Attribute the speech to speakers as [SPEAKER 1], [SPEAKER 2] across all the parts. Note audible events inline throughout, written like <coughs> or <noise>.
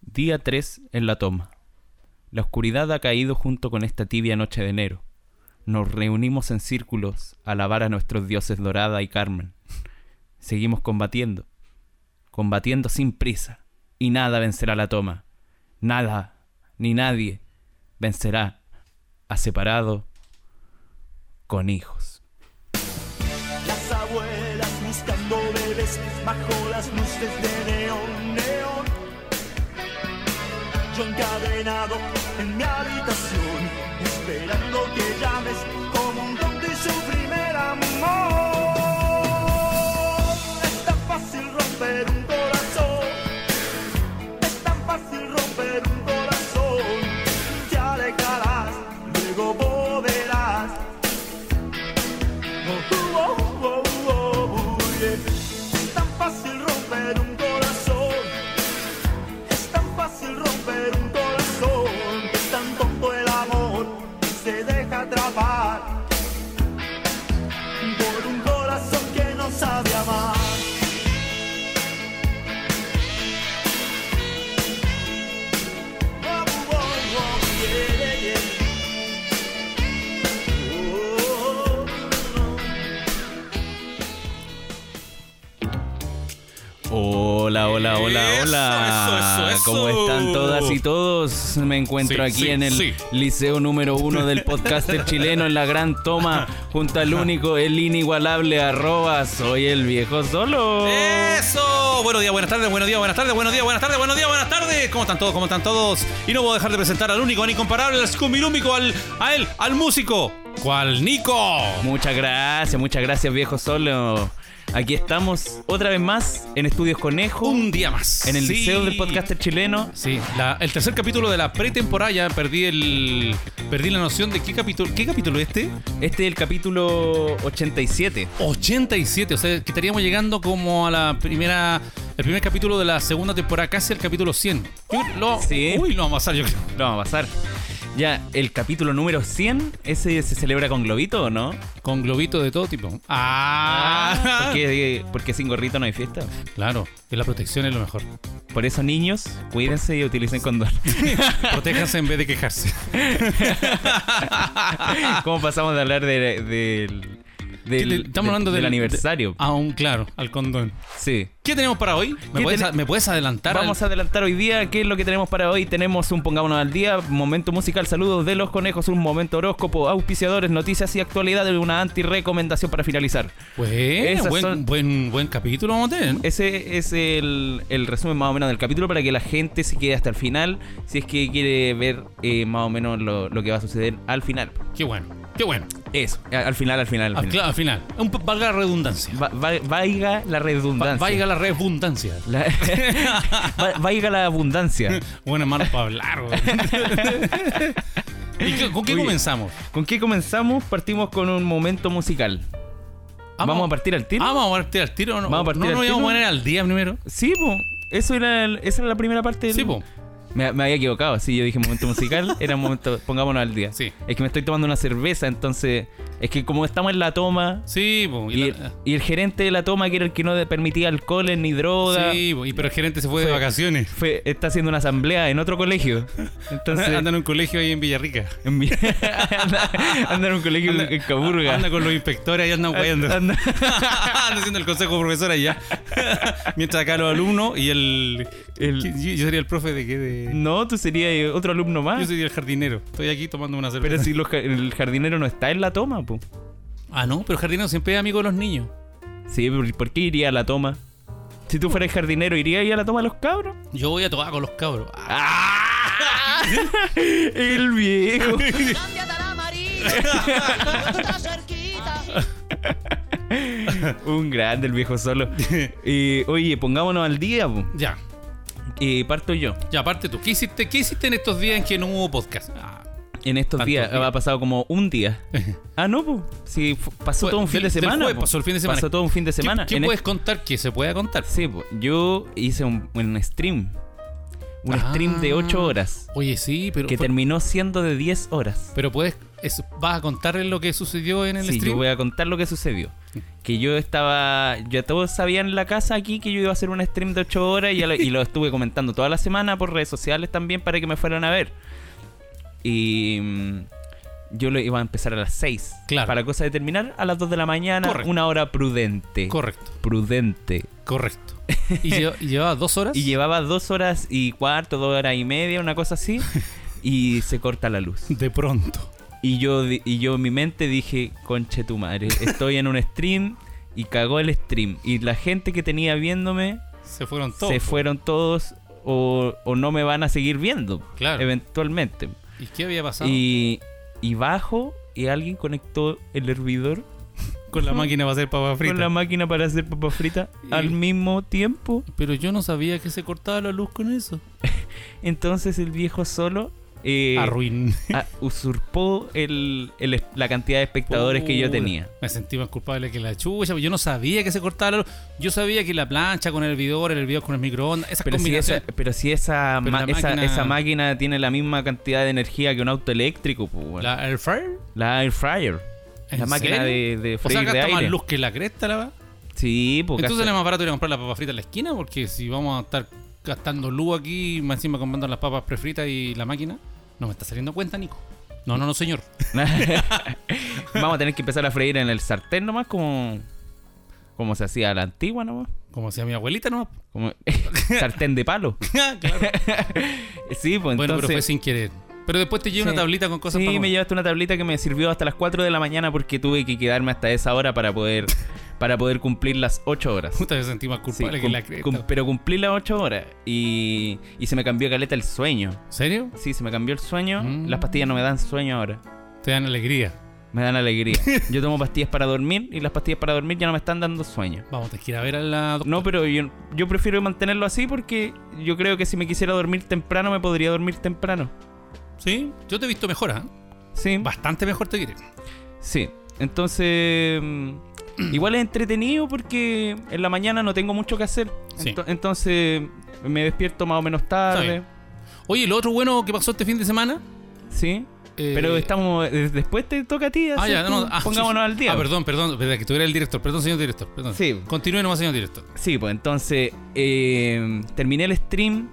[SPEAKER 1] Día 3 en la toma. La oscuridad ha caído junto con esta tibia noche de enero. Nos reunimos en círculos a alabar a nuestros dioses Dorada y Carmen. Seguimos combatiendo. Combatiendo sin prisa. Y nada vencerá la toma. Nada, ni nadie, vencerá a separado con hijos.
[SPEAKER 2] Las abuelas buscando bebés bajo las luces de neón, neón. Yo encadenado en mi habitación, esperando que llames como un don de su primer amor. Es tan fácil romper un corazón, es tan fácil romper un corazón. Te alejarás, luego volverás. Oh, oh, oh, oh, oh, yeah. Es tan fácil romper un corazón. Es tan fácil romper un corazón. Es tan tonto el amor que se deja atrapar por un corazón que no sabe amar. Oh, oh, oh, yeah, yeah, yeah. Oh, oh, oh.
[SPEAKER 1] Hola, hola, hola,
[SPEAKER 3] Eso,
[SPEAKER 1] hola.
[SPEAKER 3] eso, eso,
[SPEAKER 1] ¿Cómo
[SPEAKER 3] eso?
[SPEAKER 1] están todas y todos? Me encuentro
[SPEAKER 3] Sí,
[SPEAKER 1] aquí
[SPEAKER 3] sí,
[SPEAKER 1] en el
[SPEAKER 3] sí.
[SPEAKER 1] liceo número uno del
[SPEAKER 3] <laughs>
[SPEAKER 1] podcaster chileno en la gran toma, junto al único, el inigualable, arroba, soy el viejo solo.
[SPEAKER 3] Eh. ¡Eso! Buenos días, buenas tardes, buenos días, buenas tardes, buenos días, buenas tardes, buenos días, buenas tardes. ¿Cómo están todos? ¿Cómo están todos? Y no puedo dejar de presentar al único, al incomparable, al scumbilúmico, al, a él, al músico. ¿Cuál Nico?
[SPEAKER 1] Muchas gracias, muchas gracias, viejo solo. Aquí estamos otra vez más en Estudios Conejo,
[SPEAKER 3] Un día más.
[SPEAKER 1] en el
[SPEAKER 3] Sí.
[SPEAKER 1] liceo del podcaster chileno.
[SPEAKER 3] Sí, la- el tercer capítulo de la pretemporada ya perdí el perdí la noción de qué capítulo, qué capítulo es este?
[SPEAKER 1] Este es el capítulo 87.
[SPEAKER 3] 87, o sea, que estaríamos llegando como a la primera el primer capítulo de la segunda temporada, casi al capítulo 100. Yo creo- lo-
[SPEAKER 1] Sí.
[SPEAKER 3] Uy, lo vamos a pasar yo creo.
[SPEAKER 1] Lo vamos a pasar. Ya, el capítulo número 100, ¿ese se celebra con globito o no?
[SPEAKER 3] Con globitos de todo tipo.
[SPEAKER 1] Ah,
[SPEAKER 3] Ah,
[SPEAKER 1] porque, porque sin gorrito no hay fiesta.
[SPEAKER 3] claro, que la protección es lo mejor.
[SPEAKER 1] Por eso, niños, cuídense y utilicen
[SPEAKER 3] <laughs>
[SPEAKER 1] condón.
[SPEAKER 3] Protéjanse en vez de quejarse.
[SPEAKER 1] ¿Cómo pasamos de hablar de- del. del-
[SPEAKER 3] Estamos hablando del, Ah.
[SPEAKER 1] aniversario?
[SPEAKER 3] Aún claro, al condón.
[SPEAKER 1] Sí.
[SPEAKER 3] ¿Qué tenemos para hoy? ¿Me,
[SPEAKER 1] ¿Qué
[SPEAKER 3] puedes,
[SPEAKER 1] tene-
[SPEAKER 3] me puedes adelantar? al-
[SPEAKER 1] Vamos a adelantar hoy día qué es lo que tenemos para hoy. Tenemos un pongámonos al día, momento musical, saludos de los conejos, un momento horóscopo, auspiciadores, noticias y actualidad de una anti-recomendación para finalizar.
[SPEAKER 3] Bueno,
[SPEAKER 1] Esas
[SPEAKER 3] Pues, buen,
[SPEAKER 1] son-
[SPEAKER 3] buen, buen capítulo vamos a tener. ¿no?
[SPEAKER 1] Ese es el, el resumen más o menos del capítulo para que la gente se quede hasta el final, si es que quiere ver eh, más o menos lo, lo que va a suceder al final.
[SPEAKER 3] Qué bueno, qué bueno.
[SPEAKER 1] Eso, a- al final, al final. Al
[SPEAKER 3] Al,
[SPEAKER 1] final.
[SPEAKER 3] cla- al final, un po- valga la redundancia.
[SPEAKER 1] Va- va- vaiga la
[SPEAKER 3] Va-
[SPEAKER 1] redundancia.
[SPEAKER 3] valga la redundancia.
[SPEAKER 1] La- <laughs> va- vaiga la abundancia.
[SPEAKER 3] Buena mano para hablar. güey. <laughs> ¿Y qué- con qué
[SPEAKER 1] Oye,
[SPEAKER 3] comenzamos?
[SPEAKER 1] ¿Con qué comenzamos? Partimos con un momento musical. ¿Vamos a partir al tiro?
[SPEAKER 3] Ah, vamos a partir al tiro. No,
[SPEAKER 1] Vamos a partir
[SPEAKER 3] no,
[SPEAKER 1] al
[SPEAKER 3] no íbamos a
[SPEAKER 1] tiro.
[SPEAKER 3] poner al día primero.
[SPEAKER 1] Sí, po. Eso era el- esa era la primera parte. del-
[SPEAKER 3] Sí, po.
[SPEAKER 1] Me, me había equivocado. Sí, yo dije momento
[SPEAKER 3] <laughs>
[SPEAKER 1] musical. era un momento. Pongámonos al día.
[SPEAKER 3] Sí.
[SPEAKER 1] Es que me estoy tomando una cerveza, entonces. Es que como estamos en la toma.
[SPEAKER 3] Sí, po.
[SPEAKER 1] Y,
[SPEAKER 3] Y
[SPEAKER 1] el,
[SPEAKER 3] la-
[SPEAKER 1] y el gerente de la toma, que era el que no de- permitía alcoholes ni droga.
[SPEAKER 3] sí, po. Y pero el gerente se fue de
[SPEAKER 1] Fue-
[SPEAKER 3] vacaciones.
[SPEAKER 1] fue- está haciendo una asamblea en otro colegio. Entonces.
[SPEAKER 3] <laughs> Anda en un colegio ahí en Villarrica.
[SPEAKER 1] En mi- <laughs> anda, anda en un colegio
[SPEAKER 3] Anda,
[SPEAKER 1] en Caburga.
[SPEAKER 3] anda con los inspectores ahí andan hueando.
[SPEAKER 1] Anda-
[SPEAKER 3] <laughs> Anda haciendo el consejo
[SPEAKER 1] <laughs>
[SPEAKER 3] profesor allá. Mientras acá los alumnos y el.
[SPEAKER 1] El-
[SPEAKER 3] ¿Qui- Yo, yo sería el profe de qué? De-
[SPEAKER 1] No, tú serías eh, otro alumno
[SPEAKER 3] Yo
[SPEAKER 1] más.
[SPEAKER 3] sería el jardinero. Estoy aquí tomando una cerveza.
[SPEAKER 1] Pero si los ja- el jardinero no está en la toma, po.
[SPEAKER 3] Ah, no, pero el jardinero siempre es amigo de los niños.
[SPEAKER 1] Sí, pero ¿por qué iría a la toma? Si tú fueras jardinero, ¿iría ahí a la toma a los cabros?
[SPEAKER 3] Yo voy a tocar con los cabros.
[SPEAKER 1] <laughs>
[SPEAKER 3] Ah,
[SPEAKER 1] El viejo.
[SPEAKER 3] <laughs>
[SPEAKER 4] Cámbiate a la amarilla, está cerquita.
[SPEAKER 1] Un grande el viejo
[SPEAKER 3] <laughs>
[SPEAKER 1] solo. Eh, oye, pongámonos al día, po.
[SPEAKER 3] ya,
[SPEAKER 1] Eh, parto yo.
[SPEAKER 3] ya, aparte tú. ¿Qué hiciste, ¿Qué hiciste en estos días en que no hubo podcast? Ah,
[SPEAKER 1] En estos
[SPEAKER 3] Tantos
[SPEAKER 1] días
[SPEAKER 3] días.
[SPEAKER 1] ha pasado como un día. Ah, no, po. Sí, fu- pasó
[SPEAKER 3] Fue-
[SPEAKER 1] todo un fin
[SPEAKER 3] del-
[SPEAKER 1] de
[SPEAKER 3] del
[SPEAKER 1] semana.
[SPEAKER 3] jueves
[SPEAKER 1] po.
[SPEAKER 3] pasó el fin de semana.
[SPEAKER 1] Pasó todo un fin de <laughs>
[SPEAKER 3] ¿Qué,
[SPEAKER 1] semana.
[SPEAKER 3] qué
[SPEAKER 1] En este-
[SPEAKER 3] puedes contar que se pueda contar?
[SPEAKER 1] Sí, po. yo hice un, un stream. Un
[SPEAKER 3] Ah.
[SPEAKER 1] stream de 8 horas.
[SPEAKER 3] Oye, sí, Ah. pero.
[SPEAKER 1] Que
[SPEAKER 3] fue-
[SPEAKER 1] terminó siendo de 10 horas.
[SPEAKER 3] Pero puedes. es- ¿Vas a contarles lo que sucedió en el
[SPEAKER 1] Sí,
[SPEAKER 3] stream?
[SPEAKER 1] yo voy a contar lo que sucedió. Que yo estaba. Ya todos sabían en la casa aquí que yo iba a hacer un stream de 8 horas y, ya lo, y lo estuve comentando toda la semana por redes sociales también para que me fueran a ver. Y. mm, Yo lo iba a empezar a las 6.
[SPEAKER 3] Claro.
[SPEAKER 1] Para cosa de terminar a las 2 de la mañana,
[SPEAKER 3] Correcto.
[SPEAKER 1] una hora prudente.
[SPEAKER 3] Correcto,
[SPEAKER 1] prudente. <laughs>
[SPEAKER 3] correcto. ¿Y, lle- y llevaba dos horas?
[SPEAKER 1] Y llevaba dos horas y cuarto, dos horas y media, una cosa
[SPEAKER 3] <laughs>
[SPEAKER 1] así. y se corta la luz.
[SPEAKER 3] De pronto.
[SPEAKER 1] Y yo, di- y yo en mi mente dije, conche tu madre, estoy en un stream y cagó el stream. Y la gente que tenía viéndome
[SPEAKER 3] Se fueron todos.
[SPEAKER 1] se fueron todos o, o no me van a seguir viendo
[SPEAKER 3] Claro.
[SPEAKER 1] eventualmente.
[SPEAKER 3] ¿Y qué había pasado?
[SPEAKER 1] Em, Y, y bajo y alguien conectó el hervidor
[SPEAKER 3] Con la máquina va a ser papa frita.
[SPEAKER 1] con la máquina para hacer papas fritas
[SPEAKER 3] Y-
[SPEAKER 1] al mismo tiempo.
[SPEAKER 3] Pero yo no sabía que se cortaba la luz con eso.
[SPEAKER 1] Entonces el viejo solo... eh,
[SPEAKER 3] Arruin.
[SPEAKER 1] a- usurpó el- el es- la cantidad de espectadores que yo
[SPEAKER 3] Puta,
[SPEAKER 1] tenía.
[SPEAKER 3] Me sentí más culpable que la chucha. porque Yo no sabía que se cortaba la luz. Yo sabía que la plancha con el hervidor, el hervidor con el microondas, esas
[SPEAKER 1] Pero si, esa,
[SPEAKER 3] combinaciones.
[SPEAKER 1] pero si esa,
[SPEAKER 3] Pero
[SPEAKER 1] ma-
[SPEAKER 3] la
[SPEAKER 1] esa,
[SPEAKER 3] máquina-
[SPEAKER 1] esa máquina tiene la misma cantidad de energía que un auto eléctrico, pues, weón. la,
[SPEAKER 3] La air fryer.
[SPEAKER 1] air fryer.
[SPEAKER 3] ¿En
[SPEAKER 1] La máquina de,
[SPEAKER 3] serio?
[SPEAKER 1] de
[SPEAKER 3] O sea,
[SPEAKER 1] freír de
[SPEAKER 3] gasta más
[SPEAKER 1] aire.
[SPEAKER 3] luz que la cresta, la va.
[SPEAKER 1] Sí, pues, porque
[SPEAKER 3] Entonces era más barato ir a comprar las papas fritas en la esquina, porque si vamos a estar gastando luz aquí, más encima comprando las papas prefritas y la máquina, no me está saliendo cuenta, Nico. No, no, no, señor.
[SPEAKER 1] <laughs> vamos a tener que empezar a freír en el sartén nomás, como, como se hacía a la antigua nomás.
[SPEAKER 3] Como hacía mi abuelita nomás. <laughs>
[SPEAKER 1] Como, <laughs> sartén de palo.
[SPEAKER 3] claro.
[SPEAKER 1] Sí, pues
[SPEAKER 3] bueno,
[SPEAKER 1] entonces...
[SPEAKER 3] pero fue sin querer. Pero después te llevé
[SPEAKER 1] Sí.
[SPEAKER 3] una tablita con cosas
[SPEAKER 1] Sí,
[SPEAKER 3] para
[SPEAKER 1] me
[SPEAKER 3] comer.
[SPEAKER 1] llevaste una tablita que me sirvió hasta las 4 de la mañana porque tuve que quedarme hasta esa hora para poder, para poder cumplir las 8 horas.
[SPEAKER 3] Puta, me sentí más
[SPEAKER 1] Sí,
[SPEAKER 3] culpable que
[SPEAKER 1] cum-
[SPEAKER 3] la cresta.
[SPEAKER 1] cum- pero cumplí las 8 horas y, y se me cambió caleta el sueño.
[SPEAKER 3] ¿En serio?
[SPEAKER 1] Sí, se me cambió el sueño.
[SPEAKER 3] Mm.
[SPEAKER 1] Las pastillas no me dan sueño ahora.
[SPEAKER 3] Te dan alegría.
[SPEAKER 1] Me dan
[SPEAKER 3] <laughs>
[SPEAKER 1] alegría. Yo tomo pastillas para dormir y las pastillas para dormir ya no me están dando sueño.
[SPEAKER 3] Vamos, te quiero ver a la doctora.
[SPEAKER 1] No, pero yo, yo prefiero mantenerlo así porque yo creo que si me quisiera dormir temprano me podría dormir temprano.
[SPEAKER 3] Sí, yo te he visto mejor, ¿ah?
[SPEAKER 1] Sí.
[SPEAKER 3] Bastante mejor te quiere.
[SPEAKER 1] Sí, entonces mm, igual es entretenido porque en la mañana no tengo mucho que hacer.
[SPEAKER 3] Sí.
[SPEAKER 1] Ento- entonces me despierto más o menos tarde.
[SPEAKER 3] Oye, lo otro bueno que pasó este fin de semana.
[SPEAKER 1] Sí.
[SPEAKER 3] eh,
[SPEAKER 1] Pero estamos eh, después te toca a ti,
[SPEAKER 3] Ah,
[SPEAKER 1] así
[SPEAKER 3] ya,
[SPEAKER 1] tú
[SPEAKER 3] no, ah,
[SPEAKER 1] pongámonos
[SPEAKER 3] sí, sí.
[SPEAKER 1] al día.
[SPEAKER 3] Ah, perdón, perdón, verdad que tú eres el director, perdón, señor director, perdón.
[SPEAKER 1] Sí.
[SPEAKER 3] Continúe nomás, señor director.
[SPEAKER 1] Sí, pues entonces eh, terminé el stream,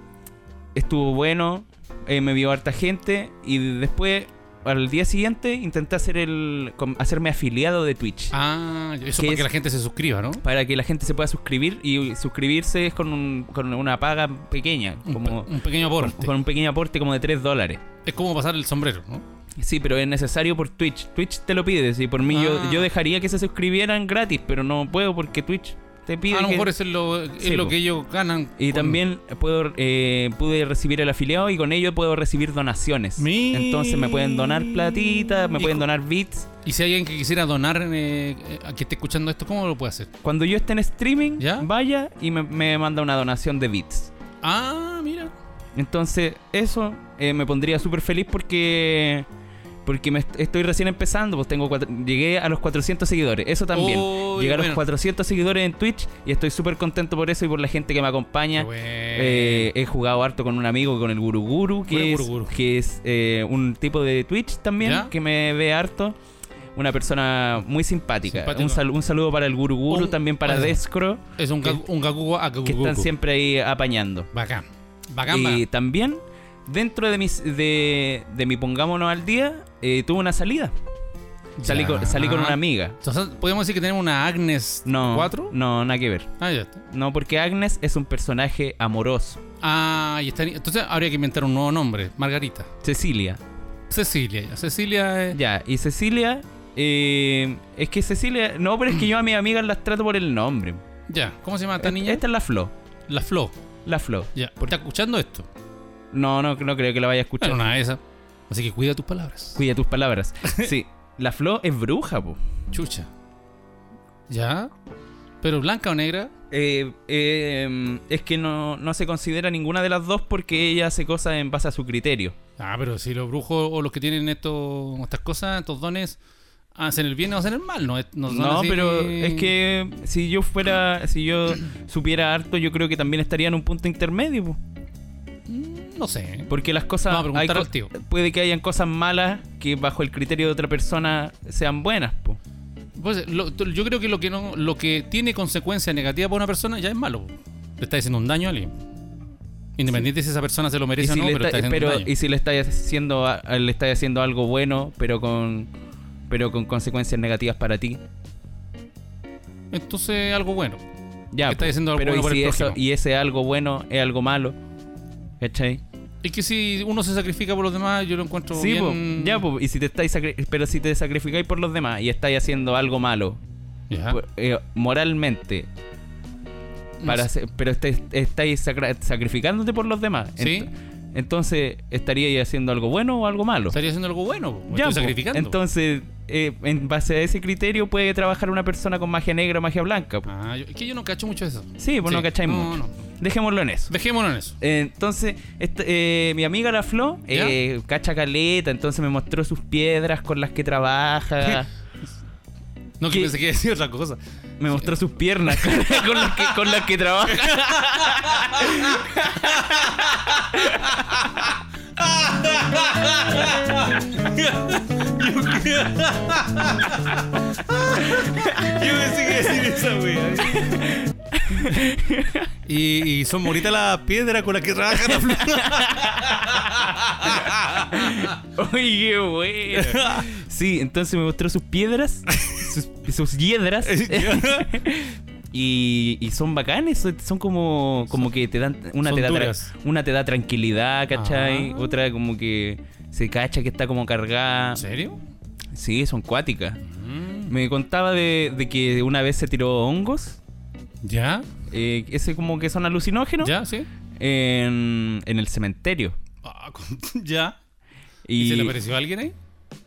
[SPEAKER 1] estuvo bueno, eh, me vio harta gente y después al día siguiente intenté hacer el com- hacerme afiliado de Twitch.
[SPEAKER 3] Ah, eso es
[SPEAKER 1] ¿Qué
[SPEAKER 3] para
[SPEAKER 1] es?
[SPEAKER 3] que la gente se suscriba, ¿no?
[SPEAKER 1] para que la gente se pueda suscribir y suscribirse es con, un- con una paga pequeña,
[SPEAKER 3] Un,
[SPEAKER 1] como
[SPEAKER 3] pe- un pequeño aporte.
[SPEAKER 1] con un pequeño aporte como de 3 dólares.
[SPEAKER 3] Es como pasar el sombrero, ¿no?
[SPEAKER 1] Sí, pero es necesario por Twitch. Twitch te lo pide, sí. Por mí
[SPEAKER 3] Ah.
[SPEAKER 1] yo, yo dejaría que se suscribieran gratis, pero no puedo porque Twitch te pide.
[SPEAKER 3] a lo
[SPEAKER 1] que-
[SPEAKER 3] mejor Ah, eso es lo, es
[SPEAKER 1] Sí,
[SPEAKER 3] lo
[SPEAKER 1] po.
[SPEAKER 3] que ellos ganan.
[SPEAKER 1] Y
[SPEAKER 3] con-
[SPEAKER 1] también puedo, eh, pude recibir el afiliado y con ello puedo recibir donaciones.
[SPEAKER 3] Mi-
[SPEAKER 1] Entonces me pueden donar platita, me
[SPEAKER 3] Hijo.
[SPEAKER 1] pueden donar bits.
[SPEAKER 3] Y si hay alguien que quisiera donar eh, eh, a que esté escuchando esto, ¿cómo lo puede hacer?
[SPEAKER 1] Cuando yo esté en streaming,
[SPEAKER 3] ¿Ya?
[SPEAKER 1] vaya y me- me manda una donación de bits.
[SPEAKER 3] Ah, mira.
[SPEAKER 1] Entonces, eso eh, me pondría súper feliz porque porque me est- estoy recién empezando, pues tengo cuatro- llegué a los 400 seguidores, eso también.
[SPEAKER 3] Uy,
[SPEAKER 1] Llegué a los
[SPEAKER 3] bueno.
[SPEAKER 1] 400 seguidores en Twitch y estoy súper contento por eso y por la gente que me acompaña.
[SPEAKER 3] Qué bueno.
[SPEAKER 1] Eh, he jugado harto con un amigo, con el Guru Guru,
[SPEAKER 3] Con el
[SPEAKER 1] que es,
[SPEAKER 3] Guru Guru.
[SPEAKER 1] que es eh, un tipo de Twitch también,
[SPEAKER 3] ¿Ya?
[SPEAKER 1] que me ve harto. Una persona muy simpática.
[SPEAKER 3] Simpático.
[SPEAKER 1] Un, sal- un saludo para el Guru Guru,
[SPEAKER 3] Un-
[SPEAKER 1] también para
[SPEAKER 3] Ah, ya.
[SPEAKER 1] Descro,
[SPEAKER 3] es un,
[SPEAKER 1] que-
[SPEAKER 3] gagu- un gagugo a
[SPEAKER 1] que están
[SPEAKER 3] gagugugu.
[SPEAKER 1] siempre ahí apañando.
[SPEAKER 3] Bacán. Bacán,
[SPEAKER 1] Y
[SPEAKER 3] bacán.
[SPEAKER 1] también, dentro de, mis, de, de mi pongámonos al día, eh, tuve una salida. Salí,
[SPEAKER 3] Ya.
[SPEAKER 1] con, salí con una amiga.
[SPEAKER 3] Entonces, ¿podemos decir que tenemos una Agnes
[SPEAKER 1] No,
[SPEAKER 3] 4?
[SPEAKER 1] no, nada que ver.
[SPEAKER 3] Ah, ya está.
[SPEAKER 1] No, porque Agnes es un personaje amoroso.
[SPEAKER 3] Ah, y está. Entonces habría que inventar un nuevo nombre, Margarita.
[SPEAKER 1] Cecilia.
[SPEAKER 3] Cecilia, ya. Cecilia eh, es.
[SPEAKER 1] Ya, y Cecilia... eh, es que Cecilia... No, pero es que yo a mis amigas las trato por el nombre.
[SPEAKER 3] Ya. ¿Cómo se llama esta
[SPEAKER 1] E-
[SPEAKER 3] niña?
[SPEAKER 1] Esta es la Flo.
[SPEAKER 3] La Flo.
[SPEAKER 1] La Flo.
[SPEAKER 3] Ya. ¿Está escuchando esto?
[SPEAKER 1] No, no, no creo que la vaya a escuchar.
[SPEAKER 3] Era una de esas. Así que cuida tus palabras.
[SPEAKER 1] Cuida tus
[SPEAKER 3] <laughs>
[SPEAKER 1] palabras. Sí, la Flo es bruja, po.
[SPEAKER 3] Chucha. Ya. Pero blanca o negra.
[SPEAKER 1] Eh, eh, es que no, no se considera ninguna de las dos porque ella hace cosas en base a su criterio.
[SPEAKER 3] Ah, pero si los brujos o los que tienen estos estas cosas, estos dones, hacen el bien o hacen el mal, ¿no? es- No, son
[SPEAKER 1] No,
[SPEAKER 3] así-
[SPEAKER 1] pero es que si yo fuera, si yo supiera harto, yo creo que también estaría en un punto intermedio. po.
[SPEAKER 3] No sé.
[SPEAKER 1] Porque las cosas.
[SPEAKER 3] Vamos a preguntar
[SPEAKER 1] hay
[SPEAKER 3] al tío.
[SPEAKER 1] Puede que hayan cosas malas que, bajo el criterio de otra persona, sean buenas, po.
[SPEAKER 3] Pues, lo- t- yo creo que lo que no, lo que tiene consecuencia negativa para una persona ya es malo. Le está haciendo un daño a alguien. Independiente si esa persona se lo
[SPEAKER 1] Y
[SPEAKER 3] merece
[SPEAKER 1] si,
[SPEAKER 3] o no,
[SPEAKER 1] le
[SPEAKER 3] pero
[SPEAKER 1] está-
[SPEAKER 3] está haciendo
[SPEAKER 1] pero-
[SPEAKER 3] un daño.
[SPEAKER 1] y si le estáis haciendo, a- le estáis haciendo algo bueno, pero con, pero con consecuencias negativas para ti.
[SPEAKER 3] Entonces, algo bueno.
[SPEAKER 1] Ya,
[SPEAKER 3] Estáis
[SPEAKER 1] po.
[SPEAKER 3] haciendo algo
[SPEAKER 1] pero
[SPEAKER 3] bueno
[SPEAKER 1] y
[SPEAKER 3] por el
[SPEAKER 1] si eso-
[SPEAKER 3] prójimo.
[SPEAKER 1] y ese algo bueno es algo malo. ¿Cachai?
[SPEAKER 3] Es que si uno se sacrifica por los demás, yo lo encuentro
[SPEAKER 1] Sí, po.
[SPEAKER 3] bien...
[SPEAKER 1] ya, po. Y si te estáis sacri- pero si te sacrificáis por los demás y estáis haciendo algo malo,
[SPEAKER 3] Ya.
[SPEAKER 1] po- eh, moralmente,
[SPEAKER 3] Ah. No
[SPEAKER 1] para
[SPEAKER 3] sé.
[SPEAKER 1] hacer- pero estáis, estáis sacra- sacrificándote por los demás.
[SPEAKER 3] Sí.
[SPEAKER 1] Ent- entonces, ¿estaríais haciendo algo bueno o algo malo?
[SPEAKER 3] Estaría haciendo algo bueno, po. Me
[SPEAKER 1] Ya,
[SPEAKER 3] estoy
[SPEAKER 1] po.
[SPEAKER 3] sacrificando.
[SPEAKER 1] Entonces, eh, en base a ese criterio puede trabajar una persona con magia negra o magia blanca. po.
[SPEAKER 3] Ah, yo- es que yo no cacho mucho eso.
[SPEAKER 1] Sí, pues no cacháis
[SPEAKER 3] Ah. no,
[SPEAKER 1] mucho.
[SPEAKER 3] No,
[SPEAKER 1] Dejémoslo en eso.
[SPEAKER 3] Dejémonos en eso.
[SPEAKER 1] Eh, Entonces, esta- eh, mi amiga la Flo,
[SPEAKER 3] ¿Ya?
[SPEAKER 1] eh, cacha caleta, entonces me mostró sus piedras con las que trabaja.
[SPEAKER 3] No que
[SPEAKER 1] ¿Qué?
[SPEAKER 3] pensé que iba a decir otra cosa.
[SPEAKER 1] Me mostró sus piernas con <laughs> las que, con las que trabaja. <laughs>
[SPEAKER 3] Yo pensé que decir esa wea. y, y son bonitas las piedras con las que trabaja la flor.
[SPEAKER 1] Oye,
[SPEAKER 3] <laughs>
[SPEAKER 1] bueno. Sí, entonces me mostró sus piedras, sus, sus
[SPEAKER 3] <laughs>
[SPEAKER 1] hiedras. <laughs> Y, y son bacanes, son- son como, como que te dan una
[SPEAKER 3] son
[SPEAKER 1] te da, tra-
[SPEAKER 3] duras.
[SPEAKER 1] una te da tranquilidad, ¿cachai?
[SPEAKER 3] Ah.
[SPEAKER 1] Otra como que se cacha que está como cargada.
[SPEAKER 3] ¿En serio? Mm.
[SPEAKER 1] Sí, son cuáticas. Me contaba de, de que una vez se tiró hongos,
[SPEAKER 3] ¿Ya?
[SPEAKER 1] eh, ese como que son alucinógenos,
[SPEAKER 3] ¿Ya? ¿Sí?
[SPEAKER 1] En, en el cementerio.
[SPEAKER 3] Ah, con- <laughs> ¿Ya? ¿Y,
[SPEAKER 1] Y,
[SPEAKER 3] se le apareció alguien ahí?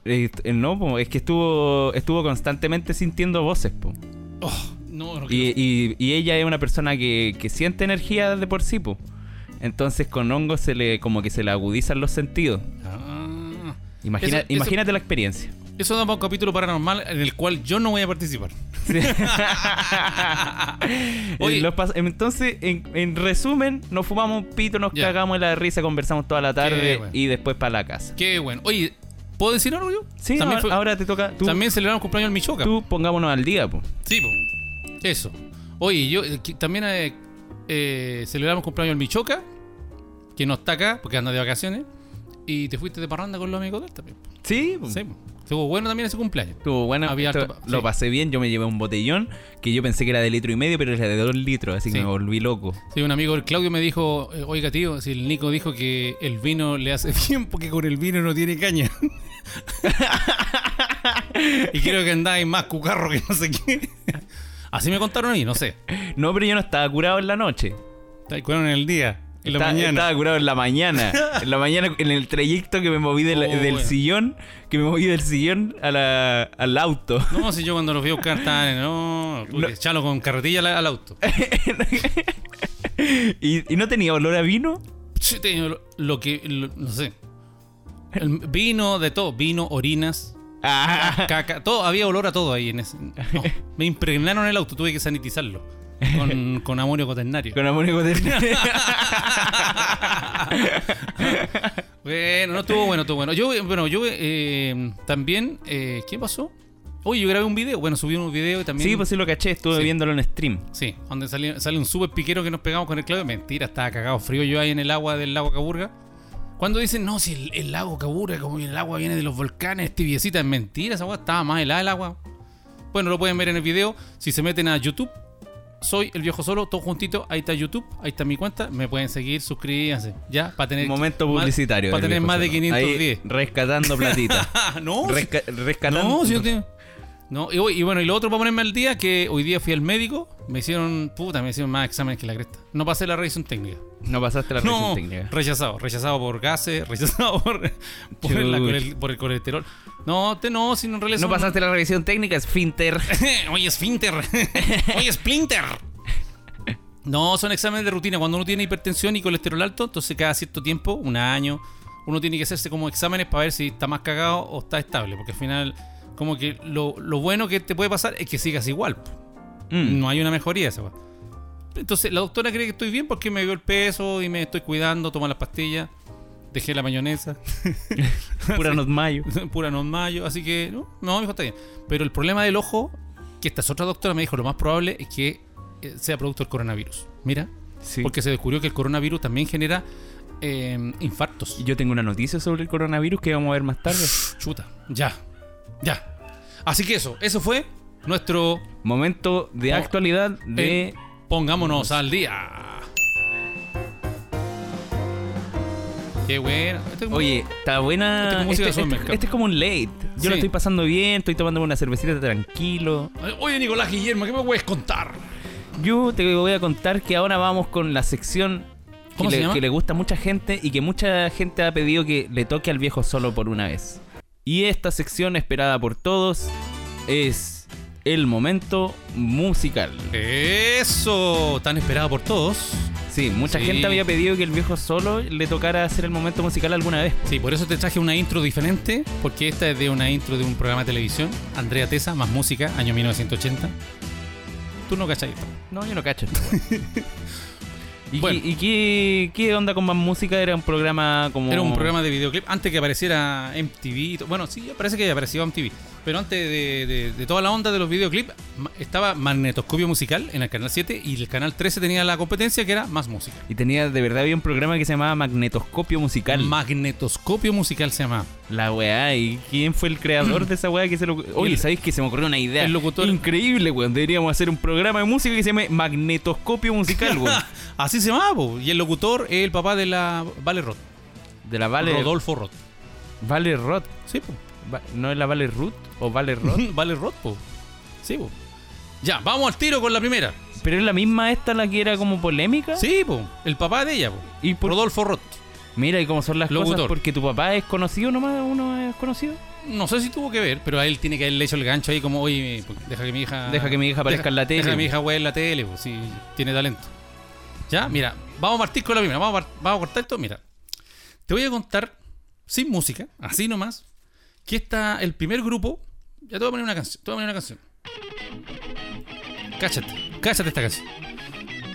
[SPEAKER 1] eh, eh, no, po, es que estuvo, estuvo constantemente sintiendo voces. po.
[SPEAKER 3] Oh, no, no
[SPEAKER 1] Y,
[SPEAKER 3] quiero.
[SPEAKER 1] y- y ella es una persona que, que siente energía de por sí. po. Entonces con hongos se le, como que se le agudizan los sentidos.
[SPEAKER 3] Ah.
[SPEAKER 1] Imagina-
[SPEAKER 3] Eso- eso-
[SPEAKER 1] imagínate la experiencia.
[SPEAKER 3] Eso da para un capítulo paranormal en el cual yo no voy a participar.
[SPEAKER 1] <laughs> Sí.
[SPEAKER 3] Oye.
[SPEAKER 1] Eh, los pas- Entonces, en, en resumen, nos fumamos un pito, nos
[SPEAKER 3] Ya.
[SPEAKER 1] cagamos en la risa, conversamos toda la tarde
[SPEAKER 3] bueno.
[SPEAKER 1] y después para la casa.
[SPEAKER 3] Qué bueno. Oye, ¿puedo decir algo yo?
[SPEAKER 1] Sí,
[SPEAKER 3] también,
[SPEAKER 1] ahora,
[SPEAKER 3] fue-
[SPEAKER 1] ahora te toca. Tú,
[SPEAKER 3] también celebramos cumpleaños en Michoacán.
[SPEAKER 1] tú pongámonos al día, po.
[SPEAKER 3] Sí, po. eso. Oye, yo eh, que- también eh, eh, celebramos cumpleaños al Michoca, que no está acá porque anda de vacaciones, y te fuiste de parranda con los amigos de él también. po.
[SPEAKER 1] Sí,
[SPEAKER 3] Sí, po. estuvo bueno también ese cumpleaños.
[SPEAKER 1] Estuvo bueno,
[SPEAKER 3] Había
[SPEAKER 1] esto-
[SPEAKER 3] harto pa-
[SPEAKER 1] lo
[SPEAKER 3] sí.
[SPEAKER 1] pasé bien. Yo me llevé un botellón que yo pensé que era de litro y medio, pero era de dos litros, así
[SPEAKER 3] Sí.
[SPEAKER 1] que me volví loco.
[SPEAKER 3] Sí, un amigo, el Claudio, me dijo, eh, oiga tío, si el Nico dijo que el vino le hace <laughs> bien porque con el vino no tiene caña. <laughs> y creo que andáis más cucarro que no sé qué. Así me contaron ahí, no sé.
[SPEAKER 1] No, pero yo no estaba curado en la noche.
[SPEAKER 3] Estáis curaron en el día, en la
[SPEAKER 1] Estaba-
[SPEAKER 3] mañana.
[SPEAKER 1] Estaba curado en la
[SPEAKER 3] <laughs>
[SPEAKER 1] mañana. En la mañana, en el trayecto que me moví de la-
[SPEAKER 3] Oh,
[SPEAKER 1] del
[SPEAKER 3] bueno.
[SPEAKER 1] sillón, que me moví del sillón a la- al auto.
[SPEAKER 3] No, si yo cuando los vi a buscar estaban en- No, tú,
[SPEAKER 1] No. Eh.
[SPEAKER 3] echalo con carretilla al, al auto.
[SPEAKER 1] <laughs> ¿Y, y no tenía olor a vino?
[SPEAKER 3] Sí, tenía lo, lo que... lo- no sé. El vino, de todo. Vino,
[SPEAKER 1] <laughs>
[SPEAKER 3] orinas,
[SPEAKER 1] Ah,
[SPEAKER 3] caca. Todo, había olor a todo ahí en ese... no, me impregnaron el auto, tuve que sanitizarlo.
[SPEAKER 1] <laughs>
[SPEAKER 3] Con, con amonio cuaternario.
[SPEAKER 1] con
[SPEAKER 3] <laughs>
[SPEAKER 1] amonio de...
[SPEAKER 3] Bueno, no estuvo bueno, estuvo bueno. Yo, eh, bueno, yo eh, también... eh, ¿Qué pasó? Oye, yo grabé un video. Bueno, subí un video y también...
[SPEAKER 1] Sí, pues sí lo caché, estuve
[SPEAKER 3] Sí.
[SPEAKER 1] viéndolo en stream.
[SPEAKER 3] Sí, donde sale, sale un super piquero que nos pegamos con el clave. Mentira, estaba cagado frío yo ahí en el agua del lago Caburga. Cuando dicen, no, si el, el lago Caburga, como el agua viene de los volcanes, es tibiecita, es mentira, esa agua estaba más helada el agua. Bueno, lo pueden ver en el video. Si se meten a YouTube, soy el viejo solo, todo juntito. Ahí está YouTube, ahí está mi cuenta. Me pueden seguir, suscríbanse. Ya, para tener.
[SPEAKER 1] Momento
[SPEAKER 3] Eh, más-
[SPEAKER 1] publicitario.
[SPEAKER 3] Para
[SPEAKER 1] del
[SPEAKER 3] tener
[SPEAKER 1] viejo
[SPEAKER 3] más de
[SPEAKER 1] cerdo. Ahí,
[SPEAKER 3] 510.
[SPEAKER 1] rescatando platita.
[SPEAKER 3] <laughs> Ah, <laughs> no, si-
[SPEAKER 1] Resca- rescatando.
[SPEAKER 3] no, si yo te- No, y, hoy- y bueno, y lo otro para ponerme al día, que hoy día fui al médico, me hicieron, puta, me hicieron más exámenes que la cresta. No pasé la revisión técnica.
[SPEAKER 1] No pasaste la
[SPEAKER 3] No,
[SPEAKER 1] revisión técnica.
[SPEAKER 3] rechazado, rechazado por gases, <laughs> rechazado por, por, la-
[SPEAKER 1] Chuch.
[SPEAKER 3] por el, por el colesterol. No, te, no, si en realidad
[SPEAKER 1] No
[SPEAKER 3] son-
[SPEAKER 1] pasaste la revisión técnica, es Finter.
[SPEAKER 3] Oye, esfínter. <laughs> Oye, splinter. No, son exámenes de rutina. Cuando uno tiene hipertensión y colesterol alto, entonces cada cierto tiempo, un año, uno tiene que hacerse como exámenes para ver si está más cagado o está estable. Porque al final, como que lo, lo bueno que te puede pasar es que sigas igual. po.
[SPEAKER 1] Mm.
[SPEAKER 3] <laughs> No hay una mejoría esa weá. Entonces, la doctora cree que estoy bien porque me vio el peso y me estoy cuidando, tomo las pastillas. dejé la mayonesa,
[SPEAKER 1] Pura nos
[SPEAKER 3] <laughs>
[SPEAKER 1] mayo.
[SPEAKER 3] pura no mayo, así que no, no, hijo, está bien. Pero el problema del ojo, que esta es otra doctora me dijo, lo más probable es que eh, sea producto del coronavirus. Mira,
[SPEAKER 1] Sí.
[SPEAKER 3] porque se descubrió que el coronavirus también genera eh, infartos.
[SPEAKER 1] Yo tengo una noticia sobre el coronavirus que vamos a ver más tarde.
[SPEAKER 3] Chuta, ya, ya. Así que eso, eso fue nuestro
[SPEAKER 1] Momento de
[SPEAKER 3] Oh.
[SPEAKER 1] actualidad de...
[SPEAKER 3] Eh, Pongámonos al día. Qué bueno. Esto es-
[SPEAKER 1] Oye, está buena...
[SPEAKER 3] Este es como música
[SPEAKER 1] este,
[SPEAKER 3] de supermercado.
[SPEAKER 1] este es como un late. Yo
[SPEAKER 3] Sí.
[SPEAKER 1] lo estoy pasando bien, estoy tomándome una cervecita tranquilo.
[SPEAKER 3] Oye, Nicolás Guillermo, ¿qué me puedes contar?
[SPEAKER 1] Yo te voy a contar que ahora vamos con la sección
[SPEAKER 3] ¿Cómo
[SPEAKER 1] que,
[SPEAKER 3] se
[SPEAKER 1] le,
[SPEAKER 3] llama?
[SPEAKER 1] que le gusta a mucha gente y que mucha gente ha pedido que le toque al viejo solo por una vez. Y esta sección esperada por todos es el momento musical.
[SPEAKER 3] Eso, tan esperado por todos.
[SPEAKER 1] Sí, mucha
[SPEAKER 3] Sí.
[SPEAKER 1] gente había pedido que el viejo solo le tocara hacer el momento musical alguna vez.
[SPEAKER 3] Sí, por eso te traje una intro diferente, porque esta es de una intro de un programa de televisión. Andrea Tesa, más música, año 1980. Tú no cachai esto.
[SPEAKER 1] No, yo no cacho. esta
[SPEAKER 3] <laughs>
[SPEAKER 1] wea. ¿Y,
[SPEAKER 3] Bueno.
[SPEAKER 1] qué, y qué- qué onda con más música? Era un programa como...
[SPEAKER 3] Era un programa de videoclip antes que apareciera MTV. y to- Bueno, sí, parece que apareció MTV. Pero antes de, de- de toda la onda de los videoclips, ma- estaba Magnetoscopio Musical en el canal 7 y el canal 13 tenía la competencia que era Más Música.
[SPEAKER 1] Y tenía, de verdad, había un programa que se llamaba Magnetoscopio Musical.
[SPEAKER 3] Magnetoscopio Musical se llama.
[SPEAKER 1] La weá, ¿y quién fue el creador de esa weá que se lo... Oye,
[SPEAKER 3] El-
[SPEAKER 1] ¿sabéis que se me ocurrió una idea?
[SPEAKER 3] el locutor-
[SPEAKER 1] Increíble, weón. Deberíamos hacer un programa de música que se llame Magnetoscopio Musical, weón.
[SPEAKER 3] <laughs> Así se llamaba, po. y el locutor es el papá de la Vale Roth,
[SPEAKER 1] De la Vale...
[SPEAKER 3] Rodolfo Roth.
[SPEAKER 1] Vale Roth.
[SPEAKER 3] Sí, po.
[SPEAKER 1] Va- ¿No es la Vale Ruth o Vale
[SPEAKER 3] <laughs>
[SPEAKER 1] Roth?
[SPEAKER 3] Vale Roth, po. Sí, po. Ya, vamos al tiro con la primera.
[SPEAKER 1] Pero es la misma esta la que era como polémica.
[SPEAKER 3] Sí, po. El papá de ella, po.
[SPEAKER 1] ¿Y por-
[SPEAKER 3] Rodolfo Roth.
[SPEAKER 1] Mira, y cómo son las
[SPEAKER 3] Locutor.
[SPEAKER 1] cosas, porque tu papá es conocido nomás, uno es conocido.
[SPEAKER 3] No sé si tuvo que ver, pero a él tiene que haberle hecho el gancho ahí como, oye, pues, deja que mi hija...
[SPEAKER 1] Deja que mi hija aparezca en la tele.
[SPEAKER 3] Deja que mi hija juegue en la tele, pues, si tiene talento. Ya, mira, vamos a partir con la primera. Vamos a, par- vamos a cortar esto, mira. Te voy a contar, sin música, así nomás, que está el primer grupo... Ya te voy a poner una canción, te voy a poner una canción. Cáchate, cáchate esta canción.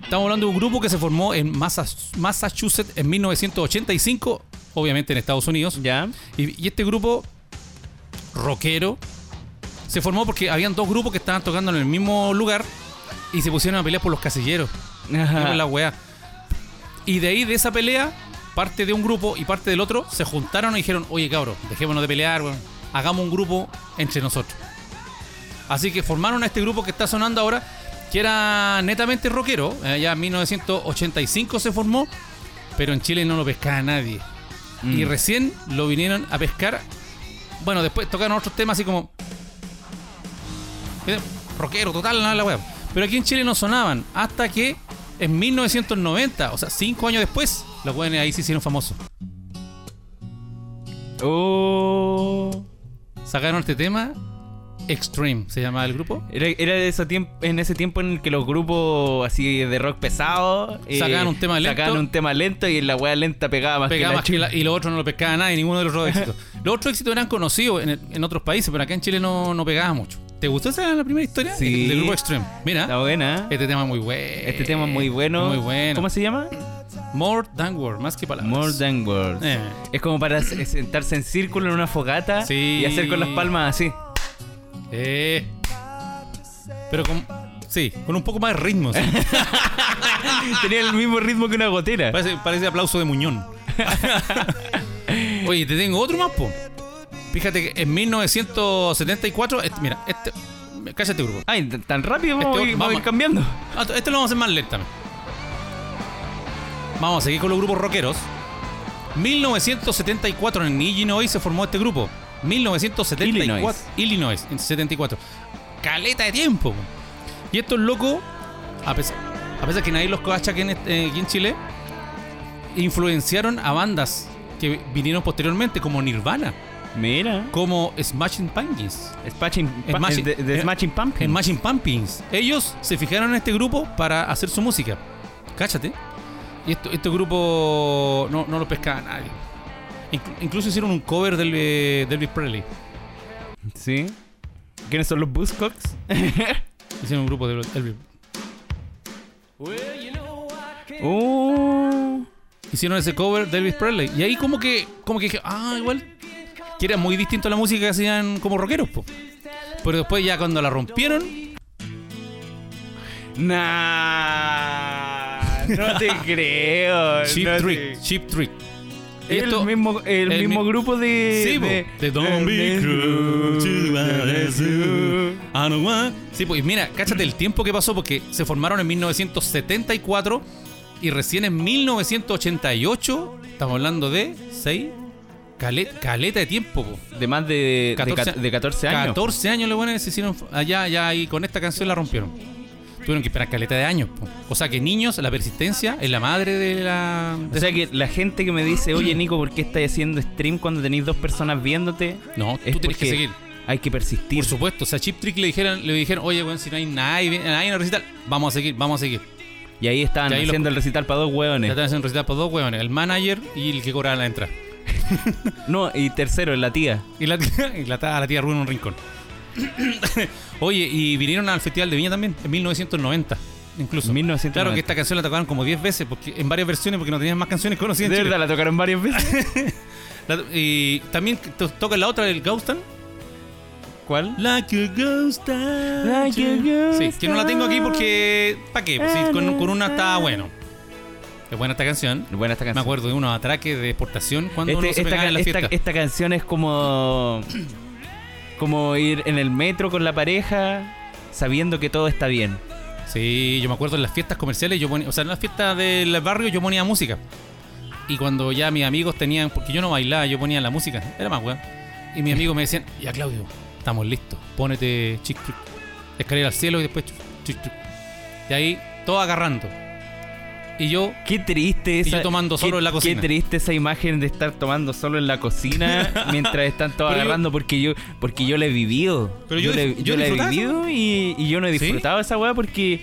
[SPEAKER 3] Estamos hablando de un grupo que se formó en Massas- Massachusetts en 1985, obviamente en Estados Unidos.
[SPEAKER 1] Ya.
[SPEAKER 3] Y, y este grupo rockero se formó porque habían dos grupos que estaban tocando en el mismo lugar y se pusieron a pelear por los casilleros.
[SPEAKER 1] Ajá.
[SPEAKER 3] Por la weá. Y de ahí, de esa pelea, parte de un grupo y parte del otro se juntaron y dijeron: Oye, cabros, dejémonos de pelear, weón. hagamos un grupo entre nosotros. Así que formaron a este grupo que está sonando ahora, que era netamente rockero. eh, ya en 1985 se formó, pero en Chile no lo pescaba nadie.
[SPEAKER 1] Mm.
[SPEAKER 3] Y recién lo vinieron a pescar. Bueno, después tocaron otros temas así como. eh, Rockero, total, nada, la web. Pero aquí en Chile no sonaban. Hasta que en 1990, o sea, cinco años después, los weones ahí se hicieron famosos.
[SPEAKER 1] Oh.
[SPEAKER 3] Sacaron este tema. Extreme se llamaba el grupo.
[SPEAKER 1] Era, era de ese tiempo, en ese tiempo en el que los grupos así de rock pesado eh,
[SPEAKER 3] Sacaban un tema lento.
[SPEAKER 1] sacaban un tema lento y la weá lenta pegaba más
[SPEAKER 3] Pegaba
[SPEAKER 1] que la
[SPEAKER 3] más que la- y los otros no lo pescaba nadie, ninguno de los
[SPEAKER 1] <laughs>
[SPEAKER 3] otros éxitos. los otros éxitos eran conocidos en, el- en otros países, pero acá en Chile no, no pegaba mucho. ¿Te gustó esa la primera historia?
[SPEAKER 1] Sí.
[SPEAKER 3] Del grupo Extreme. Mira,
[SPEAKER 1] Está buena. ¿eh?
[SPEAKER 3] este tema es muy bueno.
[SPEAKER 1] Este tema es muy bueno.
[SPEAKER 3] Muy bueno.
[SPEAKER 1] ¿Cómo se llama?
[SPEAKER 3] More than word, más que palabras.
[SPEAKER 1] More Than Words.
[SPEAKER 3] Eh.
[SPEAKER 1] Es como para se- sentarse en círculo en una fogata
[SPEAKER 3] Sí.
[SPEAKER 1] y hacer con las palmas así. <laughs>
[SPEAKER 3] Eh. Pero con. Sí, con un poco más de ritmo.
[SPEAKER 1] <laughs>
[SPEAKER 3] sí.
[SPEAKER 1] Tenía el mismo ritmo que una gotera.
[SPEAKER 3] Parece, parece aplauso
[SPEAKER 1] <laughs>
[SPEAKER 3] de Muñón. Oye, te tengo otro más, po. Fíjate que en 1974. este- mira, este. Cállate, grupo.
[SPEAKER 1] Ay, t- tan rápido vamos,
[SPEAKER 3] Este-
[SPEAKER 1] a ir-
[SPEAKER 3] vamos.
[SPEAKER 1] vamos a ir cambiando.
[SPEAKER 3] Ah, Este lo vamos a hacer más lentamente. Vamos a seguir con los grupos rockeros. 1974 en Illinois se formó este grupo. 1974. Illinois. en 74. Caleta de tiempo. po. Y estos locos, a pesar, a pesar que nadie los coacha aquí en, este- eh, aquí en Chile, influenciaron a bandas que vinieron posteriormente, como Nirvana,
[SPEAKER 1] Mira.
[SPEAKER 3] como Smashing Pumpkins.
[SPEAKER 1] Smashing, Pu-
[SPEAKER 3] Smashing-
[SPEAKER 1] de, de
[SPEAKER 3] eh,
[SPEAKER 1] Smashing Pumpkins.
[SPEAKER 3] En Machine Pumpkins. Ellos se fijaron en este grupo para hacer su música. Cáchate. Y esto, este grupo no, no lo pescaba nadie. Inclu- incluso hicieron un cover del, eh, de Elvis Presley.
[SPEAKER 1] Sí. ¿Quiénes son los Buzzcocks? <laughs>
[SPEAKER 3] Hicieron un grupo de Elvis.
[SPEAKER 1] Oh.
[SPEAKER 3] hicieron ese cover de Elvis Presley. Y ahí como que, como que dije, ah, igual. Que era muy distinto a la música que hacían como rockeros, po. Pero después ya cuando la rompieron,
[SPEAKER 1] Nah, no
[SPEAKER 3] <laughs>
[SPEAKER 1] te creo.
[SPEAKER 3] Cheap
[SPEAKER 1] no
[SPEAKER 3] Trick,
[SPEAKER 1] te-
[SPEAKER 3] Cheap Trick. Y
[SPEAKER 1] El
[SPEAKER 3] esto-
[SPEAKER 1] mismo, el
[SPEAKER 3] el
[SPEAKER 1] mismo
[SPEAKER 3] mi-
[SPEAKER 1] grupo de.
[SPEAKER 3] Sí, po.
[SPEAKER 1] de,
[SPEAKER 3] De Don't Be Cruel to others who
[SPEAKER 1] Ah,
[SPEAKER 3] I don't want. Sí, pues mira, cáchate el tiempo que pasó porque se formaron en 1974 y recién en 1988, estamos hablando de 6, caleta, de tiempo. po.
[SPEAKER 1] De más de, de ca- de 14 años.
[SPEAKER 3] 14 años los buenos se hicieron f- allá, allá y con esta canción la rompieron. Tuvieron que esperar caleta de años. po. O sea que niños, la persistencia es la madre de la...
[SPEAKER 1] O
[SPEAKER 3] de-
[SPEAKER 1] sea que la gente que me dice, oye Nico, ¿por qué estás haciendo stream cuando tenéis dos personas viéndote?
[SPEAKER 3] no,
[SPEAKER 1] Es
[SPEAKER 3] tú tienes que
[SPEAKER 1] porque
[SPEAKER 3] seguir.
[SPEAKER 1] Hay que persistir.
[SPEAKER 3] Por supuesto, o sea, Chip Trick le dijeron, le dijeron, oye, weón, si no hay nadie, nadie en el recital, vamos a seguir, vamos a seguir.
[SPEAKER 1] Y ahí estaban
[SPEAKER 3] Y ahí lo-
[SPEAKER 1] haciendo el recital para dos
[SPEAKER 3] Ya
[SPEAKER 1] hueones.
[SPEAKER 3] están en el recital por dos weones, el manager y el que cobraba la entrada.
[SPEAKER 1] No, y tercero, la tía.
[SPEAKER 3] Y la, y la, ta- la tía Rubén en un rincón. <coughs> oye, y vinieron al Festival de Viña también, en 1990. Incluso.
[SPEAKER 1] 1990.
[SPEAKER 3] Claro que esta canción la tocaron como 10 veces, porque en varias versiones, porque no tenían más canciones
[SPEAKER 1] De
[SPEAKER 3] conocidas. en Chile.
[SPEAKER 1] verdad, la tocaron varias veces.
[SPEAKER 3] La- y también to- toca la otra del Ghostan.
[SPEAKER 1] <laughs> ¿Cuál?
[SPEAKER 3] Like a ghost.
[SPEAKER 1] Like a ghost
[SPEAKER 3] Sí, que no la tengo aquí porque. ¿Para qué? Pues sí, con, con una está bueno. Es buena esta canción.
[SPEAKER 1] Buena esta canción.
[SPEAKER 3] Me acuerdo de unos atraques de exportación cuando
[SPEAKER 1] Este-
[SPEAKER 3] uno se
[SPEAKER 1] esta,
[SPEAKER 3] pegaba en la
[SPEAKER 1] esta-
[SPEAKER 3] fiesta.
[SPEAKER 1] esta canción es como. como ir en el metro con la pareja sabiendo que todo está bien.
[SPEAKER 3] Sí, yo me acuerdo en las fiestas comerciales, yo ponía, o sea, en las fiestas del barrio yo ponía música. Y cuando ya mis amigos tenían, porque yo no bailaba, yo ponía la música, era más weón. Y mis amigos me decían, ya Claudio, estamos listos, pónete chic chic, escalera al cielo y después chic chic. chic". Y ahí, todo agarrando. Y yo,
[SPEAKER 1] Qué triste esa.
[SPEAKER 3] yo tomando solo
[SPEAKER 1] qué-
[SPEAKER 3] en la cocina.
[SPEAKER 1] Qué triste esa imagen de estar tomando solo en la
[SPEAKER 3] <laughs>
[SPEAKER 1] cocina mientras están todos
[SPEAKER 3] Pero yo-
[SPEAKER 1] agarrando porque yo porque yo la he vivido.
[SPEAKER 3] Pero yo
[SPEAKER 1] la-
[SPEAKER 3] dif- yo
[SPEAKER 1] la he
[SPEAKER 3] disfrutaba esa
[SPEAKER 1] vivido y, y yo no he
[SPEAKER 3] ¿Sí?
[SPEAKER 1] disfrutado esa weá porque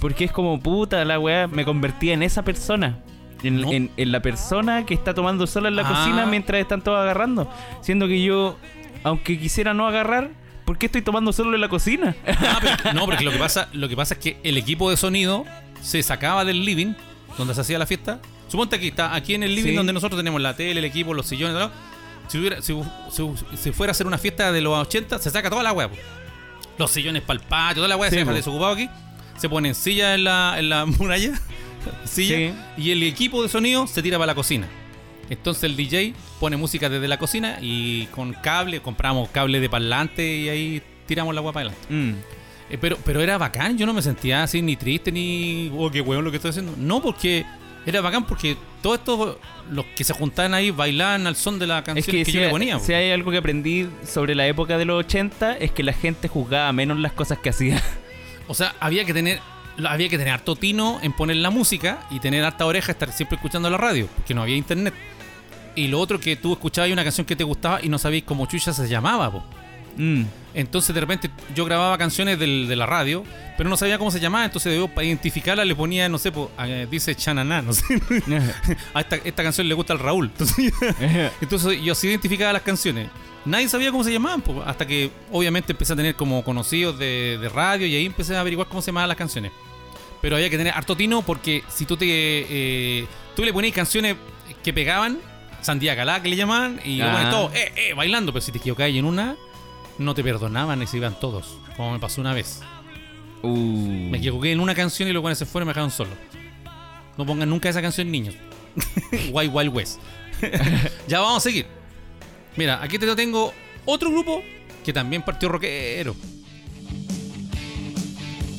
[SPEAKER 1] porque es como puta la weá me convertía en esa persona. En,
[SPEAKER 3] No.
[SPEAKER 1] en- en la persona que está tomando sola en la
[SPEAKER 3] Ah.
[SPEAKER 1] cocina mientras están todos agarrando. Siendo que yo, aunque quisiera no agarrar, ¿por qué estoy tomando solo en la cocina?
[SPEAKER 3] Ah, pero- no, porque lo que, pasa, lo que pasa es que el equipo de sonido se sacaba del living donde se hacía la fiesta. Suponte que está aquí en el living
[SPEAKER 1] Sí.
[SPEAKER 3] donde nosotros tenemos la tele, el equipo, los sillones, todo. Si, hubiera, si, si- si fuera a hacer una fiesta de los 80, se saca toda la hueá. po. Los sillones para el patio, toda la hueá
[SPEAKER 1] Sí,
[SPEAKER 3] se deja
[SPEAKER 1] po.
[SPEAKER 3] desocupado aquí. Se ponen sillas en la, en la <laughs> muralla, silla, y el equipo de sonido se tira para la cocina. Entonces el DJ pone música desde la cocina y con cable, compramos cable de parlante y ahí tiramos la hueá para adelante.
[SPEAKER 1] Mm.
[SPEAKER 3] Eh, Pero, pero era bacán, yo no me sentía así ni triste ni, oh, qué hueón lo que estoy haciendo. No, porque era bacán porque todos estos, los que se juntaban ahí, bailaban al son de la canción
[SPEAKER 1] Es
[SPEAKER 3] que,
[SPEAKER 1] que, si,
[SPEAKER 3] yo le
[SPEAKER 1] hay-
[SPEAKER 3] ponía. po.
[SPEAKER 1] si hay algo que aprendí sobre la época de los 80 es que la gente juzgaba menos las cosas que hacía.
[SPEAKER 3] O sea, había que tener lo- había que tener harto tino en poner la música y tener harta oreja, estar siempre escuchando la radio, porque no había internet. Y lo otro que tú escuchabas una canción que te gustaba y no sabías cómo chucha se llamaba, po.
[SPEAKER 1] <laughs> Mm.
[SPEAKER 3] Entonces de repente yo grababa canciones del- de la radio, pero no sabía cómo se llamaba, entonces yo para identificarla le ponía, no sé, po, eh, dice Chananá, no sé. <laughs> a esta, esta canción le gusta al Raúl. Entonces, <laughs> entonces yo así identificaba las canciones. Nadie sabía cómo se llamaban, po, hasta que obviamente empecé a tener como conocidos de, de radio y ahí empecé a averiguar cómo se llamaban las canciones. Pero había que tener harto tino porque si tú te eh, tú le ponías canciones que pegaban, Sandía Calá que le llamaban, y lo
[SPEAKER 1] Ah.
[SPEAKER 3] pones todo, eh, eh, bailando, pero si te equivocabas en una, no te perdonaban y se iban todos, como me pasó una vez.
[SPEAKER 1] Uh.
[SPEAKER 3] Me equivoqué en una canción y los buenos se fueron y me dejaron solo. No pongan nunca esa canción, niños. <laughs> Wild Wild West. <laughs> ya vamos a seguir. Mira, aquí te tengo otro grupo que también partió rockero.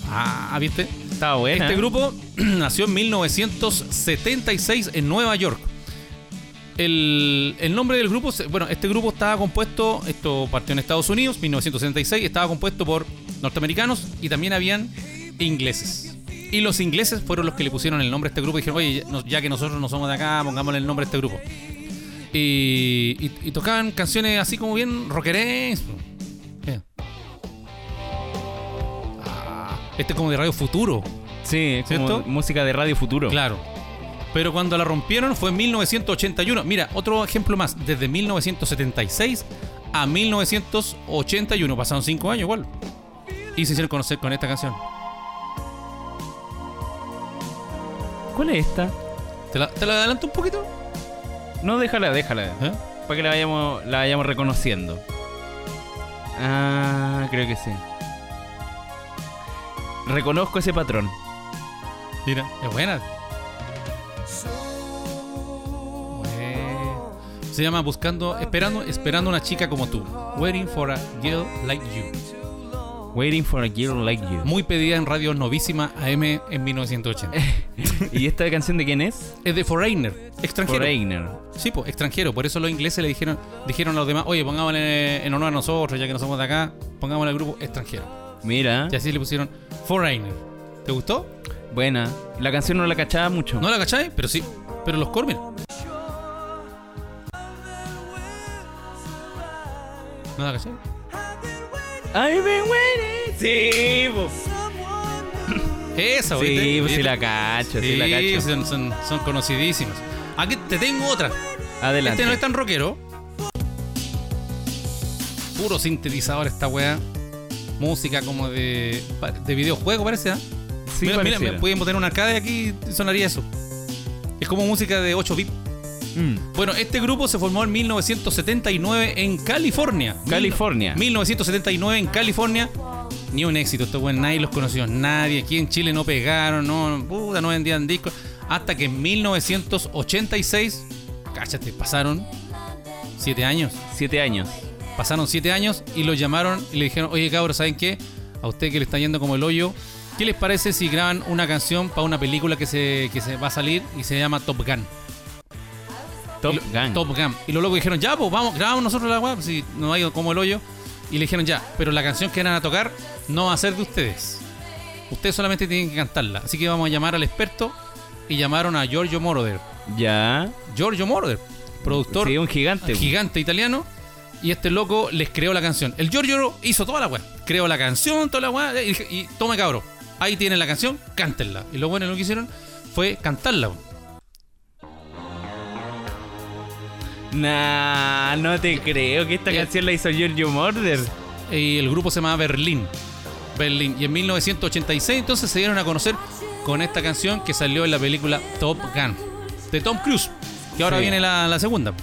[SPEAKER 3] Ah, ¿viste?
[SPEAKER 1] Estaba buena.
[SPEAKER 3] Este grupo <clears throat> nació en 1976 en Nueva York. El, el nombre del grupo, se- bueno, este grupo estaba compuesto, esto partió en Estados Unidos, 1976, estaba compuesto por norteamericanos y también habían ingleses. Y los ingleses fueron los que le pusieron el nombre a este grupo y dijeron, oye, ya- no- ya que nosotros no somos de acá, pongámosle el nombre a este grupo. Y, y- y tocaban canciones así como bien rockeres. Mira. Ah, este es como de Radio Futuro.
[SPEAKER 1] Sí, es como
[SPEAKER 3] ¿Cierto?
[SPEAKER 1] música de Radio Futuro.
[SPEAKER 3] Claro. Pero cuando la rompieron fue en 1981. Mira, otro ejemplo más. Desde 1976 a 1981. Pasaron cinco años igual. Y se hicieron conocer con esta canción.
[SPEAKER 1] ¿Cuál es esta?
[SPEAKER 3] ¿Te la, te la adelanto un poquito?
[SPEAKER 1] No, déjala, déjala.
[SPEAKER 3] ¿Eh?
[SPEAKER 1] Para que la vayamos, la vayamos reconociendo. Ah, creo que sí. Reconozco ese patrón.
[SPEAKER 3] Mira, es buena. Buena. Se llama Buscando, esperando, esperando una chica como tú. Waiting for a girl like you.
[SPEAKER 1] Waiting for a girl like you.
[SPEAKER 3] Muy pedida en radio novísima AM en 1980.
[SPEAKER 1] ¿Y esta canción de quién es?
[SPEAKER 3] Es de Foreigner, extranjero.
[SPEAKER 1] Foreigner.
[SPEAKER 3] Sí, pues, extranjero. Por eso los ingleses le dijeron, dijeron a los demás, oye, pongámosle en honor a nosotros, ya que no somos de acá, pongámosle al grupo extranjero.
[SPEAKER 1] Mira,
[SPEAKER 3] Y así le pusieron Foreigner. ¿Te gustó?
[SPEAKER 1] buena. La canción no la cachaba mucho.
[SPEAKER 3] ¿No la cacháis? Pero sí. Pero los Cormel. ¿No la cacháis?
[SPEAKER 1] I've been waiting. Sí, po.
[SPEAKER 3] pues. Esa, ¿viste?
[SPEAKER 1] Sí, po, sí
[SPEAKER 3] ¿Viste?
[SPEAKER 1] la cacho, sí, la
[SPEAKER 3] Sí,
[SPEAKER 1] cacho.
[SPEAKER 3] Son, son, son conocidísimas. Aquí te tengo otra.
[SPEAKER 1] Adelante.
[SPEAKER 3] Este no es tan rockero. Puro sintetizador esta weá. Música como de, de videojuego, parece, ¿ah?
[SPEAKER 1] Sí,
[SPEAKER 3] mira, mira,
[SPEAKER 1] pareciera.
[SPEAKER 3] podríamos tener un arcade aquí y sonaría eso. Es como música de 8 bits.
[SPEAKER 1] Mm.
[SPEAKER 3] Bueno, este grupo se formó en 1979 en California.
[SPEAKER 1] California.
[SPEAKER 3] 1979 en California. Ni un éxito, estos weones nadie los conoció, nadie. Aquí en Chile no pegaron, no, puta, no vendían discos. Hasta que en 1986, cáchate, pasaron siete años.
[SPEAKER 1] Siete años.
[SPEAKER 3] Pasaron siete años y los llamaron y le dijeron, oye cabros, ¿saben qué? A usted que le está yendo como el hoyo, ¿qué les parece si graban una canción para una película que se, que se va a salir y se llama Top Gun?
[SPEAKER 1] Top
[SPEAKER 3] Y lo-
[SPEAKER 1] Gun.
[SPEAKER 3] Top Gun. Y los locos dijeron, ya, pues vamos, grabamos nosotros la web, si no ha ido como el hoyo. Y le dijeron, ya, pero la canción que van a tocar no va a ser de ustedes. Ustedes solamente tienen que cantarla. Así que vamos a llamar al experto y llamaron a Giorgio Moroder.
[SPEAKER 1] Ya.
[SPEAKER 3] Giorgio Moroder, productor
[SPEAKER 1] Sí, un gigante. pues. po.
[SPEAKER 3] gigante italiano. Y este loco les creó la canción. El Giorgio hizo toda la weá. Creó la canción, toda la weá. Y, dije, y toma cabro. Ahí tienen la canción, cántenla. Y lo bueno lo que hicieron fue cantarla. weón.
[SPEAKER 1] Nah, no te creo que esta
[SPEAKER 3] Eh.
[SPEAKER 1] canción la hizo Giorgio Morder.
[SPEAKER 3] y el grupo se llamaba Berlín. Berlín. Y en 1986 entonces se dieron a conocer con esta canción que salió en la película Top Gun de Tom Cruise. Que ahora
[SPEAKER 1] Sí.
[SPEAKER 3] viene la, la segunda.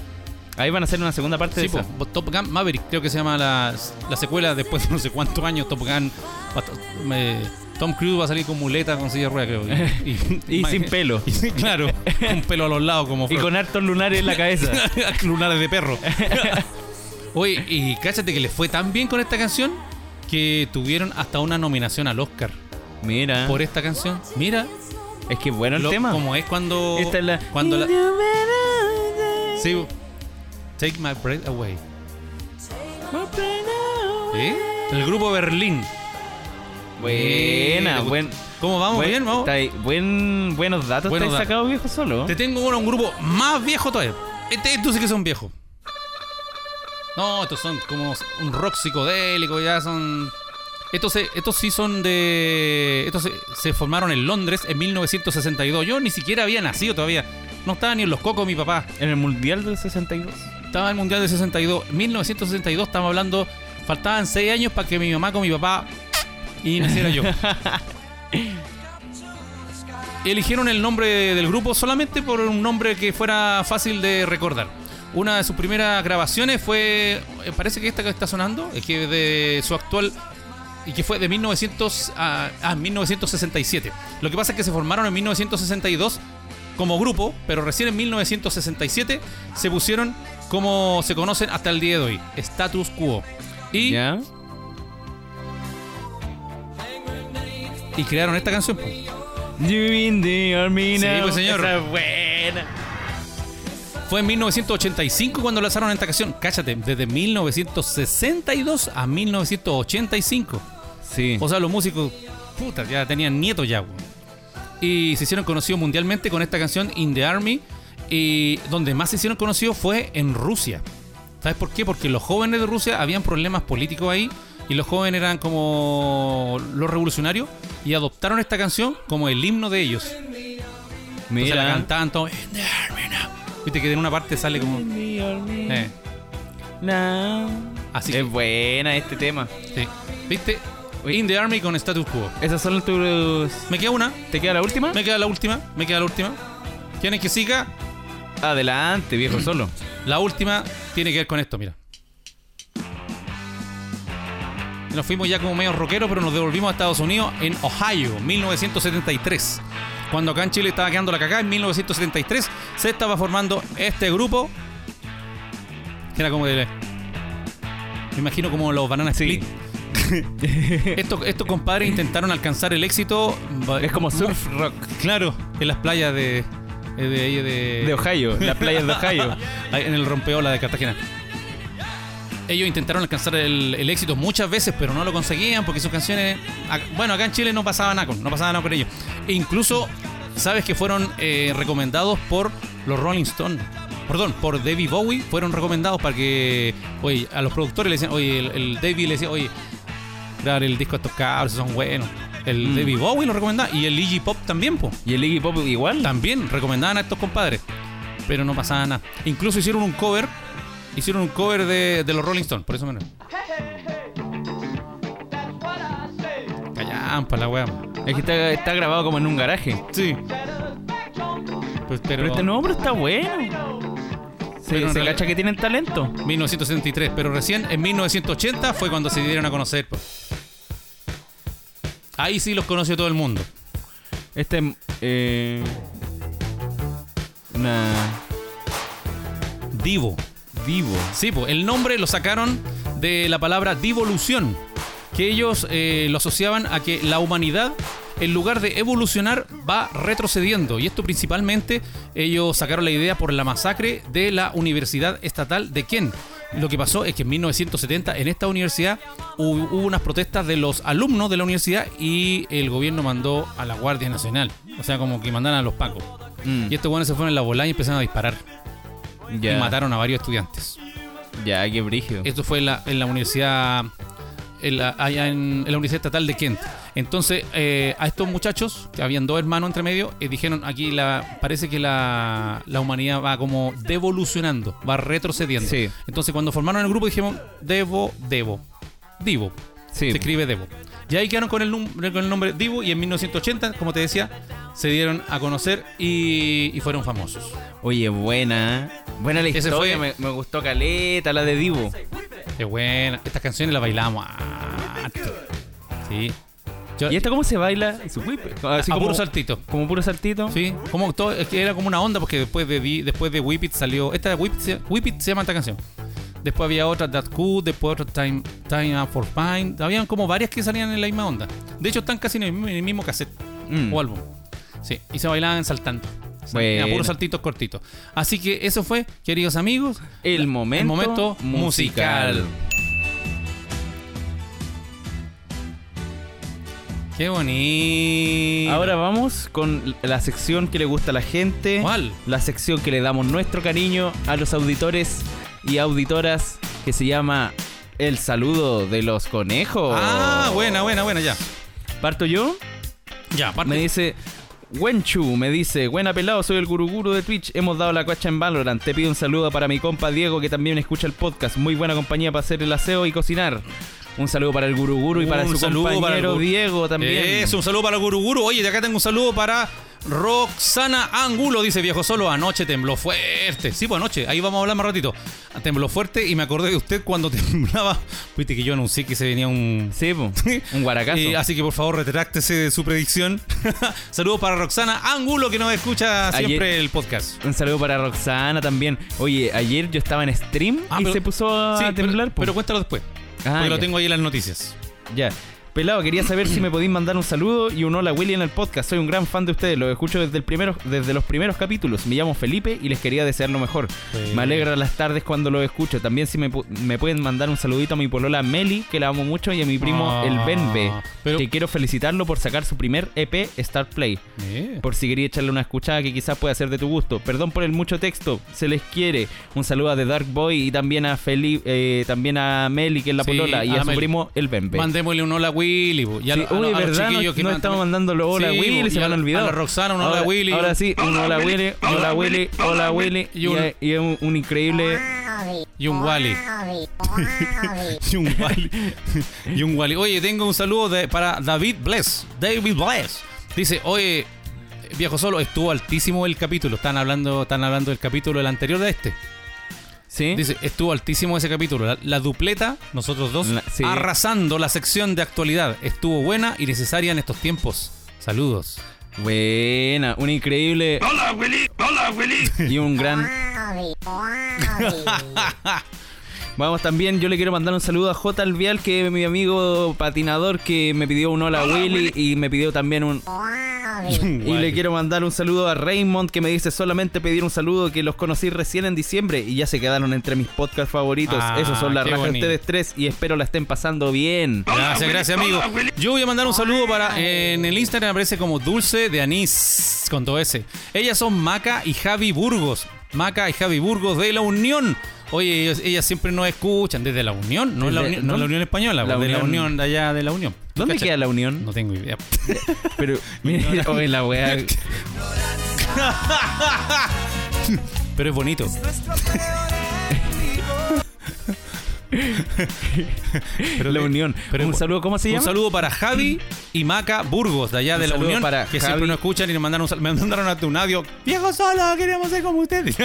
[SPEAKER 1] Ahí van a hacer una segunda parte
[SPEAKER 3] Sí,
[SPEAKER 1] de esa.
[SPEAKER 3] po, Top Gun Maverick, creo que se llama la, la secuela después de no sé cuántos años. Top Gun. va a to- me- Tom Cruise va a salir con muleta, con silla de rueda, creo. Y,
[SPEAKER 1] <laughs> Y sin pelo.
[SPEAKER 3] Y sin- <laughs> claro, con pelo a los lados como
[SPEAKER 1] Y
[SPEAKER 3] Frodo.
[SPEAKER 1] con hartos lunares en la cabeza. <laughs>
[SPEAKER 3] <laughs> lunares de perro. <laughs> Oye, y cáchate que les fue tan bien con esta canción que tuvieron hasta una nominación al Oscar
[SPEAKER 1] Mira.
[SPEAKER 3] por esta canción. Mira,
[SPEAKER 1] Ah. Es que es bueno el
[SPEAKER 3] lo-
[SPEAKER 1] tema.
[SPEAKER 3] como es cuando
[SPEAKER 1] Esta es la.
[SPEAKER 3] cuando la sí, Take My Breath Away. ¿Eh? El grupo Berlín.
[SPEAKER 1] Buena,
[SPEAKER 3] Eh,
[SPEAKER 1] buen.
[SPEAKER 3] ¿Cómo vamos?
[SPEAKER 1] buen-
[SPEAKER 3] bien, vamos.
[SPEAKER 1] está ahí, buen, buenos datos te
[SPEAKER 3] Buenos
[SPEAKER 1] has
[SPEAKER 3] datos.
[SPEAKER 1] sacado, viejo, solo.
[SPEAKER 3] Te tengo uno, un grupo más viejo todavía. Este, estos sí que son viejos. No, estos son como un rock psicodélico, ya son. Estos, se- estos sí son de. Estos se, se formaron en Londres en 1962. Yo ni siquiera había nacido todavía. No estaba ni en los cocos mi papá.
[SPEAKER 1] En el Mundial del 62.
[SPEAKER 3] Estaba en el Mundial de 62. 1962 estamos hablando. Faltaban 6 años para que mi mamá con mi papá y naciera yo. Eligieron el nombre del grupo solamente por un nombre que fuera fácil de recordar. Una de sus primeras grabaciones fue. eh, Parece que esta que está sonando. Es que de su actual. Y que fue de ah, 1900 a, a 1967. Lo que pasa es que se formaron en 1962 como grupo, pero recién en 1967 se pusieron como se conocen hasta el día de hoy, status quo. Y,
[SPEAKER 1] ¿Ya?
[SPEAKER 3] y crearon esta canción. pues. po.
[SPEAKER 1] You in the army
[SPEAKER 3] Sí,
[SPEAKER 1] now.
[SPEAKER 3] pues, señor.
[SPEAKER 1] Esa es buena.
[SPEAKER 3] Fue en 1985 cuando lanzaron esta canción. Cáchate, desde 1962 a 1985.
[SPEAKER 1] Sí.
[SPEAKER 3] O sea, los músicos, puta, ya tenían nietos ya, weón. Y se hicieron conocidos mundialmente con esta canción In the Army. Y donde más se hicieron conocidos fue en Rusia. ¿Sabes por qué? Porque los jóvenes de Rusia habían problemas políticos ahí. Y los jóvenes eran como los revolucionarios. Y adoptaron esta canción como el himno de ellos. Entonces la
[SPEAKER 1] Mira.
[SPEAKER 3] cantaban todos, "In the Army now". Viste que en una parte sale como. eh, Así
[SPEAKER 1] Así
[SPEAKER 3] que-
[SPEAKER 1] es buena este tema.
[SPEAKER 3] sí. ¿Viste? In the Army con status quo.
[SPEAKER 1] Esas son tus.
[SPEAKER 3] Me queda una,
[SPEAKER 1] ¿Te queda la última?
[SPEAKER 3] me queda la última, me queda la última. ¿Quieren que siga?
[SPEAKER 1] Adelante, viejo solo.
[SPEAKER 3] La última tiene que ver con esto, mira. Nos fuimos ya como medio rockeros, pero nos devolvimos a Estados Unidos en Ohio, 1973. Cuando acá en Chile estaba quedando la cagada, en 1973 se estaba formando este grupo. Que era como de. Me imagino como los Banana
[SPEAKER 1] <laughs>
[SPEAKER 3] Split. estos, estos compadres intentaron alcanzar el éxito. ba-
[SPEAKER 1] Es como surf rock
[SPEAKER 3] Claro, en las playas de. De, ahí de-
[SPEAKER 1] de Ohio, las playas de Ohio.
[SPEAKER 3] Ahí en el rompeola de Cartagena. Ellos intentaron alcanzar el, el éxito muchas veces, pero no lo conseguían porque sus canciones. ac- Bueno, acá en Chile no pasaba nada con, no pasaba nada con ellos. E incluso, sabes que fueron eh, recomendados por los Rolling Stones. Perdón, por David Bowie fueron recomendados para que. Oye, a los productores le decían, oye, el, el David le decía, oye, grabar el disco a estos cabros, son buenos. El
[SPEAKER 1] Mm.
[SPEAKER 3] David Bowie lo recomendaba y el Iggy Pop también, po
[SPEAKER 1] ¿Y el Iggy Pop igual?
[SPEAKER 3] también recomendaban a estos compadres, pero no pasaba nada. Incluso hicieron un cover, hicieron un cover de, de los Rolling Stones, por eso menos. Callan pa' la wea.
[SPEAKER 1] Es que está, está grabado como en un garaje.
[SPEAKER 3] Sí. Pues, pero,
[SPEAKER 1] Pero este nuevo hombre está bueno.
[SPEAKER 3] Pero
[SPEAKER 1] Se,
[SPEAKER 3] en
[SPEAKER 1] se
[SPEAKER 3] realidad-
[SPEAKER 1] cacha que tienen talento.
[SPEAKER 3] 1973, pero recién en 1980 fue cuando se dieron a conocer. po. Ahí sí los conoció todo el mundo.
[SPEAKER 1] Este. Eh. Una.
[SPEAKER 3] Divo.
[SPEAKER 1] Divo.
[SPEAKER 3] Sí, po, el nombre lo sacaron de la palabra divolución, que ellos eh, lo asociaban a que la humanidad, en lugar de evolucionar, va retrocediendo. Y esto principalmente ellos sacaron la idea por la masacre de la Universidad Estatal de Kent. Lo que pasó es que en 1970 en esta universidad hu- hubo, unas protestas de los alumnos de la universidad y el gobierno mandó a la Guardia Nacional. O sea, como que mandaron a los pacos.
[SPEAKER 1] Mm,
[SPEAKER 3] Y estos buenos se fueron en la bola y empezaron a disparar.
[SPEAKER 1] ya.
[SPEAKER 3] Y mataron a varios estudiantes.
[SPEAKER 1] Ya, qué brígido.
[SPEAKER 3] Esto fue en la, en la universidad. En la, allá en, en la Universidad Estatal de Kent. Entonces, eh, a estos muchachos, que habían dos hermanos entre medio, eh, dijeron aquí la parece que la, la humanidad va como devolucionando, va retrocediendo.
[SPEAKER 1] Sí.
[SPEAKER 3] Entonces, cuando formaron el grupo, dijimos Devo, Devo, Divo.
[SPEAKER 1] Sí.
[SPEAKER 3] Se escribe Devo. Y ahí quedaron con el, num- con el nombre Divo y en 1980, como te decía, se dieron a conocer y, y fueron famosos.
[SPEAKER 1] Oye, buena. ¿eh? Buena la
[SPEAKER 3] Ese
[SPEAKER 1] historia.
[SPEAKER 3] fue-
[SPEAKER 1] Me, me gustó Caleta, la de Divo.
[SPEAKER 3] Qué buena. Estas canciones las bailamos. harto. Sí. Yo-
[SPEAKER 1] ¿Y esta cómo se baila? Su whip. Así
[SPEAKER 3] a
[SPEAKER 1] como,
[SPEAKER 3] puro saltito.
[SPEAKER 1] como puro saltito.
[SPEAKER 3] Sí, como todo, es que era como una onda porque después de Di- después de Whip It salió esta de Whip It, se- Whip It se llama esta canción. Después había otra That Cool, después otra Time Time Out for Pine. Habían como varias que salían en la misma onda. De hecho, están casi en el mismo, en el mismo cassette
[SPEAKER 1] Mm.
[SPEAKER 3] o álbum. Sí, y se bailaban saltando.
[SPEAKER 1] Bueno.
[SPEAKER 3] A puros saltitos cortitos. Así que eso fue, queridos amigos.
[SPEAKER 1] El momento,
[SPEAKER 3] El momento musical. Qué bonito.
[SPEAKER 1] Ahora vamos con la sección que le gusta a la gente.
[SPEAKER 3] ¿Cuál?
[SPEAKER 1] La sección que le damos nuestro cariño a los auditores y auditoras que se llama El saludo de los conejos.
[SPEAKER 3] Ah, buena, buena, buena, ya.
[SPEAKER 1] ¿Parto yo?
[SPEAKER 3] Ya, parte.
[SPEAKER 1] Me dice Wenchu, me dice, buena pelado, soy el guruguru de Twitch, hemos dado la cocha en Valorant, te pido un saludo para mi compa Diego que también escucha el podcast, muy buena compañía para hacer el aseo y cocinar. Un saludo para el guruguru y para
[SPEAKER 3] Uh, Un
[SPEAKER 1] su
[SPEAKER 3] saludo para el
[SPEAKER 1] compañero
[SPEAKER 3] Guru-
[SPEAKER 1] Diego también.
[SPEAKER 3] Eso, un saludo para el Guru Guru. Oye, de acá tengo un saludo para Roxana Angulo. Dice viejo solo, anoche tembló fuerte. Sí, pues anoche, ahí vamos a hablar más ratito. Tembló fuerte y me acordé de usted cuando <laughs> temblaba. Viste que yo anuncié que se venía un.
[SPEAKER 1] Sí,
[SPEAKER 3] <laughs>
[SPEAKER 1] po, un guaracazo.
[SPEAKER 3] Eh, así que por favor retráctese de su predicción. <laughs> Saludos para Roxana Angulo que nos escucha
[SPEAKER 1] Ayer-
[SPEAKER 3] siempre el podcast.
[SPEAKER 1] Un saludo para Roxana también. Oye, ayer yo estaba en stream
[SPEAKER 3] Ah,
[SPEAKER 1] y
[SPEAKER 3] pero-
[SPEAKER 1] se puso a
[SPEAKER 3] Sí,
[SPEAKER 1] temblar.
[SPEAKER 3] pero,
[SPEAKER 1] po.
[SPEAKER 3] pero cuéntalo después.
[SPEAKER 1] Ah,
[SPEAKER 3] porque lo
[SPEAKER 1] ya.
[SPEAKER 3] tengo ahí en las noticias.
[SPEAKER 1] Ya. Pelado, quería saber si me podéis mandar un saludo y un hola Willy en el podcast. Soy un gran fan de ustedes, los escucho desde, el primero, desde los primeros capítulos. Me llamo Felipe y les quería desear lo mejor.
[SPEAKER 3] Felipe.
[SPEAKER 1] Me alegra las tardes cuando los escucho. También si me, pu- me pueden mandar un saludito a mi polola Meli, que la amo mucho, y a mi primo
[SPEAKER 3] Ah,
[SPEAKER 1] el Benbe,
[SPEAKER 3] pero-
[SPEAKER 1] que quiero felicitarlo por sacar su primer EP Star Play.
[SPEAKER 3] Eh.
[SPEAKER 1] Por si quería echarle una escuchada que quizás pueda ser de tu gusto. Perdón por el mucho texto, se les quiere. Un saludo a The Dark Boy y también a Felipe, eh, también a Meli, que es la
[SPEAKER 3] Sí,
[SPEAKER 1] polola, y
[SPEAKER 3] a
[SPEAKER 1] a, su
[SPEAKER 3] Meli.
[SPEAKER 1] primo el Benbe.
[SPEAKER 3] Mandémosle un hola a Willy. po. Y a
[SPEAKER 1] Sí,
[SPEAKER 3] lo- a lo-
[SPEAKER 1] uy,
[SPEAKER 3] a los
[SPEAKER 1] verdad,
[SPEAKER 3] chiquillos
[SPEAKER 1] no,
[SPEAKER 3] que
[SPEAKER 1] no
[SPEAKER 3] mandan-
[SPEAKER 1] estamos mandando los hola
[SPEAKER 3] Sí,
[SPEAKER 1] Willy,
[SPEAKER 3] po,
[SPEAKER 1] se
[SPEAKER 3] y
[SPEAKER 1] me
[SPEAKER 3] a
[SPEAKER 1] han
[SPEAKER 3] la-
[SPEAKER 1] olvidado.
[SPEAKER 3] A la Roxana, un hola
[SPEAKER 1] ahora,
[SPEAKER 3] Willy.
[SPEAKER 1] Ahora sí, un hola Willy, hola Willy, hola Willy,
[SPEAKER 3] Y
[SPEAKER 1] y,
[SPEAKER 3] un-
[SPEAKER 1] a- y un, un increíble...
[SPEAKER 3] Y <laughs> un <laughs> Wally. y un Wally. <laughs> y un Wally. Oye, tengo un saludo de- para David Bless. David Bless. Dice, oye, Viejo Solo, estuvo altísimo el capítulo. Están hablando, están hablando del capítulo del anterior de este.
[SPEAKER 1] ¿Sí?
[SPEAKER 3] Dice, estuvo altísimo ese capítulo. La, la dupleta, nosotros dos,
[SPEAKER 1] La- sí.
[SPEAKER 3] arrasando la sección de actualidad. Estuvo buena y necesaria en estos tiempos. Saludos.
[SPEAKER 1] Buena, un increíble. ¡Hola, Willy! ¡Hola, Willy! <laughs> Y un gran. Vamos también, yo le quiero mandar un saludo a J. Alvial, que es mi amigo patinador, que me pidió un hola, Willy, y me pidió también un. Y le quiero mandar un saludo a Raymond, que me dice solamente pedir un saludo, que los conocí recién en diciembre y ya se quedaron entre mis podcasts favoritos.
[SPEAKER 3] Ah,
[SPEAKER 1] Esos son la
[SPEAKER 3] qué
[SPEAKER 1] raja de
[SPEAKER 3] bonito.
[SPEAKER 1] ustedes tres y espero la estén pasando bien.
[SPEAKER 3] Gracias, gracias, amigo. Yo voy a mandar un saludo para. En el Instagram aparece como Dulce de Anís, con todo ese. Ellas son Maca y Javi Burgos. Maca y Javi Burgos de La Unión. Oye, ellos- ellas siempre nos escuchan desde La Unión, no, es la,
[SPEAKER 1] Desde-
[SPEAKER 3] unión, no es la
[SPEAKER 1] ¿dónde?
[SPEAKER 3] Unión Española,
[SPEAKER 1] La
[SPEAKER 3] de La
[SPEAKER 1] Unión.
[SPEAKER 3] Unión, de allá de La Unión.
[SPEAKER 1] ¿Dónde
[SPEAKER 3] ¿Cachai?
[SPEAKER 1] queda la unión?
[SPEAKER 3] No tengo idea. <laughs>
[SPEAKER 1] Pero, mira, oye, la weá.
[SPEAKER 3] Pero es bonito. <laughs> Pero
[SPEAKER 1] la
[SPEAKER 3] de-
[SPEAKER 1] unión.
[SPEAKER 3] pero
[SPEAKER 1] un
[SPEAKER 3] bueno.
[SPEAKER 1] saludo, ¿cómo se llama?
[SPEAKER 3] Un saludo para Javi y Maca Burgos, de allá
[SPEAKER 1] Un
[SPEAKER 3] de la
[SPEAKER 1] saludo
[SPEAKER 3] Unión,
[SPEAKER 1] para
[SPEAKER 3] que
[SPEAKER 1] Javi.
[SPEAKER 3] siempre nos escuchan y nos mandaron un, sal- <laughs> me mandaron hasta un audio. Viejo solo, queremos ser como ustedes.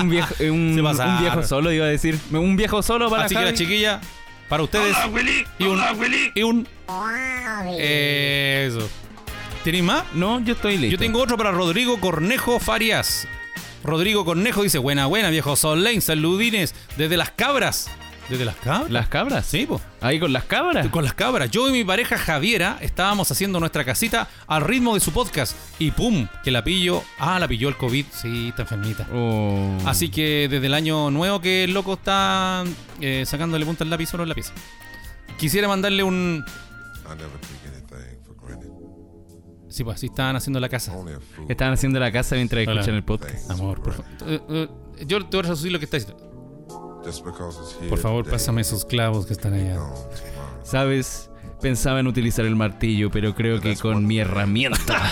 [SPEAKER 1] un viejo, eh, un,
[SPEAKER 3] <laughs> Se pasaron.
[SPEAKER 1] un viejo solo, iba a decir. Un viejo solo para
[SPEAKER 3] Así que
[SPEAKER 1] Javi.
[SPEAKER 3] la chiquilla, para ustedes. y un, Y un. Eh, Eso. ¿Tenéis más?
[SPEAKER 1] No, yo estoy listo.
[SPEAKER 3] Yo tengo otro para Rodrigo Cornejo Farias. Rodrigo Cornejo dice: Buena, buena, viejo Soleil, saludines, desde las cabras. ¿Desde las cabras?
[SPEAKER 1] ¿Las cabras?
[SPEAKER 3] Sí, po.
[SPEAKER 1] Ahí con las cabras.
[SPEAKER 3] Con las cabras. Yo y mi pareja Javiera estábamos haciendo nuestra casita al ritmo de su podcast. Y pum, que la pillo. Ah, la pilló el COVID. Sí, está enfermita.
[SPEAKER 1] Oh.
[SPEAKER 3] Así que desde el año nuevo que el loco está eh, sacándole punta al lápiz solo en la pieza. Quisiera mandarle un.
[SPEAKER 5] I never take anything for granted.
[SPEAKER 3] Sí, pues así estaban haciendo la casa.
[SPEAKER 5] Only a fool.
[SPEAKER 1] Estaban haciendo la casa mientras
[SPEAKER 3] Hola.
[SPEAKER 1] escuchan el podcast.
[SPEAKER 3] Amor, por favor. Eh, eh, yo te voy a resucitar lo que está diciendo.
[SPEAKER 5] Just because it's here
[SPEAKER 3] Por favor,
[SPEAKER 5] today,
[SPEAKER 3] pásame esos clavos que están allá.
[SPEAKER 5] gone tomorrow.
[SPEAKER 1] Sabes, pensaba en utilizar el martillo, pero creo que con mi herramienta.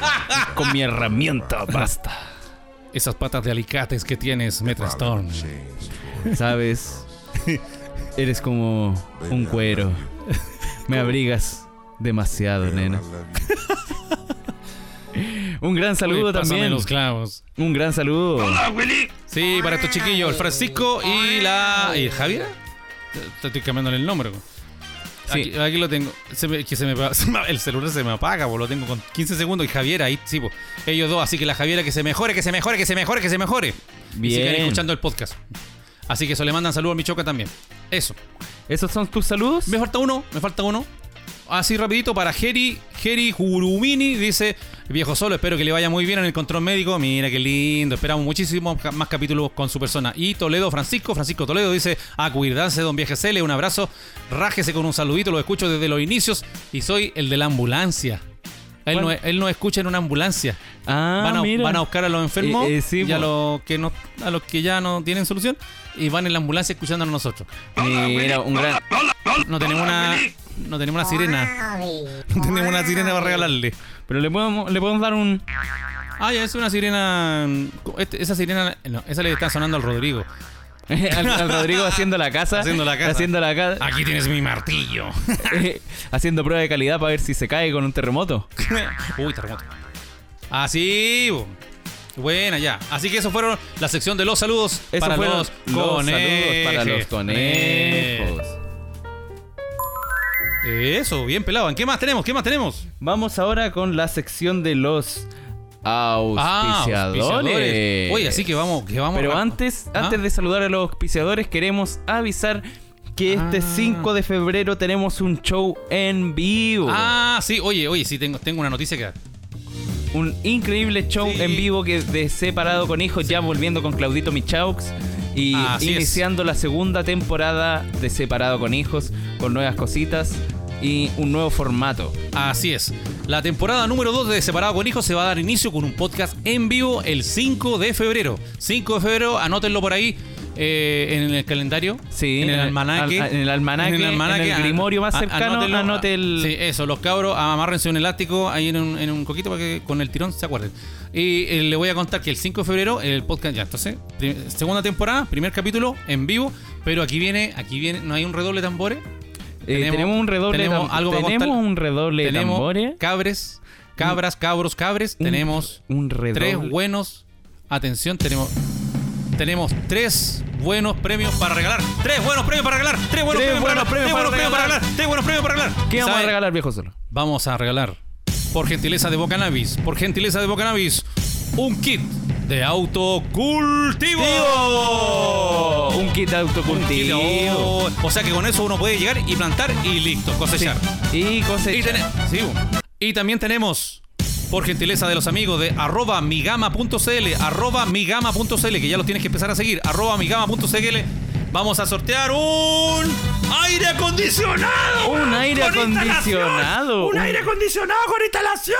[SPEAKER 3] <laughs>
[SPEAKER 1] con mi herramienta basta.
[SPEAKER 3] Esas patas de alicates que tienes me
[SPEAKER 5] Probably
[SPEAKER 3] trastornan. <laughs>
[SPEAKER 5] changed.
[SPEAKER 1] Sabes, eres como
[SPEAKER 5] Baby,
[SPEAKER 1] un
[SPEAKER 5] I
[SPEAKER 1] cuero.
[SPEAKER 5] love you.
[SPEAKER 1] Me abrigas demasiado,
[SPEAKER 5] Girl, I
[SPEAKER 1] nena.
[SPEAKER 5] love you.
[SPEAKER 1] Un gran saludo
[SPEAKER 3] Oye, pásame
[SPEAKER 1] también.
[SPEAKER 3] los clavos.
[SPEAKER 1] Un gran saludo.
[SPEAKER 3] Sí, para estos chiquillos, el Francisco y la. ¿Y Javier? Estoy cambiándole el nombre. güey.
[SPEAKER 1] Sí.
[SPEAKER 3] Aquí, aquí lo tengo. Se me- que se me pa- <laughs> se me- el celular se me apaga, bo, lo tengo con 15 segundos. Y Javiera, ahí, sí, bo. ellos dos. Así que la Javiera que se mejore, que se mejore, que se mejore, que se mejore. Y sigan
[SPEAKER 1] Bien.
[SPEAKER 3] escuchando el podcast. Así que eso le mandan saludos a Michoca también. Eso.
[SPEAKER 1] ¿Esos son tus saludos?
[SPEAKER 3] Me falta uno, me falta uno. Así rapidito para Jerry, Jerry Jurumini, dice, viejo solo, espero que le vaya muy bien en el control médico. Mira qué lindo, esperamos muchísimos ca- más capítulos con su persona. Y Toledo Francisco, Francisco Toledo dice, a cuidarse, don Viaje Cele, un abrazo, rájese con un saludito, lo escucho desde los inicios y soy el de la ambulancia. Él, no,
[SPEAKER 1] ¿Cuál?
[SPEAKER 3] él no escucha en una ambulancia.
[SPEAKER 1] Ah,
[SPEAKER 3] van, a,
[SPEAKER 1] mira.
[SPEAKER 3] van a buscar a los enfermos
[SPEAKER 1] Eh, eh, sí,
[SPEAKER 3] y a
[SPEAKER 1] po.
[SPEAKER 3] los, que no, a los que ya no tienen solución y van en la ambulancia escuchando a nosotros.
[SPEAKER 1] Mira, un
[SPEAKER 3] <laughs>
[SPEAKER 1] gran.
[SPEAKER 3] No tenemos una. No tenemos una sirena. <laughs> No tenemos una sirena para regalarle.
[SPEAKER 1] Pero le podemos, le podemos dar un.
[SPEAKER 3] Ah, ya es una sirena. este- esa sirena. No, esa le está sonando al Rodrigo.
[SPEAKER 1] <laughs> al, al Rodrigo haciendo la casa.
[SPEAKER 3] Haciendo la casa. Ah.
[SPEAKER 1] Haciendo la casa.
[SPEAKER 3] Aquí tienes mi martillo.
[SPEAKER 1] eh, <laughs> haciendo prueba de calidad para ver si se cae con un terremoto.
[SPEAKER 3] <laughs> Uy, terremoto. Ah, sí. bo. Buena, ya. Así que eso fueron la sección de los saludos
[SPEAKER 1] Esos
[SPEAKER 3] para
[SPEAKER 1] fueron
[SPEAKER 3] los,
[SPEAKER 1] los saludos para los
[SPEAKER 3] conejos.
[SPEAKER 1] conejos.
[SPEAKER 3] Eh, Eso, bien pelado. ¿En qué más tenemos? ¿Qué más tenemos?
[SPEAKER 1] Vamos ahora con la sección de los
[SPEAKER 3] Ah,
[SPEAKER 1] auspiciadores.
[SPEAKER 3] auspiciadores. Oye, así que vamos, que vamos.
[SPEAKER 1] Pero
[SPEAKER 3] rápido.
[SPEAKER 1] antes,
[SPEAKER 3] ¿Ah?
[SPEAKER 1] antes de saludar a los auspiciadores, queremos avisar que este
[SPEAKER 3] Ah.
[SPEAKER 1] 5 de febrero tenemos un show en vivo.
[SPEAKER 3] Ah, sí, oye, oye, sí, tengo, tengo una noticia que dar.
[SPEAKER 1] Un increíble show
[SPEAKER 3] Sí.
[SPEAKER 1] en vivo que de Separado con Hijos, ya volviendo con Claudito Michaux. Y
[SPEAKER 3] Ah, Así es.
[SPEAKER 1] iniciando la segunda temporada de Separado con Hijos, con nuevas cositas y un nuevo formato. Eh,
[SPEAKER 3] Así es. La temporada número 2 de Separado con Hijos se va a dar inicio con un podcast en vivo el 5 de febrero. 5 de febrero, anótenlo por ahí eh, en el calendario.
[SPEAKER 1] Sí,
[SPEAKER 3] en el
[SPEAKER 1] en el-
[SPEAKER 3] almanaque.
[SPEAKER 1] al- en el almanaque, en el grimorio más
[SPEAKER 3] a-
[SPEAKER 1] cercano, anote el-
[SPEAKER 3] Sí, eso, los cabros, amárrense un elástico ahí en un, en un coquito para que con el tirón se acuerden. Y eh, le voy a contar que el 5 de febrero el podcast ya, entonces, prim- segunda temporada, primer capítulo en vivo, pero aquí viene, aquí viene, no hay un redoble de tambores.
[SPEAKER 1] Eh, tenemos, un redoble de
[SPEAKER 3] tenemos
[SPEAKER 1] tam-
[SPEAKER 3] algo para
[SPEAKER 1] tenemos
[SPEAKER 3] contar.
[SPEAKER 1] un redoble de
[SPEAKER 3] Tenemos
[SPEAKER 1] tambores.
[SPEAKER 3] cabres cabras, cabros, cabres,
[SPEAKER 1] Un-
[SPEAKER 3] tenemos
[SPEAKER 1] un
[SPEAKER 3] tres
[SPEAKER 1] redoble.
[SPEAKER 3] buenos. Atención, tenemos. Tenemos tres buenos premios para regalar. Tres buenos premios para regalar. Tres buenos,
[SPEAKER 1] Tres
[SPEAKER 3] premios,
[SPEAKER 1] buenos
[SPEAKER 3] para
[SPEAKER 1] premios para
[SPEAKER 3] regalar. Tres
[SPEAKER 1] regalar.
[SPEAKER 3] buenos premios para regalar. Tres buenos premios para regalar.
[SPEAKER 1] ¿Qué vamos a
[SPEAKER 3] ¿Sabe?
[SPEAKER 1] regalar, viejo solo?
[SPEAKER 3] Vamos a regalar, por gentileza de Bocanabis, por gentileza de Bocanabis, un kit de autocultivo.
[SPEAKER 1] Un kit de
[SPEAKER 3] Un kit de oh,
[SPEAKER 1] autocultivo.
[SPEAKER 3] au- O sea que con eso uno puede llegar y plantar y listo,
[SPEAKER 1] Sí.
[SPEAKER 3] cosechar.
[SPEAKER 1] Y
[SPEAKER 3] Y,
[SPEAKER 1] cosecha.
[SPEAKER 3] tene- sí, bu. Y también tenemos, por gentileza de los amigos de arroba migama.cl, arroba migama.cl, que ya los tienes que empezar a seguir, arroba migama.cl, vamos a sortear un aire acondicionado.
[SPEAKER 1] Un aire
[SPEAKER 3] con instalación.
[SPEAKER 1] acondicionado.
[SPEAKER 3] Un
[SPEAKER 1] Un-
[SPEAKER 3] aire acondicionado con instalación.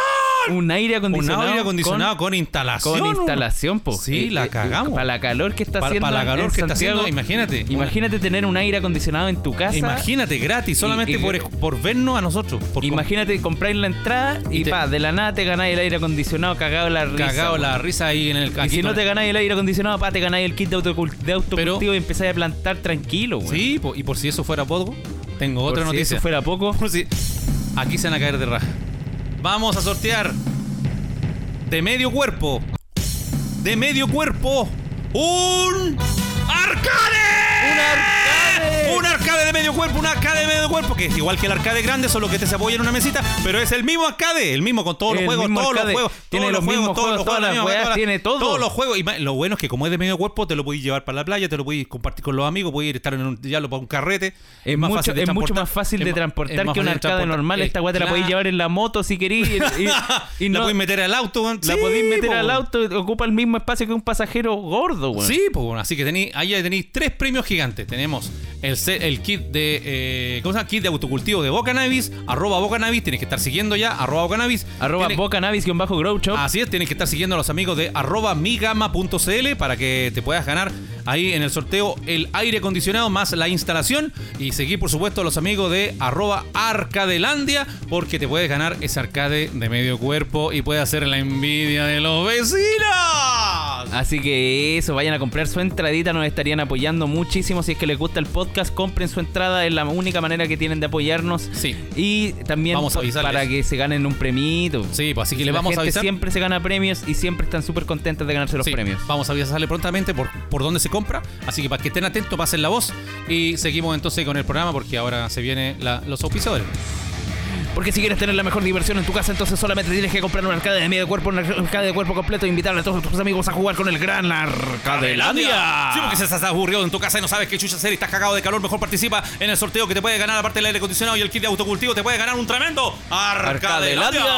[SPEAKER 1] Un aire
[SPEAKER 3] Un
[SPEAKER 1] acondicionado.
[SPEAKER 3] aire acondicionado
[SPEAKER 1] con-
[SPEAKER 3] con, instalación.
[SPEAKER 1] con, instalación, po.
[SPEAKER 3] Sí,
[SPEAKER 1] Eh,
[SPEAKER 3] la
[SPEAKER 1] eh,
[SPEAKER 3] cagamos.
[SPEAKER 1] Para la calor que está
[SPEAKER 3] Para-
[SPEAKER 1] haciendo.
[SPEAKER 3] para la
[SPEAKER 1] en-
[SPEAKER 3] calor
[SPEAKER 1] en
[SPEAKER 3] que está
[SPEAKER 1] Santiago,
[SPEAKER 3] haciendo, imagínate.
[SPEAKER 1] Imagínate tener un aire acondicionado en tu casa.
[SPEAKER 3] Imagínate, gratis, solamente
[SPEAKER 1] Y- y-
[SPEAKER 3] por, por vernos a nosotros. Por
[SPEAKER 1] Imagínate comprar la entrada y,
[SPEAKER 3] Y te-
[SPEAKER 1] pa, de la nada te ganáis el aire acondicionado, cagado la risa.
[SPEAKER 3] cagado la
[SPEAKER 1] weón.
[SPEAKER 3] risa ahí en el
[SPEAKER 1] Y
[SPEAKER 3] aquí
[SPEAKER 1] si no
[SPEAKER 3] con-
[SPEAKER 1] te ganáis el aire acondicionado, pa, te ganáis el kit de, autocul- de autocultivo
[SPEAKER 3] Pero-
[SPEAKER 1] y empezáis a plantar tranquilo, weón.
[SPEAKER 3] Sí, po- y por si eso fuera poco, tengo
[SPEAKER 1] Por
[SPEAKER 3] otra
[SPEAKER 1] si
[SPEAKER 3] noticia.
[SPEAKER 1] eso fuera
[SPEAKER 3] <laughs>
[SPEAKER 1] poco.
[SPEAKER 3] Por si- Aquí se van a caer de raja. Vamos a sortear de medio cuerpo, de medio cuerpo, un
[SPEAKER 1] ¡Un
[SPEAKER 3] arcade.
[SPEAKER 1] arcade!
[SPEAKER 3] Un arcade de medio cuerpo, un arcade de medio cuerpo, que es igual que el arcade grande, solo que este se apoya en una mesita, pero es el mismo arcade, el mismo con todos los
[SPEAKER 1] El
[SPEAKER 3] juegos,
[SPEAKER 1] mismo
[SPEAKER 3] todos
[SPEAKER 1] arcade.
[SPEAKER 3] los juegos,
[SPEAKER 1] Tiene
[SPEAKER 3] todos
[SPEAKER 1] los mismos
[SPEAKER 3] todos
[SPEAKER 1] juegos, todas
[SPEAKER 3] la
[SPEAKER 1] las
[SPEAKER 3] misma
[SPEAKER 1] weas,
[SPEAKER 3] toda la-
[SPEAKER 1] tiene todo.
[SPEAKER 3] Todos los juegos. Y ma- lo bueno es que como es de medio cuerpo, te lo puedes llevar para la playa, te lo puedes compartir con los amigos, puedes ir estar en un, diablo para un carrete.
[SPEAKER 1] Es, mucho,
[SPEAKER 3] fácil de
[SPEAKER 1] es mucho
[SPEAKER 3] transportar.
[SPEAKER 1] más fácil de
[SPEAKER 3] ma- es
[SPEAKER 1] transportar
[SPEAKER 3] más
[SPEAKER 1] que un
[SPEAKER 3] fácil de
[SPEAKER 1] arcade
[SPEAKER 3] transportar.
[SPEAKER 1] normal. Esta weá te la
[SPEAKER 3] Eh,
[SPEAKER 1] podéis
[SPEAKER 3] claro.
[SPEAKER 1] llevar en la moto si querís. <laughs> Y,
[SPEAKER 3] <laughs>
[SPEAKER 1] y- y
[SPEAKER 3] la
[SPEAKER 1] no,
[SPEAKER 3] podéis meter al auto, weón.
[SPEAKER 1] la
[SPEAKER 3] Sí,
[SPEAKER 1] podéis meter
[SPEAKER 3] po,
[SPEAKER 1] al
[SPEAKER 3] weón.
[SPEAKER 1] auto. Ocupa el mismo espacio que un pasajero gordo, weón.
[SPEAKER 3] Sí, pues bueno, así que tení, ahí ya tenéis tres premios gigantes. Tenemos el, se- el kit de eh, ¿cómo se llama? kit de autocultivo de Bocanabis, arroba Bocanabis, tienes que estar siguiendo ya, arroba Bocanabis.
[SPEAKER 1] Arroba
[SPEAKER 3] Tienes-
[SPEAKER 1] bajo grow shop.
[SPEAKER 3] Así es, tienes que estar siguiendo a los amigos de arroba migama.cl para que te puedas ganar ahí en el sorteo el aire acondicionado más la instalación. Y seguir, por supuesto, a los amigos de arroba arcadelandia porque te puedes ganar ese arcade de medio cuerpo y puedes hacer la envidia de los vecinos.
[SPEAKER 1] Así que eso, vayan a comprar su entradita, nos estarían apoyando muchísimo. Si es que les gusta el podcast, compren su entrada, es la única manera que tienen de apoyarnos.
[SPEAKER 3] Sí.
[SPEAKER 1] Y también
[SPEAKER 3] Vamos a
[SPEAKER 1] pa-
[SPEAKER 3] avisarles.
[SPEAKER 1] para que se ganen un premito.
[SPEAKER 3] Sí, pues así que le
[SPEAKER 1] La
[SPEAKER 3] vamos a
[SPEAKER 1] gente
[SPEAKER 3] avisar.
[SPEAKER 1] Siempre se gana premios y siempre están súper contentas de ganarse los
[SPEAKER 3] Sí,
[SPEAKER 1] premios.
[SPEAKER 3] Vamos a avisarle prontamente por, por dónde se compra. Así que para que estén atentos, pasen la voz. Y seguimos entonces con el programa porque ahora se vienen la- los auspiciadores.
[SPEAKER 1] Porque si quieres tener la mejor diversión en tu casa, entonces solamente tienes que comprar un arcade de medio cuerpo, un arcade de cuerpo completo e invitar a todos tus amigos a jugar con el gran Arcadelandia.
[SPEAKER 3] Sí, porque si estás aburrido en tu casa y no sabes qué chucha hacer y estás cagado de calor, mejor participa en el sorteo que te puede ganar, aparte del aire acondicionado y el kit de autocultivo, te puede ganar un tremendo Arcadelandia.
[SPEAKER 1] Arcadelandia.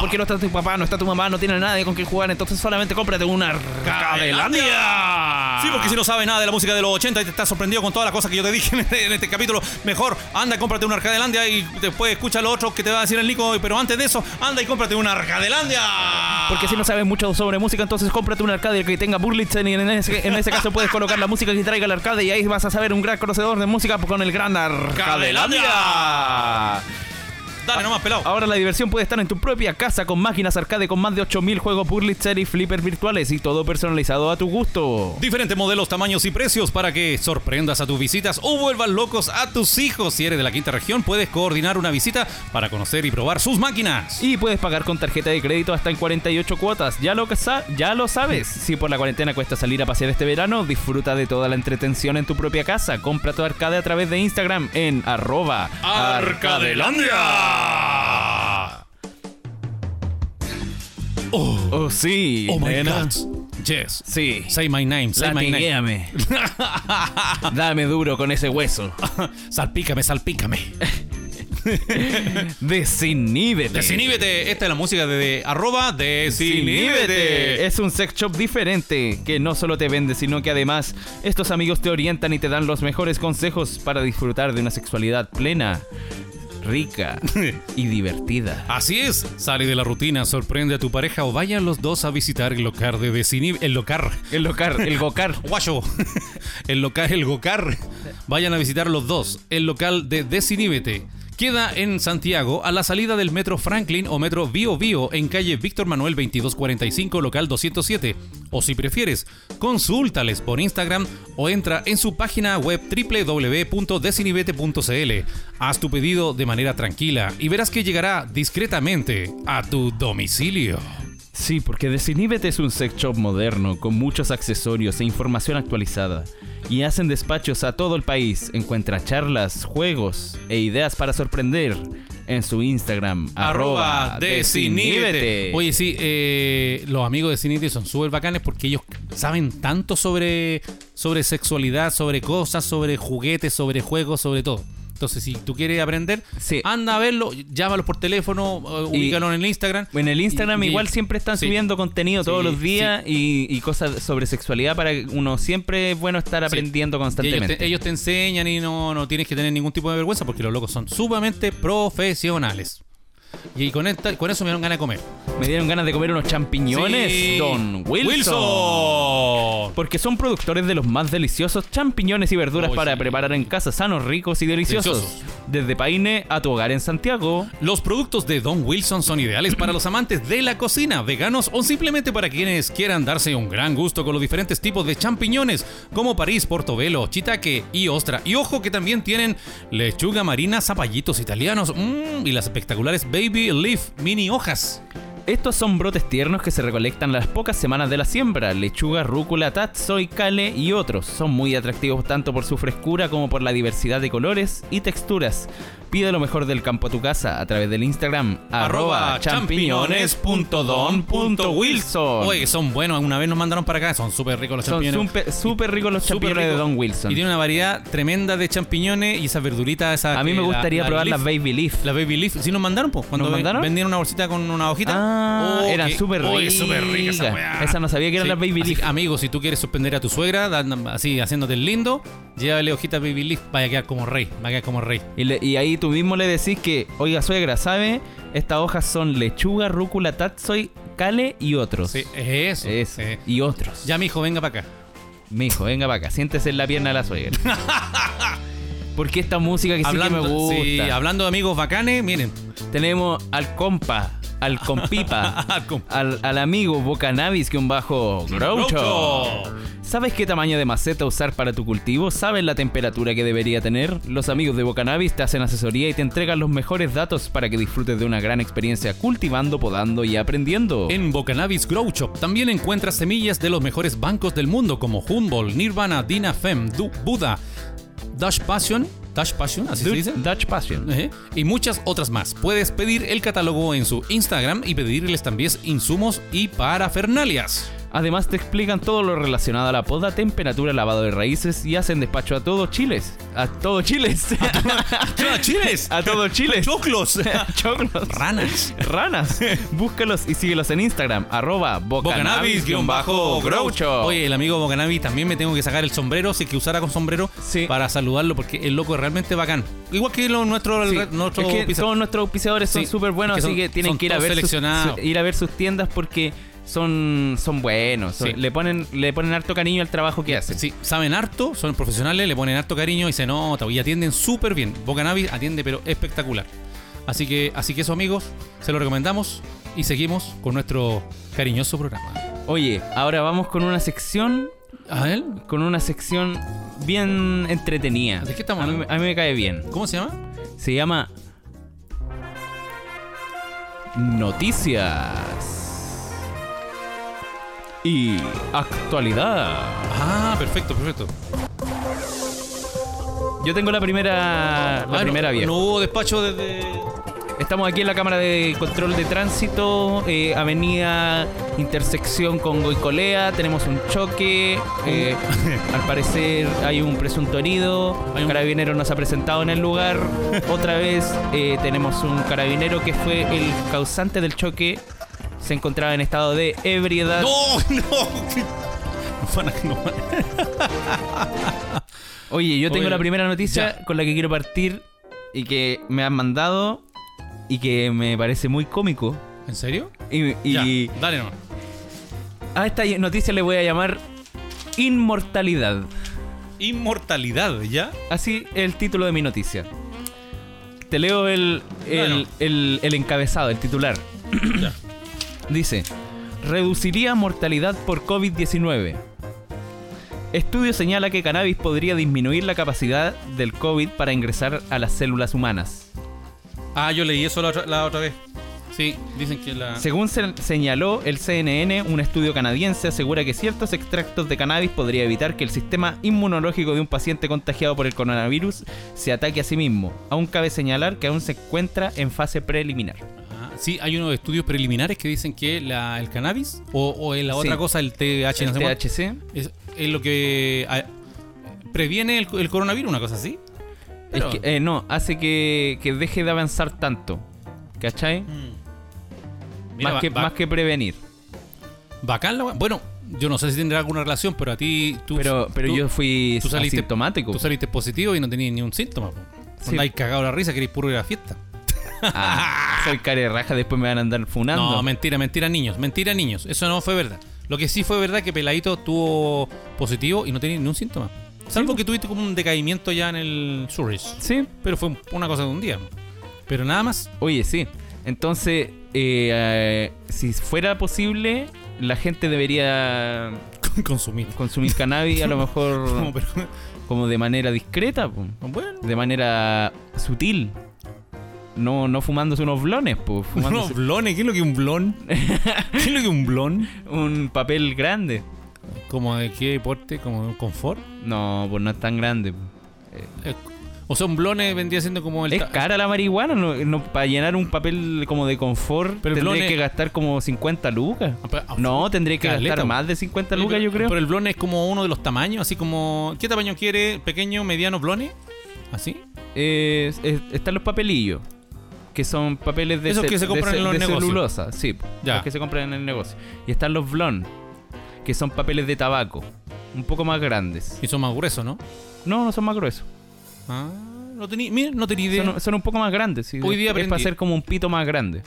[SPEAKER 1] Porque no está tu papá, no está tu mamá, no tiene nadie con quien jugar, entonces solamente cómprate un Arcadelandia.
[SPEAKER 3] Sí, porque si no sabes nada de la música de los 80 y te estás sorprendido con todas las cosas que yo te dije <laughs> en este, en este capítulo, mejor anda y cómprate un Arcadelandia y después escucha lo otro que te va a decir el Nico, pero antes de eso, anda y cómprate un Arcadelandia.
[SPEAKER 1] Porque si no sabes mucho sobre música, entonces cómprate un arcade que tenga Burlitzen y en ese, en ese caso puedes colocar la música que traiga el arcade y ahí vas a saber un gran conocedor de música con el gran Arcadelandia.
[SPEAKER 3] Dale, nomás pelado.
[SPEAKER 1] Ahora la diversión puede estar en tu propia casa con máquinas arcade con más de 8000 juegos Burlitzer y flippers virtuales y todo personalizado a tu gusto.
[SPEAKER 3] Diferentes modelos, tamaños y precios para que sorprendas a tus visitas o vuelvas locos a tus hijos. Si eres de la quinta región, puedes coordinar una visita para conocer y probar sus máquinas.
[SPEAKER 1] Y puedes pagar con tarjeta de crédito hasta en 48 cuotas. Ya lo, que sa- ya lo sabes. Si por la cuarentena cuesta salir a pasear este verano, disfruta de toda la entretención en tu propia casa. Compra tu arcade a través de Instagram en arroba
[SPEAKER 3] ¡Arcadelandia! Oh,
[SPEAKER 1] Oh, sí.
[SPEAKER 3] oh my
[SPEAKER 1] nena.
[SPEAKER 3] God. Yes.
[SPEAKER 1] Sí.
[SPEAKER 3] Say my name, say my name.
[SPEAKER 1] Latiguéame. <laughs> Dame duro con ese hueso.
[SPEAKER 3] <laughs> Salpícame, salpícame.
[SPEAKER 1] <laughs> Desiníbete.
[SPEAKER 3] Desiníbete. Esta es la música de arroba desiníbete.
[SPEAKER 1] Es un sex shop diferente que no solo te vende, sino que además estos amigos te orientan y te dan los mejores consejos para disfrutar de una sexualidad plena, rica y divertida.
[SPEAKER 3] Así es, sale de la rutina, sorprende a tu pareja o vayan los dos a visitar el local de Desinhib... El local.
[SPEAKER 1] El locar, el gocar.
[SPEAKER 3] <laughs> Guayo. El local, el Gocar. Vayan a visitar los dos. El local de Desinhibete, Queda en Santiago a la salida del Metro Franklin o Metro Bio Bio en calle Víctor Manuel 2245, local 207. O si prefieres, consúltales por Instagram o entra en su página web www.desinibete.cl. Haz tu pedido de manera tranquila y verás que llegará discretamente a tu domicilio.
[SPEAKER 1] Sí, porque Desiníbete es un sex shop moderno con muchos accesorios e información actualizada. Y hacen despachos a todo el país. Encuentra charlas, juegos e ideas para sorprender en su Instagram.
[SPEAKER 3] Arroba Desiníbete.
[SPEAKER 1] Desiníbete.
[SPEAKER 3] Oye, sí, eh, los amigos de Ciníbete son súper bacanes porque ellos saben tanto sobre, sobre sexualidad, sobre cosas, sobre juguetes, sobre juegos, sobre todo. Entonces, si tú quieres aprender,
[SPEAKER 1] Sí.
[SPEAKER 3] anda a verlo, llámalos por teléfono, eh,
[SPEAKER 1] Y-
[SPEAKER 3] ubícalo en el Instagram.
[SPEAKER 1] En el Instagram
[SPEAKER 3] Y- y-
[SPEAKER 1] igual siempre están
[SPEAKER 3] sí.
[SPEAKER 1] subiendo contenido todos
[SPEAKER 3] Sí,
[SPEAKER 1] los días y, y cosas sobre sexualidad para que uno siempre es bueno estar aprendiendo
[SPEAKER 3] Y Ellos
[SPEAKER 1] constantemente.
[SPEAKER 3] te, ellos te enseñan y no, no tienes que tener ningún tipo de vergüenza porque los locos son sumamente profesionales. Y con, esta- con eso me dieron ganas de comer.
[SPEAKER 1] Me dieron ganas de comer unos champiñones,
[SPEAKER 3] Sí.
[SPEAKER 1] Don
[SPEAKER 3] Wilson.
[SPEAKER 1] Porque son productores de los más deliciosos champiñones y verduras
[SPEAKER 3] Oh,
[SPEAKER 1] para
[SPEAKER 3] sí.
[SPEAKER 1] preparar en casa, sanos, ricos y deliciosos.
[SPEAKER 3] Deliciosos.
[SPEAKER 1] Desde Paine a tu hogar en Santiago.
[SPEAKER 3] Los productos de Don Wilson son ideales para los amantes de la cocina, veganos o simplemente para quienes quieran darse un gran gusto con los diferentes tipos de champiñones, como París, Portobelo, Chitaque y Ostra. Y ojo que también tienen lechuga marina, zapallitos italianos mm, y las espectaculares Baby Leaf mini hojas.
[SPEAKER 1] Estos son brotes tiernos que se recolectan a las pocas semanas de la siembra. Lechuga, rúcula, tatsoi, kale y otros. Son muy atractivos tanto por su frescura como por la diversidad de colores y texturas. Pide lo mejor del campo a tu casa a través del Instagram arroba champiñones.don.wilson.
[SPEAKER 3] Oye, que son buenos. Una vez nos mandaron para acá, son súper ricos los
[SPEAKER 1] Son
[SPEAKER 3] champiñones.
[SPEAKER 1] súper súper ricos los
[SPEAKER 3] Súper
[SPEAKER 1] champiñones de
[SPEAKER 3] rico.
[SPEAKER 1] Don Wilson.
[SPEAKER 3] Y tiene una variedad tremenda de champiñones y esas verduritas. Esas,
[SPEAKER 1] A mí
[SPEAKER 3] eh,
[SPEAKER 1] me
[SPEAKER 3] la-
[SPEAKER 1] gustaría
[SPEAKER 3] la
[SPEAKER 1] probar
[SPEAKER 3] leaf.
[SPEAKER 1] las Baby Leaf.
[SPEAKER 3] La Baby Leaf, sí nos mandaron, pues. Cuando
[SPEAKER 1] ¿Nos
[SPEAKER 3] ven-
[SPEAKER 1] mandaron?
[SPEAKER 3] vendían una bolsita con una hojita.
[SPEAKER 1] Ah,
[SPEAKER 3] Oh,
[SPEAKER 1] eran
[SPEAKER 3] qué-
[SPEAKER 1] súper
[SPEAKER 3] oh,
[SPEAKER 1] ricas.
[SPEAKER 3] es súper rica esa weá.
[SPEAKER 1] Esa no sabía que eran las Baby
[SPEAKER 3] así
[SPEAKER 1] Leaf.
[SPEAKER 3] que, amigo, si tú quieres sorprender a tu suegra, dan- así haciéndote el lindo, llévale hojita Baby Leaf, vaya a quedar como rey, vaya a quedar como rey.
[SPEAKER 1] Y, le- y ahí tú mismo le decís que, oiga suegra, ¿sabe? Estas hojas son lechuga, rúcula, tatsoi, kale y otros.
[SPEAKER 3] Sí, es eso.
[SPEAKER 1] Eso.
[SPEAKER 3] sí.
[SPEAKER 1] Y otros.
[SPEAKER 3] Ya, mijo, venga para acá.
[SPEAKER 1] Mijo, venga para acá, siéntese en la pierna de la
[SPEAKER 3] <laughs>
[SPEAKER 1] suegra. Porque esta música que sí que me gusta.
[SPEAKER 3] sí, hablando de amigos bacanes, miren. <laughs>
[SPEAKER 1] Tenemos al compa, al
[SPEAKER 3] <laughs>
[SPEAKER 1] compipa,
[SPEAKER 3] Al compa.
[SPEAKER 1] al, al amigo Bocanabis que un bajo Groucho.
[SPEAKER 3] Groucho.
[SPEAKER 1] ¿Sabes qué tamaño de maceta usar para tu cultivo? ¿Sabes la temperatura que debería tener? Los amigos de Bocanabis te hacen asesoría y te entregan los mejores datos para que disfrutes de una gran experiencia cultivando, podando y aprendiendo.
[SPEAKER 3] En Bocanabis Grow Shop también encuentras semillas de los mejores bancos del mundo como Humboldt, Nirvana, Dinafem, Du- Buda, Dash Passion, Dash Passion, así se
[SPEAKER 1] Dutch-
[SPEAKER 3] dice.
[SPEAKER 1] Dutch Passion.
[SPEAKER 3] Ajá. Y muchas otras más. Puedes pedir el catálogo en su Instagram y pedirles también insumos y parafernalias.
[SPEAKER 1] <laughs> Además te explican todo lo relacionado a la poda, temperatura, lavado de raíces y hacen despacho a todo chiles. <laughs> A todo chiles.
[SPEAKER 3] ¡Chiles!
[SPEAKER 1] a todo chiles. <laughs>
[SPEAKER 3] ¡Choclos!
[SPEAKER 1] Choclos.
[SPEAKER 3] <laughs> ¡Ranas!
[SPEAKER 1] <laughs> Ranas. Búscalos y síguelos en Instagram, arroba bocanabis-groucho.
[SPEAKER 3] Oye, el amigo Bocanabis también me tengo que sacar el sombrero, si es que usara con sombrero,
[SPEAKER 1] Sí.
[SPEAKER 3] para saludarlo, porque el loco es realmente bacán. Igual que lo, nuestro,
[SPEAKER 1] Sí,
[SPEAKER 3] nuestro
[SPEAKER 1] es que
[SPEAKER 3] pizza-
[SPEAKER 1] todos nuestros auspiciadores son
[SPEAKER 3] Sí,
[SPEAKER 1] súper buenos,
[SPEAKER 3] es que
[SPEAKER 1] así
[SPEAKER 3] son-
[SPEAKER 1] que tienen
[SPEAKER 3] son
[SPEAKER 1] que ir a,
[SPEAKER 3] todos
[SPEAKER 1] ver sus,
[SPEAKER 3] seleccionados.
[SPEAKER 1] su- ir a ver sus tiendas porque son, son buenos. son-
[SPEAKER 3] Sí.
[SPEAKER 1] le, ponen, le ponen harto cariño al trabajo que hacen.
[SPEAKER 3] Sí, saben harto, son profesionales, le ponen harto cariño y se nota y atienden súper bien. Bocanavis atiende pero espectacular. Así que, así que eso amigos, se lo recomendamos y seguimos con nuestro cariñoso programa.
[SPEAKER 1] Oye, ahora vamos con una sección
[SPEAKER 3] ¿A él?
[SPEAKER 1] con una sección bien entretenida.
[SPEAKER 3] ¿De qué estamos
[SPEAKER 1] a mí,
[SPEAKER 3] hablando?
[SPEAKER 1] a mí me cae bien.
[SPEAKER 3] ¿Cómo se llama?
[SPEAKER 1] Se llama Noticias y Actualidad.
[SPEAKER 3] Ah, perfecto, perfecto.
[SPEAKER 1] Yo tengo la primera la
[SPEAKER 3] Ah,
[SPEAKER 1] primera
[SPEAKER 3] no,
[SPEAKER 1] vieja.
[SPEAKER 3] no hubo despacho desde.
[SPEAKER 1] Estamos aquí en la Cámara de Control de Tránsito, eh, avenida intersección con Goicolea, tenemos un choque, eh, al parecer hay un presunto herido,
[SPEAKER 3] Hay
[SPEAKER 1] un
[SPEAKER 3] un-
[SPEAKER 1] carabinero nos ha presentado en el
[SPEAKER 3] <laughs>
[SPEAKER 1] lugar, otra vez eh, tenemos un carabinero que fue el causante del choque, se encontraba en estado de ebriedad.
[SPEAKER 3] <laughs> ¡No! ¡No! Van a- no <laughs> van a-
[SPEAKER 1] Oye, yo tengo
[SPEAKER 3] Oye,
[SPEAKER 1] la primera noticia con la que quiero partir y que me han mandado y que me parece muy cómico.
[SPEAKER 3] ¿En serio?
[SPEAKER 1] Y, y-
[SPEAKER 3] Ya, dale nomás.
[SPEAKER 1] A esta noticia le voy a llamar Inmortalidad.
[SPEAKER 3] Inmortalidad, ¿ya?
[SPEAKER 1] Así el título de mi noticia. te leo el, el,
[SPEAKER 3] Bueno.
[SPEAKER 1] el- el encabezado, el titular.
[SPEAKER 3] <coughs>
[SPEAKER 1] <coughs>
[SPEAKER 3] Ya.
[SPEAKER 1] Dice, reduciría mortalidad por COVID-19. Estudio señala que cannabis podría disminuir la capacidad del COVID para ingresar a las células humanas.
[SPEAKER 3] Ah, yo leí eso la otra, la otra vez. Sí, dicen que la.
[SPEAKER 1] Según se- señaló el CNN, un estudio canadiense asegura que ciertos extractos de cannabis podría evitar que el sistema inmunológico de un paciente contagiado por el coronavirus se ataque a sí mismo. Aún cabe señalar que aún se encuentra en fase preliminar.
[SPEAKER 3] Ah, sí, hay unos estudios preliminares que dicen que la- el cannabis o, o la
[SPEAKER 1] Sí.
[SPEAKER 3] otra cosa, el TH, no
[SPEAKER 1] El
[SPEAKER 3] sé cuánto,
[SPEAKER 1] THC
[SPEAKER 3] es, es lo que ah, previene el, el coronavirus, una cosa así.
[SPEAKER 1] es
[SPEAKER 3] Pero-
[SPEAKER 1] que, eh, no, hace que, que deje de avanzar tanto. ¿Cachai?
[SPEAKER 3] Mm, Mira,
[SPEAKER 1] más,
[SPEAKER 3] ba-
[SPEAKER 1] que,
[SPEAKER 3] ba-
[SPEAKER 1] más que prevenir.
[SPEAKER 3] bacán la wea. Bueno, yo no sé si tendrá alguna relación, pero a ti tú.
[SPEAKER 1] Pero, pero
[SPEAKER 3] tú-
[SPEAKER 1] yo fui
[SPEAKER 3] tú saliste-
[SPEAKER 1] asintomático.
[SPEAKER 3] Tú saliste positivo y no tenías ni un síntoma. po.
[SPEAKER 1] Sí.
[SPEAKER 3] Andáis cagado la risa, queréis puro ir a la fiesta.
[SPEAKER 1] Ah, soy cara de raja, después me van a andar funando.
[SPEAKER 3] <laughs> No, mentira, mentira, niños. Mentira, niños. Eso no fue verdad. Lo que sí fue verdad que Peladito tuvo positivo y no tenía ningún síntoma. Salvo que tuviste como un decaimiento ya en el Suris.
[SPEAKER 1] Sí,
[SPEAKER 3] Pero fue un- una cosa de un día. Pero nada más. <laughs>
[SPEAKER 1] Oye, sí. Entonces, eh, eh, si fuera posible, la gente debería
[SPEAKER 3] Consumir. <laughs>
[SPEAKER 1] consumir cannabis a lo
[SPEAKER 3] Como,
[SPEAKER 1] mejor
[SPEAKER 3] pero,
[SPEAKER 1] como de manera discreta, po.
[SPEAKER 3] bueno.
[SPEAKER 1] de manera sutil. No, no fumándose unos blones, po,
[SPEAKER 3] Unos <laughs>
[SPEAKER 1] fumándose
[SPEAKER 3] blones. ¿Qué es lo que un blon? <laughs> ¿Qué es lo que un blon?
[SPEAKER 1] un papel grande.
[SPEAKER 3] ¿Como de qué deporte? ¿Como de un confort?
[SPEAKER 1] No, pues no es tan grande. po.
[SPEAKER 3] Eh, O sea, un blone vendría siendo como el...
[SPEAKER 1] Es
[SPEAKER 3] ta-
[SPEAKER 1] cara la marihuana, no, no- para llenar un papel como de confort
[SPEAKER 3] Pero el
[SPEAKER 1] tendría
[SPEAKER 3] blon es-
[SPEAKER 1] que gastar como 50 lucas.
[SPEAKER 3] Ah, pero- ah,
[SPEAKER 1] No, tendría que
[SPEAKER 3] caleta,
[SPEAKER 1] gastar
[SPEAKER 3] po.
[SPEAKER 1] más de 50 lucas,
[SPEAKER 3] Oye,
[SPEAKER 1] yo
[SPEAKER 3] pero-
[SPEAKER 1] creo.
[SPEAKER 3] Pero el blon es como uno de los tamaños, así como. ¿Qué tamaño quiere? ¿Pequeño, mediano, blone? ¿Así?
[SPEAKER 1] es- es- están los papelillos. Que son papeles de,
[SPEAKER 3] Esos que se compran
[SPEAKER 1] de
[SPEAKER 3] en los
[SPEAKER 1] de
[SPEAKER 3] negocios.
[SPEAKER 1] celulosa, sí,
[SPEAKER 3] Ya.
[SPEAKER 1] los que se compran en el negocio. Y están los blon, que son papeles de tabaco, un poco más grandes.
[SPEAKER 3] Y son más gruesos, ¿no?
[SPEAKER 1] No, no son más gruesos.
[SPEAKER 3] Ah, no tenía. Mira, no tenía idea.
[SPEAKER 1] Son, son un poco más grandes. sí.
[SPEAKER 3] Hoy día
[SPEAKER 1] es para
[SPEAKER 3] aprendí.
[SPEAKER 1] hacer como un pito más grande.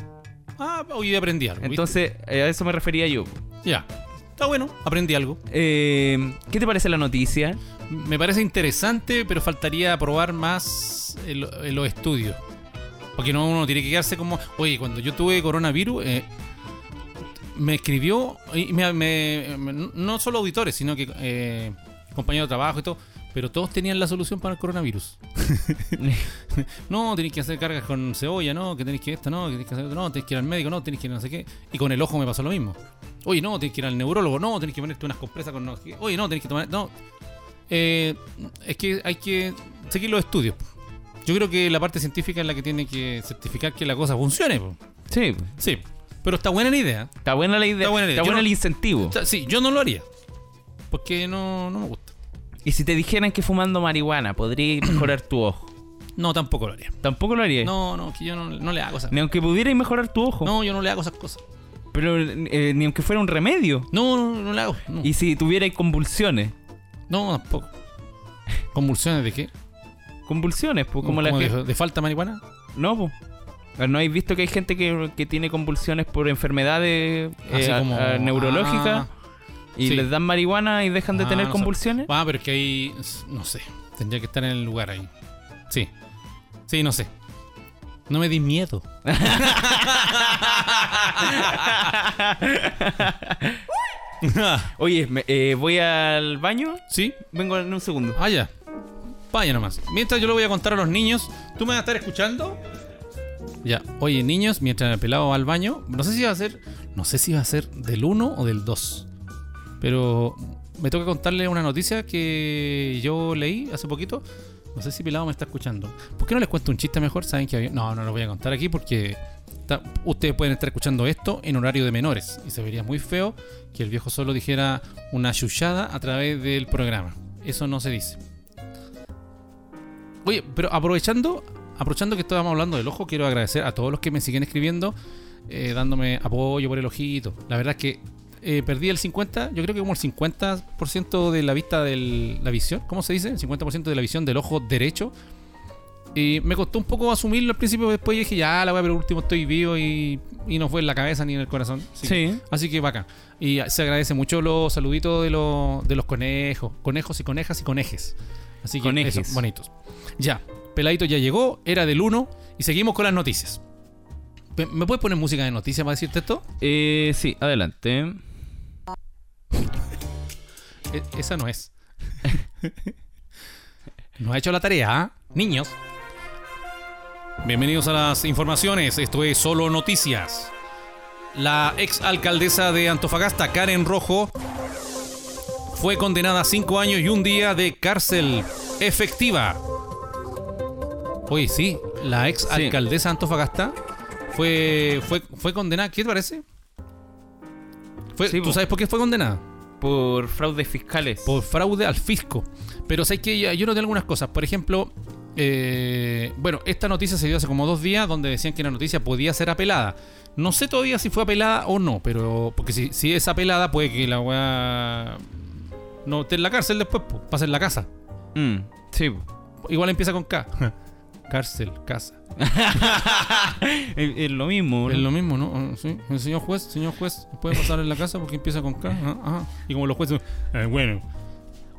[SPEAKER 3] Ah, hoy día aprendí algo. ¿viste?
[SPEAKER 1] Entonces, eh, a eso me refería yo.
[SPEAKER 3] Ya. Está bueno, aprendí algo.
[SPEAKER 1] Eh, ¿Qué te parece la noticia?
[SPEAKER 3] Me parece interesante, pero faltaría probar más el- el- los estudios. Porque no uno tiene que quedarse como. Oye, cuando yo tuve coronavirus, eh, me escribió. Y me, me- me- no solo auditores, sino que eh, compañeros de trabajo y todo. Pero todos tenían la solución para el coronavirus. no, tenéis que hacer cargas con cebolla, no, que tenéis que esto, no, que tenéis que hacer otro, no, tenéis que ir al médico, no, tenéis que ir a no sé qué. Y con el ojo me pasó lo mismo. Oye, no, tenéis que ir al neurólogo, no, tenéis que ponerte unas compresas con no sé qué. Oye, no, tenéis que tomar. No. Eh, es que hay que seguir los estudios. Yo creo que la parte científica es la que tiene que certificar que la cosa funcione. po.
[SPEAKER 1] Sí,
[SPEAKER 3] Sí, pero está buena la idea.
[SPEAKER 1] está buena la idea. Está
[SPEAKER 3] buena
[SPEAKER 1] buena,
[SPEAKER 3] la idea. Yo no-
[SPEAKER 1] el incentivo.
[SPEAKER 3] Está- sí, yo no lo haría. Porque no, no me gusta.
[SPEAKER 1] Y si te dijeran que fumando marihuana podría mejorar tu ojo,
[SPEAKER 3] <clears throat> No, tampoco lo haría.
[SPEAKER 1] tampoco lo harías.
[SPEAKER 3] No, no, que yo no, no le hago esas
[SPEAKER 1] Ni aunque pudierais mejorar tu ojo.
[SPEAKER 3] No, yo no le hago esas cosas.
[SPEAKER 1] Pero eh, ni aunque fuera un remedio.
[SPEAKER 3] No, no, no le hago. No,
[SPEAKER 1] Y si tuvierais convulsiones.
[SPEAKER 3] No, tampoco. ¿Convulsiones de qué?
[SPEAKER 1] Convulsiones, pues como la
[SPEAKER 3] Mm, ¿Cómo
[SPEAKER 1] gente.
[SPEAKER 3] de, de falta de marihuana?
[SPEAKER 1] No, pues. Ah, ¿No habéis visto que hay gente que, que tiene convulsiones por enfermedades eh, a- a- neurológicas
[SPEAKER 3] Ah,
[SPEAKER 1] y
[SPEAKER 3] sí.
[SPEAKER 1] les dan marihuana y dejan de
[SPEAKER 3] ah,
[SPEAKER 1] tener
[SPEAKER 3] no sé.
[SPEAKER 1] convulsiones?
[SPEAKER 3] Ah, pero es que ahí. No sé. Tendría que estar en el lugar ahí. Sí. Sí, no sé. No me di miedo.
[SPEAKER 1] Oye, me- eh, voy al baño,
[SPEAKER 3] ¿Sí?
[SPEAKER 1] vengo en un segundo.
[SPEAKER 3] Ah, ya. Vaya nomás. Mientras yo le voy a contar a los niños, ¿tú me vas a estar escuchando? Ya, oye niños, mientras el pelado va al baño, no sé si va a ser, no sé si va a ser del 1 o del 2. Pero me toca contarle una noticia que yo leí hace poquito. No sé si Pelado me está escuchando. ¿Por qué no les cuento un chiste mejor? Saben que había... No, no lo voy a contar aquí porque ta- ustedes pueden estar escuchando esto en horario de menores. Y se vería muy feo que el viejo solo dijera una chuchada a través del programa. Eso no se dice. Oye, pero aprovechando, aprovechando que estábamos hablando del ojo, quiero agradecer a todos los que me siguen escribiendo, eh, dándome apoyo por el ojito. La verdad es que eh, perdí el 50, yo creo que como el 50% de la vista de la visión, ¿cómo se dice? El 50% de la visión del ojo derecho. Y me costó un poco asumirlo al principio, pero después dije, ya, la voy pero por último estoy vivo y, y no fue en la cabeza ni en el corazón. Así que-
[SPEAKER 1] Sí.
[SPEAKER 3] Así que bacán. Y se agradece mucho los saluditos de, los de los conejos, conejos y conejas y conejes. Así que
[SPEAKER 1] Conejes.
[SPEAKER 3] eso, bonitos. Ya, Peladito ya llegó, era del 1 Y seguimos con las noticias. ¿Me- ¿Me puedes poner música de noticias para decirte esto?
[SPEAKER 1] Eh, sí, adelante.
[SPEAKER 3] E- esa no es. <laughs> Nos ha hecho la tarea, ¿ah? niños. Bienvenidos a las informaciones. Esto es Solo Noticias. La ex alcaldesa de Antofagasta, Karen Rojo, fue condenada a cinco años y un día de cárcel efectiva. Oye, sí, la ex alcaldesa de Antofagasta fue, fue, fue condenada. ¿Qué te parece? Fue-
[SPEAKER 1] Sí,
[SPEAKER 3] ¿Tú
[SPEAKER 1] po.
[SPEAKER 3] sabes por qué fue condenada?
[SPEAKER 1] Por fraudes fiscales.
[SPEAKER 3] por fraude al fisco. Pero sé que yo, yo noté algunas cosas. Por ejemplo, eh, bueno, esta noticia se dio hace como dos días donde decían que la noticia podía ser apelada. No sé todavía si fue apelada o no, pero porque si, si es apelada puede que la weá no esté en la cárcel después, po, pase en la casa.
[SPEAKER 1] Mm, <laughs> sí. po.
[SPEAKER 3] Igual empieza con K.
[SPEAKER 1] <laughs>
[SPEAKER 3] Cárcel, casa.
[SPEAKER 1] es, es lo mismo.
[SPEAKER 3] Es
[SPEAKER 1] ¿no?
[SPEAKER 3] lo mismo, ¿no? Ah, Sí, el señor juez, señor juez, puede pasar en la casa porque empieza con K. Ah, ajá. Y como los jueces, eh, bueno.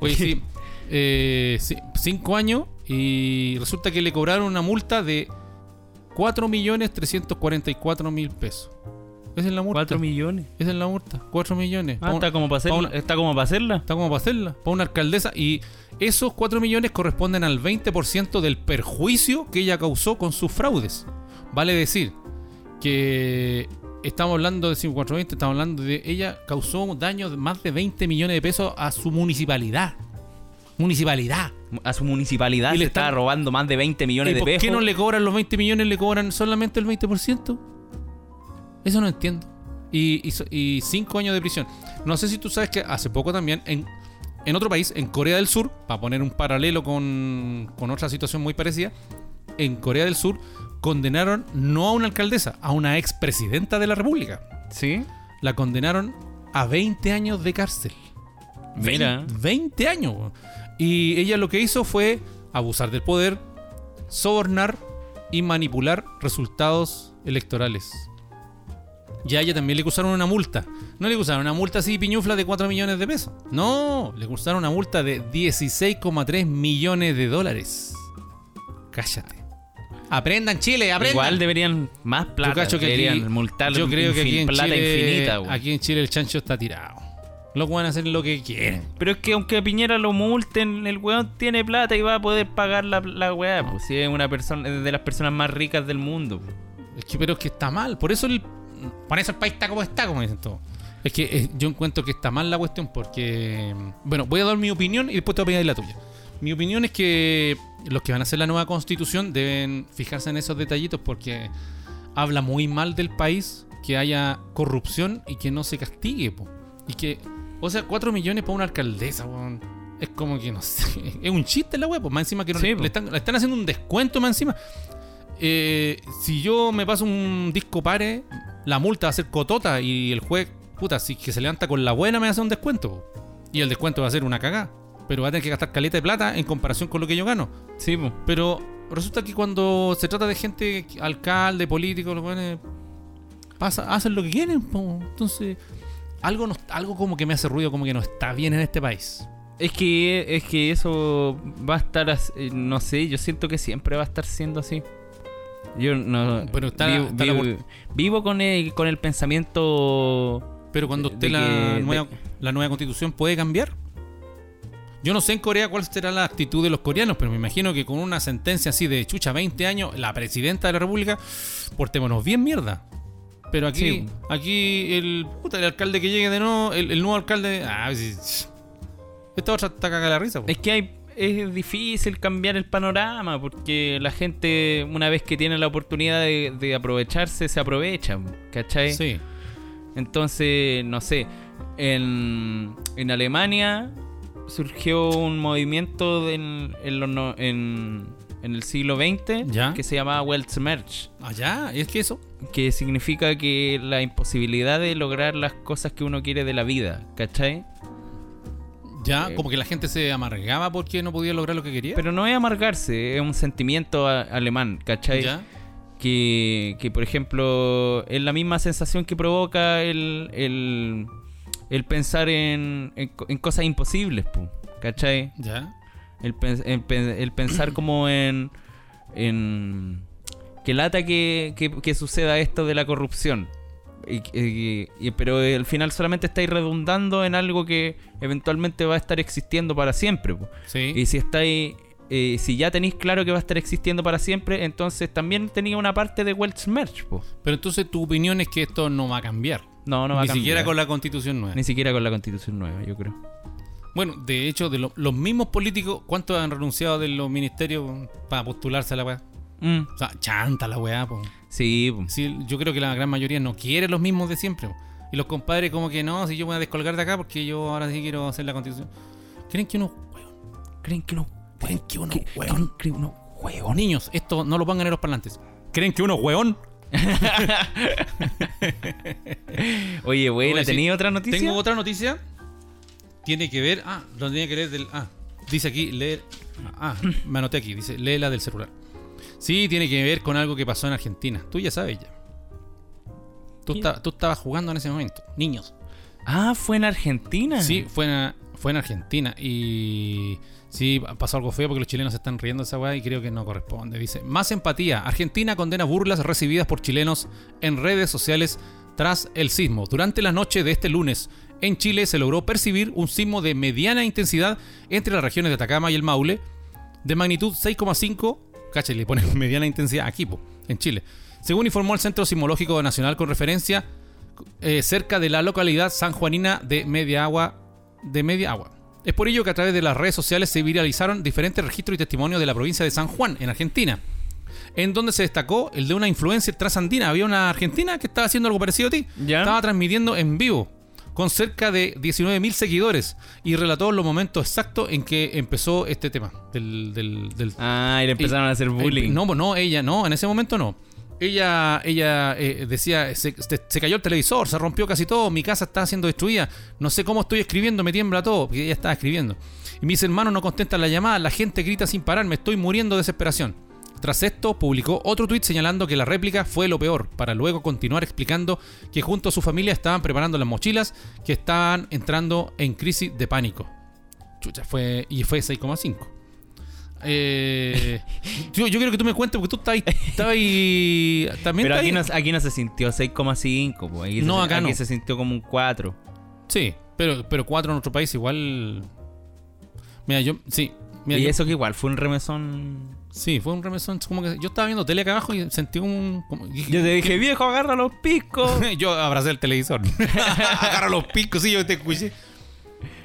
[SPEAKER 3] Oye, sí, eh, sí, cinco años y resulta que le cobraron una multa de 4.344.000 pesos. Esa es la multa.
[SPEAKER 1] Cuatro millones.
[SPEAKER 3] Esa es la multa, 4 millones.
[SPEAKER 1] Ah,
[SPEAKER 3] Pa' un-
[SPEAKER 1] está como para hacerla.
[SPEAKER 3] Paula-
[SPEAKER 1] Está como para hacerla.
[SPEAKER 3] Está como para hacerla, para una alcaldesa. Y esos 4 millones corresponden al 20% del perjuicio que ella causó con sus fraudes. Vale decir que estamos hablando de 5420, estamos hablando de ella causó un daño de más de 20 millones de pesos a su municipalidad. Municipalidad.
[SPEAKER 1] A su municipalidad
[SPEAKER 3] Y
[SPEAKER 1] le
[SPEAKER 3] le
[SPEAKER 1] está
[SPEAKER 3] están-
[SPEAKER 1] robando más de 20 millones
[SPEAKER 3] ¿Y
[SPEAKER 1] de
[SPEAKER 3] por
[SPEAKER 1] pesos.
[SPEAKER 3] qué no le cobran los 20 millones, le cobran solamente el 20%? Eso no entiendo. Y, y so- y cinco años de prisión. No sé si tú sabes que hace poco también en, en otro país, en Corea del Sur, para poner un paralelo con, con otra situación muy parecida, en Corea del Sur condenaron no a una alcaldesa, a una expresidenta de la República.
[SPEAKER 1] Sí.
[SPEAKER 3] La condenaron a 20 años de cárcel.
[SPEAKER 1] Mira.
[SPEAKER 3] 20 años. weón. Y ella lo que hizo fue abusar del poder, sobornar y manipular resultados electorales. Y a ella también le acusaron una multa. No le acusaron una multa así piñufla de 4 millones de pesos. No, le acusaron una multa de 16,3 millones de dólares. Cállate. Aprendan Chile, aprendan.
[SPEAKER 1] Igual deberían más plata.
[SPEAKER 3] Yo cacho que aquí-
[SPEAKER 1] deberían multar
[SPEAKER 3] yo creo que
[SPEAKER 1] infin-
[SPEAKER 3] aquí en,
[SPEAKER 1] plata
[SPEAKER 3] Chile,
[SPEAKER 1] infinita. güey.
[SPEAKER 3] aquí en Chile el chancho está tirado. Los van a hacer lo que quieren.
[SPEAKER 1] Pero es que aunque a Piñera lo multen, el weón tiene plata y va a poder pagar la, la weá. Pues si es una persona es de las personas más ricas del mundo. pues.
[SPEAKER 3] Es que, pero es que está mal. Por eso el, por eso el país está como está, como dicen todos. Es que eh, yo encuentro que está mal la cuestión porque... Bueno, voy a dar mi opinión y después te voy a pedir la tuya. Mi opinión es que los que van a hacer la nueva constitución deben fijarse en esos detallitos porque habla muy mal del país que haya corrupción y que no se castigue. po. Y que... O sea, 4 millones para una alcaldesa, weón. Es como que no sé. <laughs> Es un chiste la wea, pues más encima que no-
[SPEAKER 1] Sí, po.
[SPEAKER 3] le, están, le están haciendo un descuento más encima. Eh, si yo me paso un disco pare, la multa va a ser cotota y el juez, puta, si que se levanta con la buena me hace un descuento. Y el descuento va a ser una cagada. Pero va a tener que gastar caleta de plata en comparación con lo que yo gano.
[SPEAKER 1] Sí, pues.
[SPEAKER 3] Pero resulta que cuando se trata de gente, alcalde, político, los buenos pasa, hacen lo que quieren. po. Entonces, algo, no- algo como que me hace ruido, como que no está bien en este país.
[SPEAKER 1] Es que, es que eso va a estar, as- eh, no sé, yo siento que siempre va a estar siendo así. Yo no...
[SPEAKER 3] Pero está la-
[SPEAKER 1] vivo,
[SPEAKER 3] está la
[SPEAKER 1] vivo- vivo con, el, con el pensamiento...
[SPEAKER 3] Pero cuando
[SPEAKER 1] De-
[SPEAKER 3] esté
[SPEAKER 1] de
[SPEAKER 3] la,
[SPEAKER 1] que-
[SPEAKER 3] nueva,
[SPEAKER 1] de-
[SPEAKER 3] la nueva constitución, ¿puede cambiar? Yo no sé en Corea cuál será la actitud de los coreanos, pero me imagino que con una sentencia así de chucha 20 años, la presidenta de la República, portémonos bien mierda. Pero aquí,
[SPEAKER 1] Sí.
[SPEAKER 3] aquí el, puta, el alcalde que llegue de nuevo, el, el nuevo alcalde. Ah, sí, esta otra está cagada la risa. po.
[SPEAKER 1] Es que hay, es difícil cambiar el panorama porque la gente una vez que tiene la oportunidad de, de aprovecharse, se aprovecha, ¿cachai?
[SPEAKER 3] Sí.
[SPEAKER 1] Entonces, no sé, en, en Alemania surgió un movimiento de- en, en los no- en- en el siglo XX
[SPEAKER 3] Ya.
[SPEAKER 1] que se llamaba Weltschmerz,
[SPEAKER 3] Allá, Ah, es que eso.
[SPEAKER 1] que significa que la imposibilidad de lograr las cosas que uno quiere de la vida, ¿cachai?
[SPEAKER 3] Ya,
[SPEAKER 1] Eh.
[SPEAKER 3] como que la gente se amargaba porque no podía lograr lo que quería.
[SPEAKER 1] Pero no es amargarse, es un sentimiento a- alemán, ¿cachai?
[SPEAKER 3] ya.
[SPEAKER 1] que, que, por ejemplo es la misma sensación que provoca el, el, el pensar en, en co- en cosas imposibles, po, ¿cachai?
[SPEAKER 3] Ya.
[SPEAKER 1] El, pen- el pen- el pensar como en, en que lata que, que- que suceda esto de la corrupción. Y- y- y- pero eh, al final solamente estáis redundando en algo que eventualmente va a estar existiendo para siempre. po.
[SPEAKER 3] Sí.
[SPEAKER 1] Y si estáis. eh, si ya tenéis claro que va a estar existiendo para siempre, entonces también tenía una parte de Welch Merch. po.
[SPEAKER 3] Pero entonces tu opinión es que esto no va a cambiar.
[SPEAKER 1] No, no va
[SPEAKER 3] Ni
[SPEAKER 1] a
[SPEAKER 3] siquiera
[SPEAKER 1] cambiar.
[SPEAKER 3] con la constitución nueva.
[SPEAKER 1] Ni siquiera con la constitución nueva, yo creo.
[SPEAKER 3] Bueno, de hecho, de lo- los mismos políticos, ¿cuántos han renunciado de los ministerios para postularse a la weá?
[SPEAKER 1] Mm,
[SPEAKER 3] O sea, chanta la weá, po.
[SPEAKER 1] sí, po.
[SPEAKER 3] Sí, yo creo que la gran mayoría no quiere los mismos de siempre. po. Y los compadres, como que no, si yo voy a descolgar de acá porque yo ahora sí quiero hacer la constitución. ¿Creen que uno,
[SPEAKER 1] creen que no.
[SPEAKER 3] ¿Creen que uno,
[SPEAKER 1] Creen que no.
[SPEAKER 3] hueón? Niños, esto no lo pongan en los parlantes. ¿Creen que uno, hueón?
[SPEAKER 1] Oye, güey,
[SPEAKER 3] Oye,
[SPEAKER 1] ¿la
[SPEAKER 3] sí.
[SPEAKER 1] tenía otra noticia?
[SPEAKER 3] Tengo otra noticia. Tiene que ver. Ah, lo tenía que leer del. Ah, dice aquí, leer. Ah, me anoté aquí, dice, léela del celular. Sí, tiene que ver con algo que pasó en Argentina. Tú ya sabes ya. Tú,
[SPEAKER 1] ¿Qué?
[SPEAKER 3] esta- tú estabas jugando en ese momento, niños.
[SPEAKER 1] Ah, fue en Argentina.
[SPEAKER 3] Sí, fue en, fue en Argentina y sí, pasó algo feo porque los chilenos se están riendo de esa weá y creo que no corresponde. Dice, más empatía. Argentina condena burlas recibidas por chilenos en redes sociales tras el sismo. Durante la noche de este lunes, en Chile se logró percibir un sismo de mediana intensidad entre las regiones de Atacama y el Maule, de magnitud 6,5. Cacha, le ponen <laughs> mediana intensidad aquí, po, en Chile. Según informó el Centro Sismológico Nacional con referencia eh, cerca de la localidad sanjuanina de Media Agua. De Media Agua. Es por ello que a través de las redes sociales se viralizaron diferentes registros y testimonios de la provincia de San Juan, en Argentina, en donde se destacó el de una influencer trasandina. Había una argentina que estaba haciendo algo parecido a ti.
[SPEAKER 1] Ya.
[SPEAKER 3] Estaba transmitiendo en vivo, con cerca de 19.000 seguidores, y relató los momentos exactos en que empezó este tema del, del, del,
[SPEAKER 1] Ah, y le empezaron a hacer bullying.
[SPEAKER 3] no, pues no, ella no, en ese momento no. Ella, ella eh, decía, se, se- se cayó el televisor, se rompió casi todo, mi casa está siendo destruida, no sé cómo estoy escribiendo, me tiembla todo, porque ella estaba escribiendo. Y mis hermanos no contestan la llamada, la gente grita sin parar, me estoy muriendo de desesperación. Tras esto, publicó otro tuit señalando que la réplica fue lo peor, para luego continuar explicando que junto a su familia estaban preparando las mochilas, que estaban entrando en crisis de pánico. Chucha, fue, y fue 6,5. Eh, yo, yo quiero que tú me cuentes porque tú estás ahí. estás ahí- también
[SPEAKER 1] Pero
[SPEAKER 3] estás
[SPEAKER 1] aquí
[SPEAKER 3] ahí-
[SPEAKER 1] no, aquí no se sintió 6,5. po. Aquí
[SPEAKER 3] No,
[SPEAKER 1] se,
[SPEAKER 3] acá
[SPEAKER 1] aquí
[SPEAKER 3] no.
[SPEAKER 1] se sintió como un 4.
[SPEAKER 3] Sí, pero, pero cuatro en nuestro país igual. Mira, yo. Sí, mira,
[SPEAKER 1] y
[SPEAKER 3] yo-
[SPEAKER 1] eso que igual fue un remesón.
[SPEAKER 3] sí, fue un remesón. Como que yo estaba viendo tele acá abajo y sentí un. como-
[SPEAKER 1] Yo te <laughs> dije, viejo, agarra los <laughs> piscos.
[SPEAKER 3] <laughs> yo abracé
[SPEAKER 1] <laughs>
[SPEAKER 3] el televisor. Agarro los picos, sí, yo te escuché.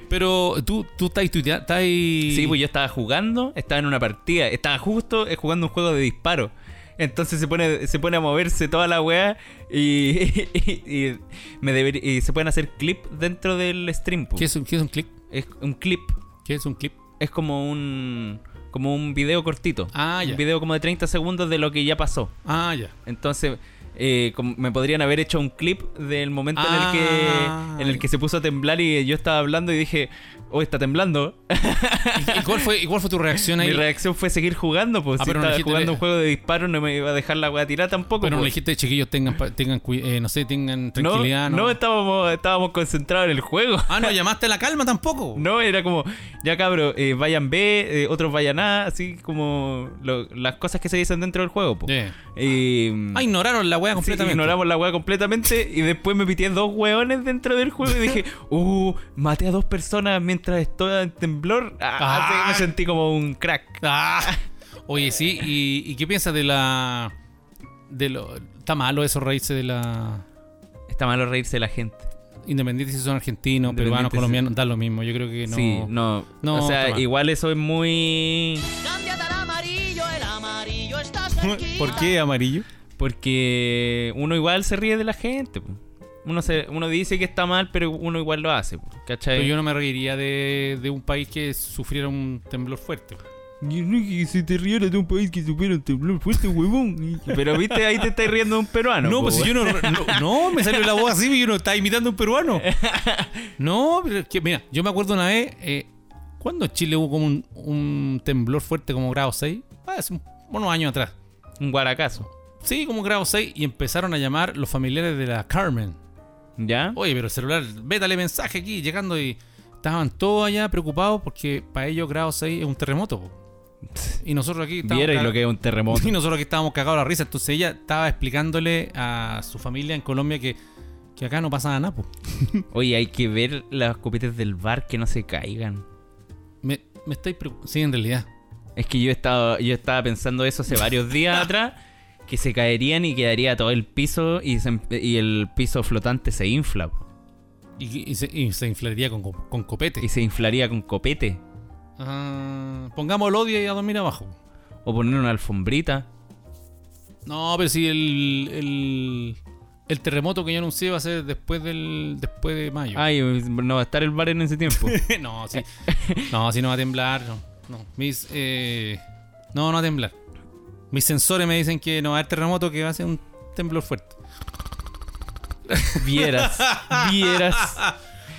[SPEAKER 3] Pero tú, tú estás ahí tuitea- estás ahí-
[SPEAKER 1] Sí, pues yo estaba jugando, estaba en una partida, estaba justo eh, jugando un juego de disparo. Entonces se pone, se pone a moverse toda la weá y, <laughs> y- y me deber- y se pueden hacer clip dentro del stream. po.
[SPEAKER 3] ¿Qué es, un- ¿Qué es un clip?
[SPEAKER 1] Es un clip,
[SPEAKER 3] ¿Qué es un clip?
[SPEAKER 1] es como un como un video cortito.
[SPEAKER 3] Ah, ya.
[SPEAKER 1] Un video como de 30 segundos de lo que ya pasó.
[SPEAKER 3] Ah, ya.
[SPEAKER 1] Entonces, eh, como me podrían haber hecho un clip del momento en el
[SPEAKER 3] Ah.
[SPEAKER 1] que en el que se puso a temblar y yo estaba hablando y dije, oh, está temblando.
[SPEAKER 3] ¿Y, y cuál, fue, y cuál fue tu reacción
[SPEAKER 1] <laughs>
[SPEAKER 3] ahí?
[SPEAKER 1] Mi reacción fue seguir jugando, pues.
[SPEAKER 3] Ah,
[SPEAKER 1] si
[SPEAKER 3] pero no
[SPEAKER 1] estaba
[SPEAKER 3] dijiste-
[SPEAKER 1] jugando un juego de disparos, no me iba a dejar la weá tirada tampoco.
[SPEAKER 3] Pero no le
[SPEAKER 1] pues.
[SPEAKER 3] dijiste, chiquillos, tengan, pa- tengan cui- eh, no sé, tengan
[SPEAKER 1] No,
[SPEAKER 3] tranquilidad.
[SPEAKER 1] no, estábamos, estábamos concentrados en el juego. <laughs>
[SPEAKER 3] Ah, no, llamaste a la calma tampoco.
[SPEAKER 1] No, era como, ya cabro, eh, vayan B, eh, otros vayan A, así como lo- las cosas que se dicen dentro del juego, pues.
[SPEAKER 3] Yeah.
[SPEAKER 1] Y-
[SPEAKER 3] Ah, ignoraron la wea
[SPEAKER 1] Sí,
[SPEAKER 3] completamente.
[SPEAKER 1] ignoramos la weá completamente y después me pité dos weones dentro del juego y
[SPEAKER 3] <laughs>
[SPEAKER 1] dije, uh, maté a dos personas mientras estoy en temblor. Ah,
[SPEAKER 3] Ah.
[SPEAKER 1] así me sentí como un crack.
[SPEAKER 3] Ah. Oye, sí, ¿y, y qué piensas de la. de lo. Está malo eso reírse de la.
[SPEAKER 1] <laughs> Está malo reírse de la gente.
[SPEAKER 3] Independiente si son argentinos, peruanos,
[SPEAKER 1] Independiente si-
[SPEAKER 3] colombianos, da lo mismo. Yo creo que no.
[SPEAKER 1] Sí, no.
[SPEAKER 3] No,
[SPEAKER 1] o sea,
[SPEAKER 3] toma.
[SPEAKER 1] igual eso es muy.
[SPEAKER 4] Cámbiate al amarillo, el amarillo está
[SPEAKER 3] <laughs>
[SPEAKER 4] cerquita.
[SPEAKER 3] ¿Por qué amarillo?
[SPEAKER 1] Porque uno igual se ríe de la gente. po. Uno, se, uno dice que está mal, pero uno igual lo hace. po, ¿Cachai?
[SPEAKER 3] Pero yo no me reiría de, de un país que sufriera un temblor fuerte.
[SPEAKER 1] que se te riera de un país que supera un temblor fuerte, huevón. <laughs> Pero viste, ahí te estás riendo de un peruano.
[SPEAKER 3] No,
[SPEAKER 1] po,
[SPEAKER 3] pues si yo no, no. no, me salió la voz así y uno está imitando a un peruano. No, pero es que, mira, yo me acuerdo una vez, eh, cuando en Chile hubo como un, un temblor fuerte como grado 6, Ah, hace un- unos años atrás.
[SPEAKER 1] Un guaracazo.
[SPEAKER 3] Sí, como grado 6 y empezaron a llamar los familiares de la Carmen.
[SPEAKER 1] ¿Ya?
[SPEAKER 3] Oye, pero el celular, vétale mensaje aquí, llegando y estaban todos allá preocupados porque para ellos grado 6 es un terremoto. po. Y nosotros aquí estábamos
[SPEAKER 1] Vierais lo
[SPEAKER 3] cagados-
[SPEAKER 1] que es un terremoto.
[SPEAKER 3] Y nosotros aquí estábamos cagados a la risa. Entonces ella estaba explicándole a su familia en Colombia que, que acá no pasaba nada. po.
[SPEAKER 1] Oye, hay que ver las copetes del bar que no se caigan.
[SPEAKER 3] Me, me estáis preocup- Sí, en realidad.
[SPEAKER 1] Es que yo estaba, yo estaba pensando eso hace varios
[SPEAKER 3] <laughs>
[SPEAKER 1] días atrás, que se caerían y quedaría todo el piso y, se- em, y el piso flotante se infla po,
[SPEAKER 3] Y, y se, y se inflaría con, con, con copete.
[SPEAKER 1] y se inflaría con copete
[SPEAKER 3] Ah, pongamos el odio y a dormir abajo.
[SPEAKER 1] o poner una alfombrita.
[SPEAKER 3] No, pero si el, el, el terremoto que yo anuncié va a ser después del después de mayo.
[SPEAKER 1] Ay, no va a estar el bar en ese tiempo.
[SPEAKER 3] <laughs> no, sí. No, si no va a temblar. No, no. Mis, eh, no, no va a temblar. Mis sensores me dicen que no va a haber terremoto, que va a ser un temblor fuerte.
[SPEAKER 1] Vieras, vieras.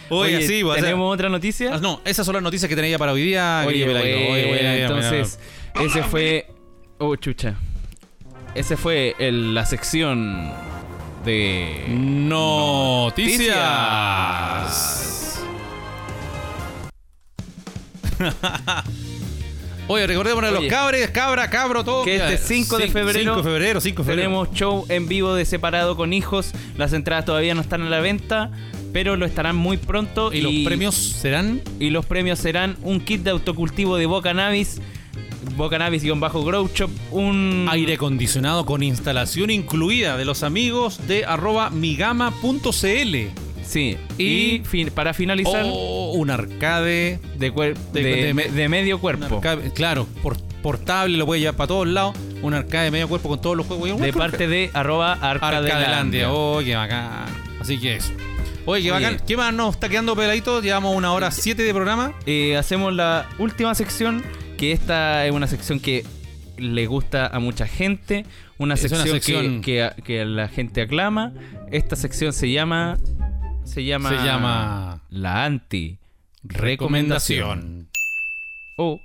[SPEAKER 3] Oye, sí, va a ser-
[SPEAKER 1] tenemos otra noticia.
[SPEAKER 3] Ah, No, esas son las noticias que tenía para hoy día.
[SPEAKER 1] Oye,
[SPEAKER 3] querido Pelagio.
[SPEAKER 1] güey,
[SPEAKER 3] Oye, güey,
[SPEAKER 1] entonces, ese fue. Oh, chucha. Ese fue el- la sección
[SPEAKER 3] mira,
[SPEAKER 1] de.
[SPEAKER 3] mira.
[SPEAKER 1] Noticias.
[SPEAKER 3] noticias. Oye, recordemos a los
[SPEAKER 1] Oye.
[SPEAKER 3] cabres, cabra, cabro, todo.
[SPEAKER 1] Que este 5 de febrero
[SPEAKER 3] 5 de febrero, 5 de febrero.
[SPEAKER 1] Tenemos show en vivo de separado con hijos. Las entradas todavía no están a la venta, pero lo estarán muy pronto.
[SPEAKER 3] Y los premios serán
[SPEAKER 1] Y los premios serán un kit de autocultivo de Boca Navis. Boca Navis-Grow Shop. Un.
[SPEAKER 3] aire acondicionado con instalación incluida de los amigos de arroba migama.cl.
[SPEAKER 1] Sí. Y,
[SPEAKER 3] y-
[SPEAKER 1] fin- para finalizar.
[SPEAKER 3] O un arcade.
[SPEAKER 1] De, cuer-
[SPEAKER 3] de-
[SPEAKER 1] de-
[SPEAKER 3] de-
[SPEAKER 1] me- de medio
[SPEAKER 3] un
[SPEAKER 1] cuerpo.
[SPEAKER 3] arcade- claro, por- portable, lo puede llevar para todos lados. Un arcade de medio cuerpo con todos los juegos.
[SPEAKER 1] De parte de arroba
[SPEAKER 3] Arcadelandia.
[SPEAKER 1] arcadelandia.
[SPEAKER 3] Oh, qué bacán. Así que eso. Oye,
[SPEAKER 1] Oye.
[SPEAKER 3] qué bacán. ¿Qué más nos está quedando peladito? Llevamos una hora siete de programa.
[SPEAKER 1] Eh, hacemos la última sección, que esta es una sección que le gusta a mucha gente, una
[SPEAKER 3] Es una
[SPEAKER 1] sección, que-
[SPEAKER 3] sección-
[SPEAKER 1] Que, a- que la gente aclama. Esta sección se llama... Se llama...
[SPEAKER 3] Se llama-
[SPEAKER 1] La anti. Recomendación. Oh.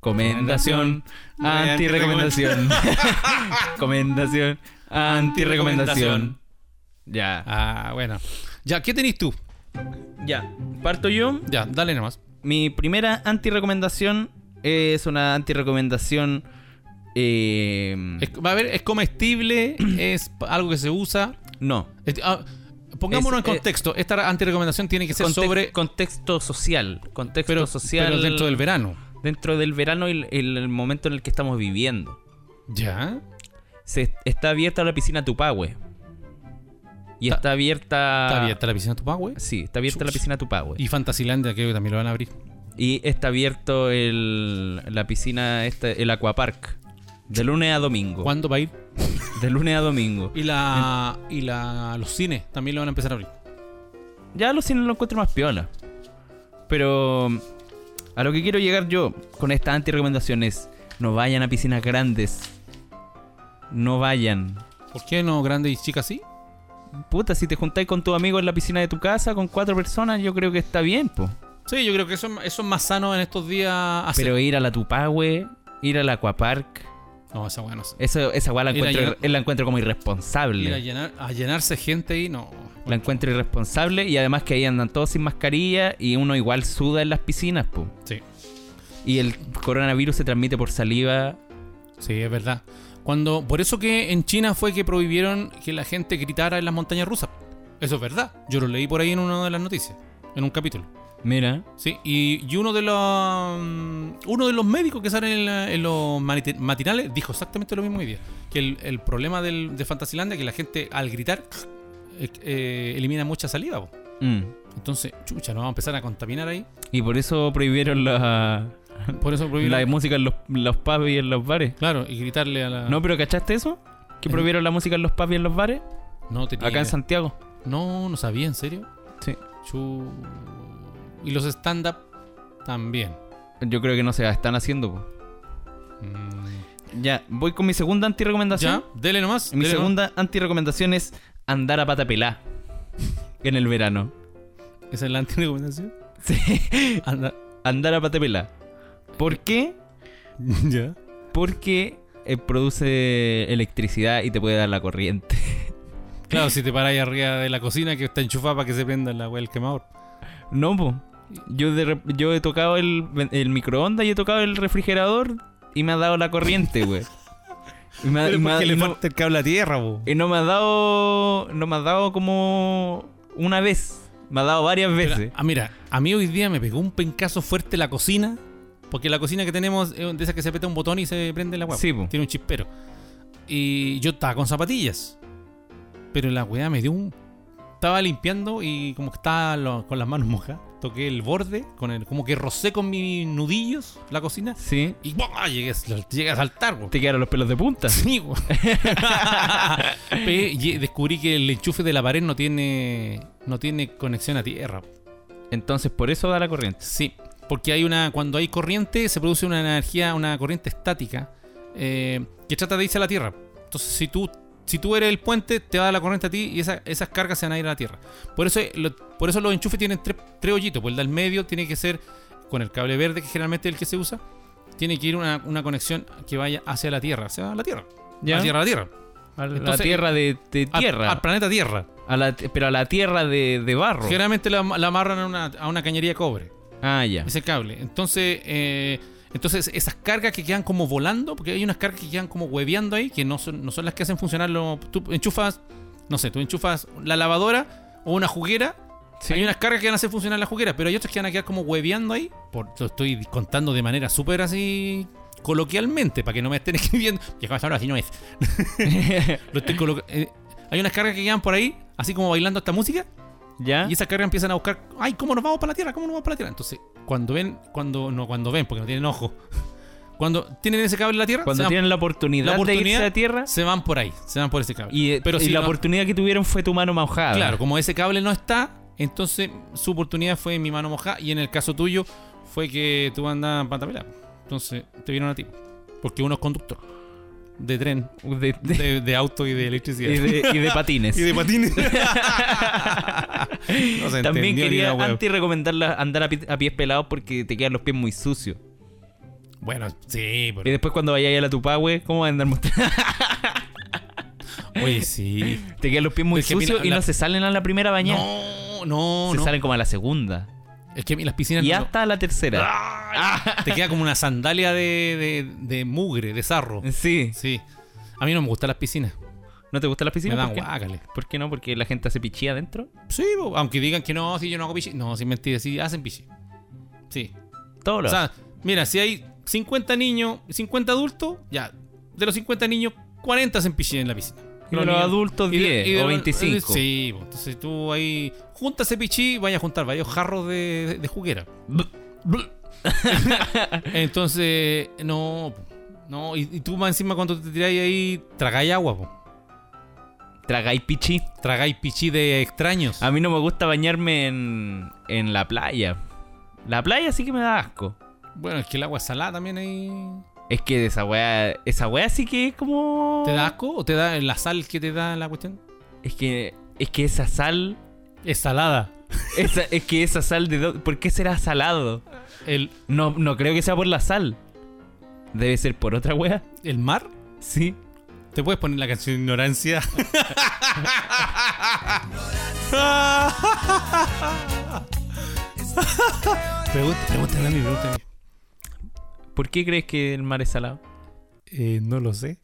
[SPEAKER 1] Comendación,
[SPEAKER 3] <laughs>
[SPEAKER 1] anti-recomendación. Comendación, anti-recomendación. Ya.
[SPEAKER 3] Ah, bueno. Ya, ¿qué tenés tú?
[SPEAKER 1] Ya, parto yo.
[SPEAKER 3] Ya, dale nomás.
[SPEAKER 1] Mi primera anti-recomendación es una anti-recomendación. eh,
[SPEAKER 3] Es, va a ver, es <clears throat> comestible, es pa- algo que se usa.
[SPEAKER 1] no,
[SPEAKER 3] Es- ah, pongámonos
[SPEAKER 1] Es-
[SPEAKER 3] en
[SPEAKER 1] eh,
[SPEAKER 3] contexto. Esta antirecomendación tiene que ser
[SPEAKER 1] Conte-
[SPEAKER 3] sobre.
[SPEAKER 1] contexto social. Contexto
[SPEAKER 3] pero,
[SPEAKER 1] social
[SPEAKER 3] pero dentro del verano.
[SPEAKER 1] dentro del verano y el- el- el momento en el que estamos viviendo.
[SPEAKER 3] Ya.
[SPEAKER 1] se está abierta la piscina Tupahue. Y está, abierta.
[SPEAKER 3] Está abierta la piscina Tupahue.
[SPEAKER 1] Sí, está abierta la piscina Tupahue.
[SPEAKER 3] Y
[SPEAKER 1] Y,
[SPEAKER 3] Fantasilandia, creo que también lo van a abrir.
[SPEAKER 1] está abierto el, la piscina, este, el aquapark. De lunes a domingo.
[SPEAKER 3] ¿Cuándo va a ir?
[SPEAKER 1] De lunes a domingo.
[SPEAKER 3] Y la. Y la. Los cines también lo van a empezar a abrir.
[SPEAKER 1] Ya los cines lo encuentro más piola. Pero. A lo que quiero llegar yo con estas anti-recomendaciones: no vayan a piscinas grandes. No vayan.
[SPEAKER 3] ¿Por qué no grande y chica así?
[SPEAKER 1] Puta, si te juntáis con tu amigo en la piscina de tu casa con cuatro personas, yo creo que está bien, po.
[SPEAKER 3] Sí, yo creo que eso, es- eso es más sano en estos días. hacer.
[SPEAKER 1] Pero ir a la Tupahue, ir al Aquapark,
[SPEAKER 3] no, esa weá no sé.
[SPEAKER 1] eso, esa weá la
[SPEAKER 3] Ir a
[SPEAKER 1] encuentro,
[SPEAKER 3] llenar-
[SPEAKER 1] la encuentro como
[SPEAKER 3] Ir a,
[SPEAKER 1] irresponsable.
[SPEAKER 3] llenar, a llenarse gente ahí, no.
[SPEAKER 1] La encuentro irresponsable y además que ahí andan todos sin mascarilla y uno igual suda en las piscinas, po.
[SPEAKER 3] Sí.
[SPEAKER 1] Y el coronavirus se transmite por saliva.
[SPEAKER 3] Sí, es verdad. Cuando, por eso que en China fue que prohibieron que la gente gritara en las montañas rusas. Eso es verdad. Yo lo leí por ahí en una de las noticias, en un capítulo.
[SPEAKER 1] Mira.
[SPEAKER 3] Sí, y, y uno de los mm, uno de los médicos que salen en, la- en los manite- matinales dijo exactamente lo mismo hoy día. Que el, el problema del, de Fantasilandia es que la gente al gritar eh, eh, elimina mucha saliva. po.
[SPEAKER 1] Mm.
[SPEAKER 3] Entonces, chucha, nos vamos a empezar a contaminar ahí.
[SPEAKER 1] Y por eso prohibieron la,
[SPEAKER 3] Por eso prohibieron.
[SPEAKER 1] la música en los, los pubs y en los bares.
[SPEAKER 3] Claro, y gritarle a la.
[SPEAKER 1] No, pero ¿cachaste eso? ¿Que
[SPEAKER 3] Eh.
[SPEAKER 1] prohibieron la música en los pubs y en los bares?
[SPEAKER 3] no tenía
[SPEAKER 1] Acá en
[SPEAKER 3] idea.
[SPEAKER 1] Santiago.
[SPEAKER 3] No, no sabía, ¿en serio?
[SPEAKER 1] Sí.
[SPEAKER 3] Chu- Y los stand-up también.
[SPEAKER 1] Yo creo que no se la están haciendo, po.
[SPEAKER 3] Mm.
[SPEAKER 1] Ya, voy con mi segunda anti-recomendación.
[SPEAKER 3] Ya, dele nomás.
[SPEAKER 1] Mi
[SPEAKER 3] dele nomás.
[SPEAKER 1] segunda anti-recomendación es andar a pata pelá en el verano.
[SPEAKER 3] Esa es la antirecomendación.
[SPEAKER 1] Sí, <laughs>
[SPEAKER 3] Anda.
[SPEAKER 1] andar a pata pelá. ¿Por qué?
[SPEAKER 3] ya.
[SPEAKER 1] Porque eh, produce electricidad y te puede dar la corriente. <laughs>
[SPEAKER 3] Claro, si te paráis arriba de la cocina que está enchufada para que se prenda la wea del quemador.
[SPEAKER 1] No, po. Yo, de rep- yo he tocado el, el microondas y he tocado el refrigerador y me ha dado la corriente,
[SPEAKER 3] <laughs>
[SPEAKER 1] güey. Y me ha- Ah, y
[SPEAKER 3] Pero
[SPEAKER 1] me ha-
[SPEAKER 3] porque le
[SPEAKER 1] y no-
[SPEAKER 3] falta el cable a tierra, po.
[SPEAKER 1] y no me ha dado. No me ha dado como. Una vez. Me ha dado varias
[SPEAKER 3] Pero,
[SPEAKER 1] veces.
[SPEAKER 3] ah, mira, a mí hoy día me pegó un pencazo fuerte la cocina. Porque la cocina que tenemos es de esas que se aprieta un botón y se prende la weá.
[SPEAKER 1] Sí, po.
[SPEAKER 3] Tiene un chispero. Y yo estaba con zapatillas. Pero la weá me dio un. Estaba limpiando y como que estaba lo- con las manos mojas. Toqué el borde, con el, como que rocé con mis nudillos la cocina.
[SPEAKER 1] Sí.
[SPEAKER 3] Y ¡buah! llegué, a- llegué a saltar, po.
[SPEAKER 1] Te quedaron los pelos de punta.
[SPEAKER 3] Sí, güey. <laughs> Pe- y Descubrí que el enchufe de la pared no tiene no tiene conexión a tierra.
[SPEAKER 1] Entonces por eso da la corriente.
[SPEAKER 3] Sí, porque hay una cuando hay corriente se produce una energía, una corriente estática eh, que trata de irse a la tierra. Entonces si tú si tú eres el puente te va a dar la corriente a ti y esa- esas cargas se van a ir a la tierra. Por eso lo- por eso los enchufes tienen tres, tres hoyitos. Pues el del medio tiene que ser con el cable verde que generalmente es el que se usa. Tiene que ir una, una conexión que vaya hacia la tierra, hacia la tierra,
[SPEAKER 1] ¿Ya?
[SPEAKER 3] a la tierra, a la tierra.
[SPEAKER 1] A la
[SPEAKER 3] Entonces-
[SPEAKER 1] tierra de, de
[SPEAKER 3] Al-
[SPEAKER 1] tierra.
[SPEAKER 3] Al, planeta Tierra.
[SPEAKER 1] A la t- pero a la tierra de, de barro.
[SPEAKER 3] Generalmente la, la amarran a una, a una cañería de cobre,
[SPEAKER 1] Ah, ya.
[SPEAKER 3] ese cable. Entonces, eh, entonces esas cargas que quedan como volando, porque hay unas cargas que quedan como hueveando ahí, que no son, no son las que hacen funcionar los... Tú enchufas, no sé, tú enchufas la lavadora o una juguera.
[SPEAKER 1] Sí.
[SPEAKER 3] Hay unas cargas que van a hacer funcionar la juguera, pero hay otras que van a quedar como hueveando ahí. Por, lo estoy contando de manera súper así coloquialmente, para que no me estén <laughs> escribiendo. Ya como ahora así no es. <laughs> Lo estoy colo- eh, hay unas cargas que quedan por ahí, así como bailando esta música.
[SPEAKER 1] ¿Ya?
[SPEAKER 3] Y esas cargas empiezan a buscar, ay, ¿cómo nos vamos para la Tierra? ¿Cómo nos vamos para la Tierra? Entonces, cuando ven, cuando no, cuando ven, porque no tienen ojo. <laughs> Cuando tienen ese cable en la Tierra,
[SPEAKER 1] Cuando
[SPEAKER 3] se,
[SPEAKER 1] tienen la oportunidad,
[SPEAKER 3] la
[SPEAKER 1] de irse
[SPEAKER 3] oportunidad-
[SPEAKER 1] a tierra.
[SPEAKER 3] van, se van por ahí, se van por ese cable.
[SPEAKER 1] Y, eh, y la
[SPEAKER 3] no-
[SPEAKER 1] oportunidad que tuvieron fue tu mano mojada.
[SPEAKER 3] claro, como ese cable no está, entonces su oportunidad fue en mi mano mojada y en el caso tuyo fue que tú andas en pantapela. Entonces, te vieron a ti. Porque uno es conductor de tren,
[SPEAKER 1] De- <laughs> de-
[SPEAKER 3] de, de auto y de
[SPEAKER 1] y,
[SPEAKER 3] electricidad. <laughs>
[SPEAKER 1] de, y de patines.
[SPEAKER 3] Y
[SPEAKER 1] <laughs>
[SPEAKER 3] de patines.
[SPEAKER 1] También quería antes recomendar andar a, pi- a pies pelados porque te quedan los pies muy sucios.
[SPEAKER 3] Bueno, sí,
[SPEAKER 1] Y
[SPEAKER 3] pero.
[SPEAKER 1] después cuando vayáis a la Tupahue, ¿cómo vas a andar mostrando?
[SPEAKER 3] Oye, sí.
[SPEAKER 1] <laughs> Te quedan los pies muy
[SPEAKER 3] Es que a mí
[SPEAKER 1] sucios
[SPEAKER 3] la-
[SPEAKER 1] y
[SPEAKER 3] la-
[SPEAKER 1] no se salen a la primera bañada.
[SPEAKER 3] No, no,
[SPEAKER 1] se
[SPEAKER 3] no.
[SPEAKER 1] salen como a la segunda.
[SPEAKER 3] Es que a mí las piscinas.
[SPEAKER 1] Y
[SPEAKER 3] no- Ah.
[SPEAKER 1] hasta a la tercera.
[SPEAKER 3] Te queda como una sandalia de, de, de mugre, de sarro.
[SPEAKER 1] Sí.
[SPEAKER 3] Sí. A mí no me gustan las piscinas.
[SPEAKER 1] ¿No te gustan las piscinas?
[SPEAKER 3] me dan
[SPEAKER 1] ¿Por qué?
[SPEAKER 3] guácale.
[SPEAKER 1] ¿Por qué no? Porque la gente hace pichí adentro.
[SPEAKER 3] Sí, bo, aunque digan que no, si yo no hago pichi. No, si mentira, sí hacen pichi. Sí.
[SPEAKER 1] Todo lo
[SPEAKER 3] O sea, mira, si hay 50 niños, 50 adultos, ya. De los 50 niños, 40 hacen pichi en la piscina.
[SPEAKER 1] Y de los
[SPEAKER 3] niños-
[SPEAKER 1] adultos,
[SPEAKER 3] y de-
[SPEAKER 1] 10
[SPEAKER 3] y de
[SPEAKER 1] o
[SPEAKER 3] los-
[SPEAKER 1] 25.
[SPEAKER 3] Sí, bo, entonces tú ahí. Juntas ese pichi y vayas a juntar varios jarros de, de- de juguera. <laughs> Entonces, no. po. No, y, y tú más encima cuando te tiráis ahí, tragáis agua, po.
[SPEAKER 1] Tragáis pichí.
[SPEAKER 3] tragáis pichí de extraños.
[SPEAKER 1] A mí no me gusta bañarme en, en la playa. La playa sí que me da asco.
[SPEAKER 3] Bueno, es que el agua es salada también ahí.
[SPEAKER 1] Es que esa weá, esa weá sí que es como...
[SPEAKER 3] ¿Te da asco o te da la sal que te da la cuestión?
[SPEAKER 1] Es que, es que esa sal...
[SPEAKER 3] Es salada.
[SPEAKER 1] esa- es que esa sal de... dó- ¿Por qué será salado?
[SPEAKER 3] ¿El,
[SPEAKER 1] No, no creo que sea por la sal. Debe ser por otra weá.
[SPEAKER 3] el mar?
[SPEAKER 1] Sí.
[SPEAKER 3] ¿Te puedes poner la canción <laughs> Ignorancia? Pregunta- Pregúntame a mí, pregúntame a mí.
[SPEAKER 1] ¿Por qué crees que el mar es salado?
[SPEAKER 3] Eh, no lo sé.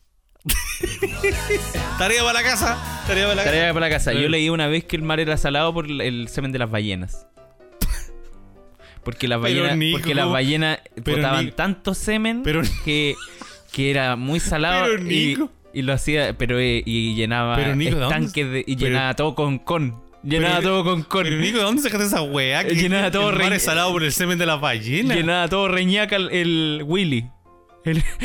[SPEAKER 3] tarea para la casa. Tarea para la casa.
[SPEAKER 1] Tarea para la casa. Yo
[SPEAKER 3] Sí.
[SPEAKER 1] leí una vez que el mar era salado por el- el semen de las ballenas. Porque las
[SPEAKER 3] Pero,
[SPEAKER 1] ballenas,
[SPEAKER 3] Nico,
[SPEAKER 1] porque las ballenas
[SPEAKER 3] pero,
[SPEAKER 1] botaban
[SPEAKER 3] Nico.
[SPEAKER 1] tanto semen
[SPEAKER 3] Pero-
[SPEAKER 1] que, que era muy salado
[SPEAKER 3] <laughs> Pero,
[SPEAKER 1] y,
[SPEAKER 3] Nico.
[SPEAKER 1] y lo hacía, pero eh, y llenaba
[SPEAKER 3] Pero, Nico, ¿de dónde
[SPEAKER 1] estanques de- y
[SPEAKER 3] pero-
[SPEAKER 1] llenaba todo con con. Llenaba
[SPEAKER 3] pero-
[SPEAKER 1] todo con con.
[SPEAKER 3] Pero
[SPEAKER 1] <laughs>
[SPEAKER 3] Nico, ¿de dónde sacaste esa weá? Que
[SPEAKER 1] Llenaba todo
[SPEAKER 3] el mar
[SPEAKER 1] re-
[SPEAKER 3] es salado por el semen de las ballenas.
[SPEAKER 1] llenaba todo reñaca el, el Willy. El- <laughs>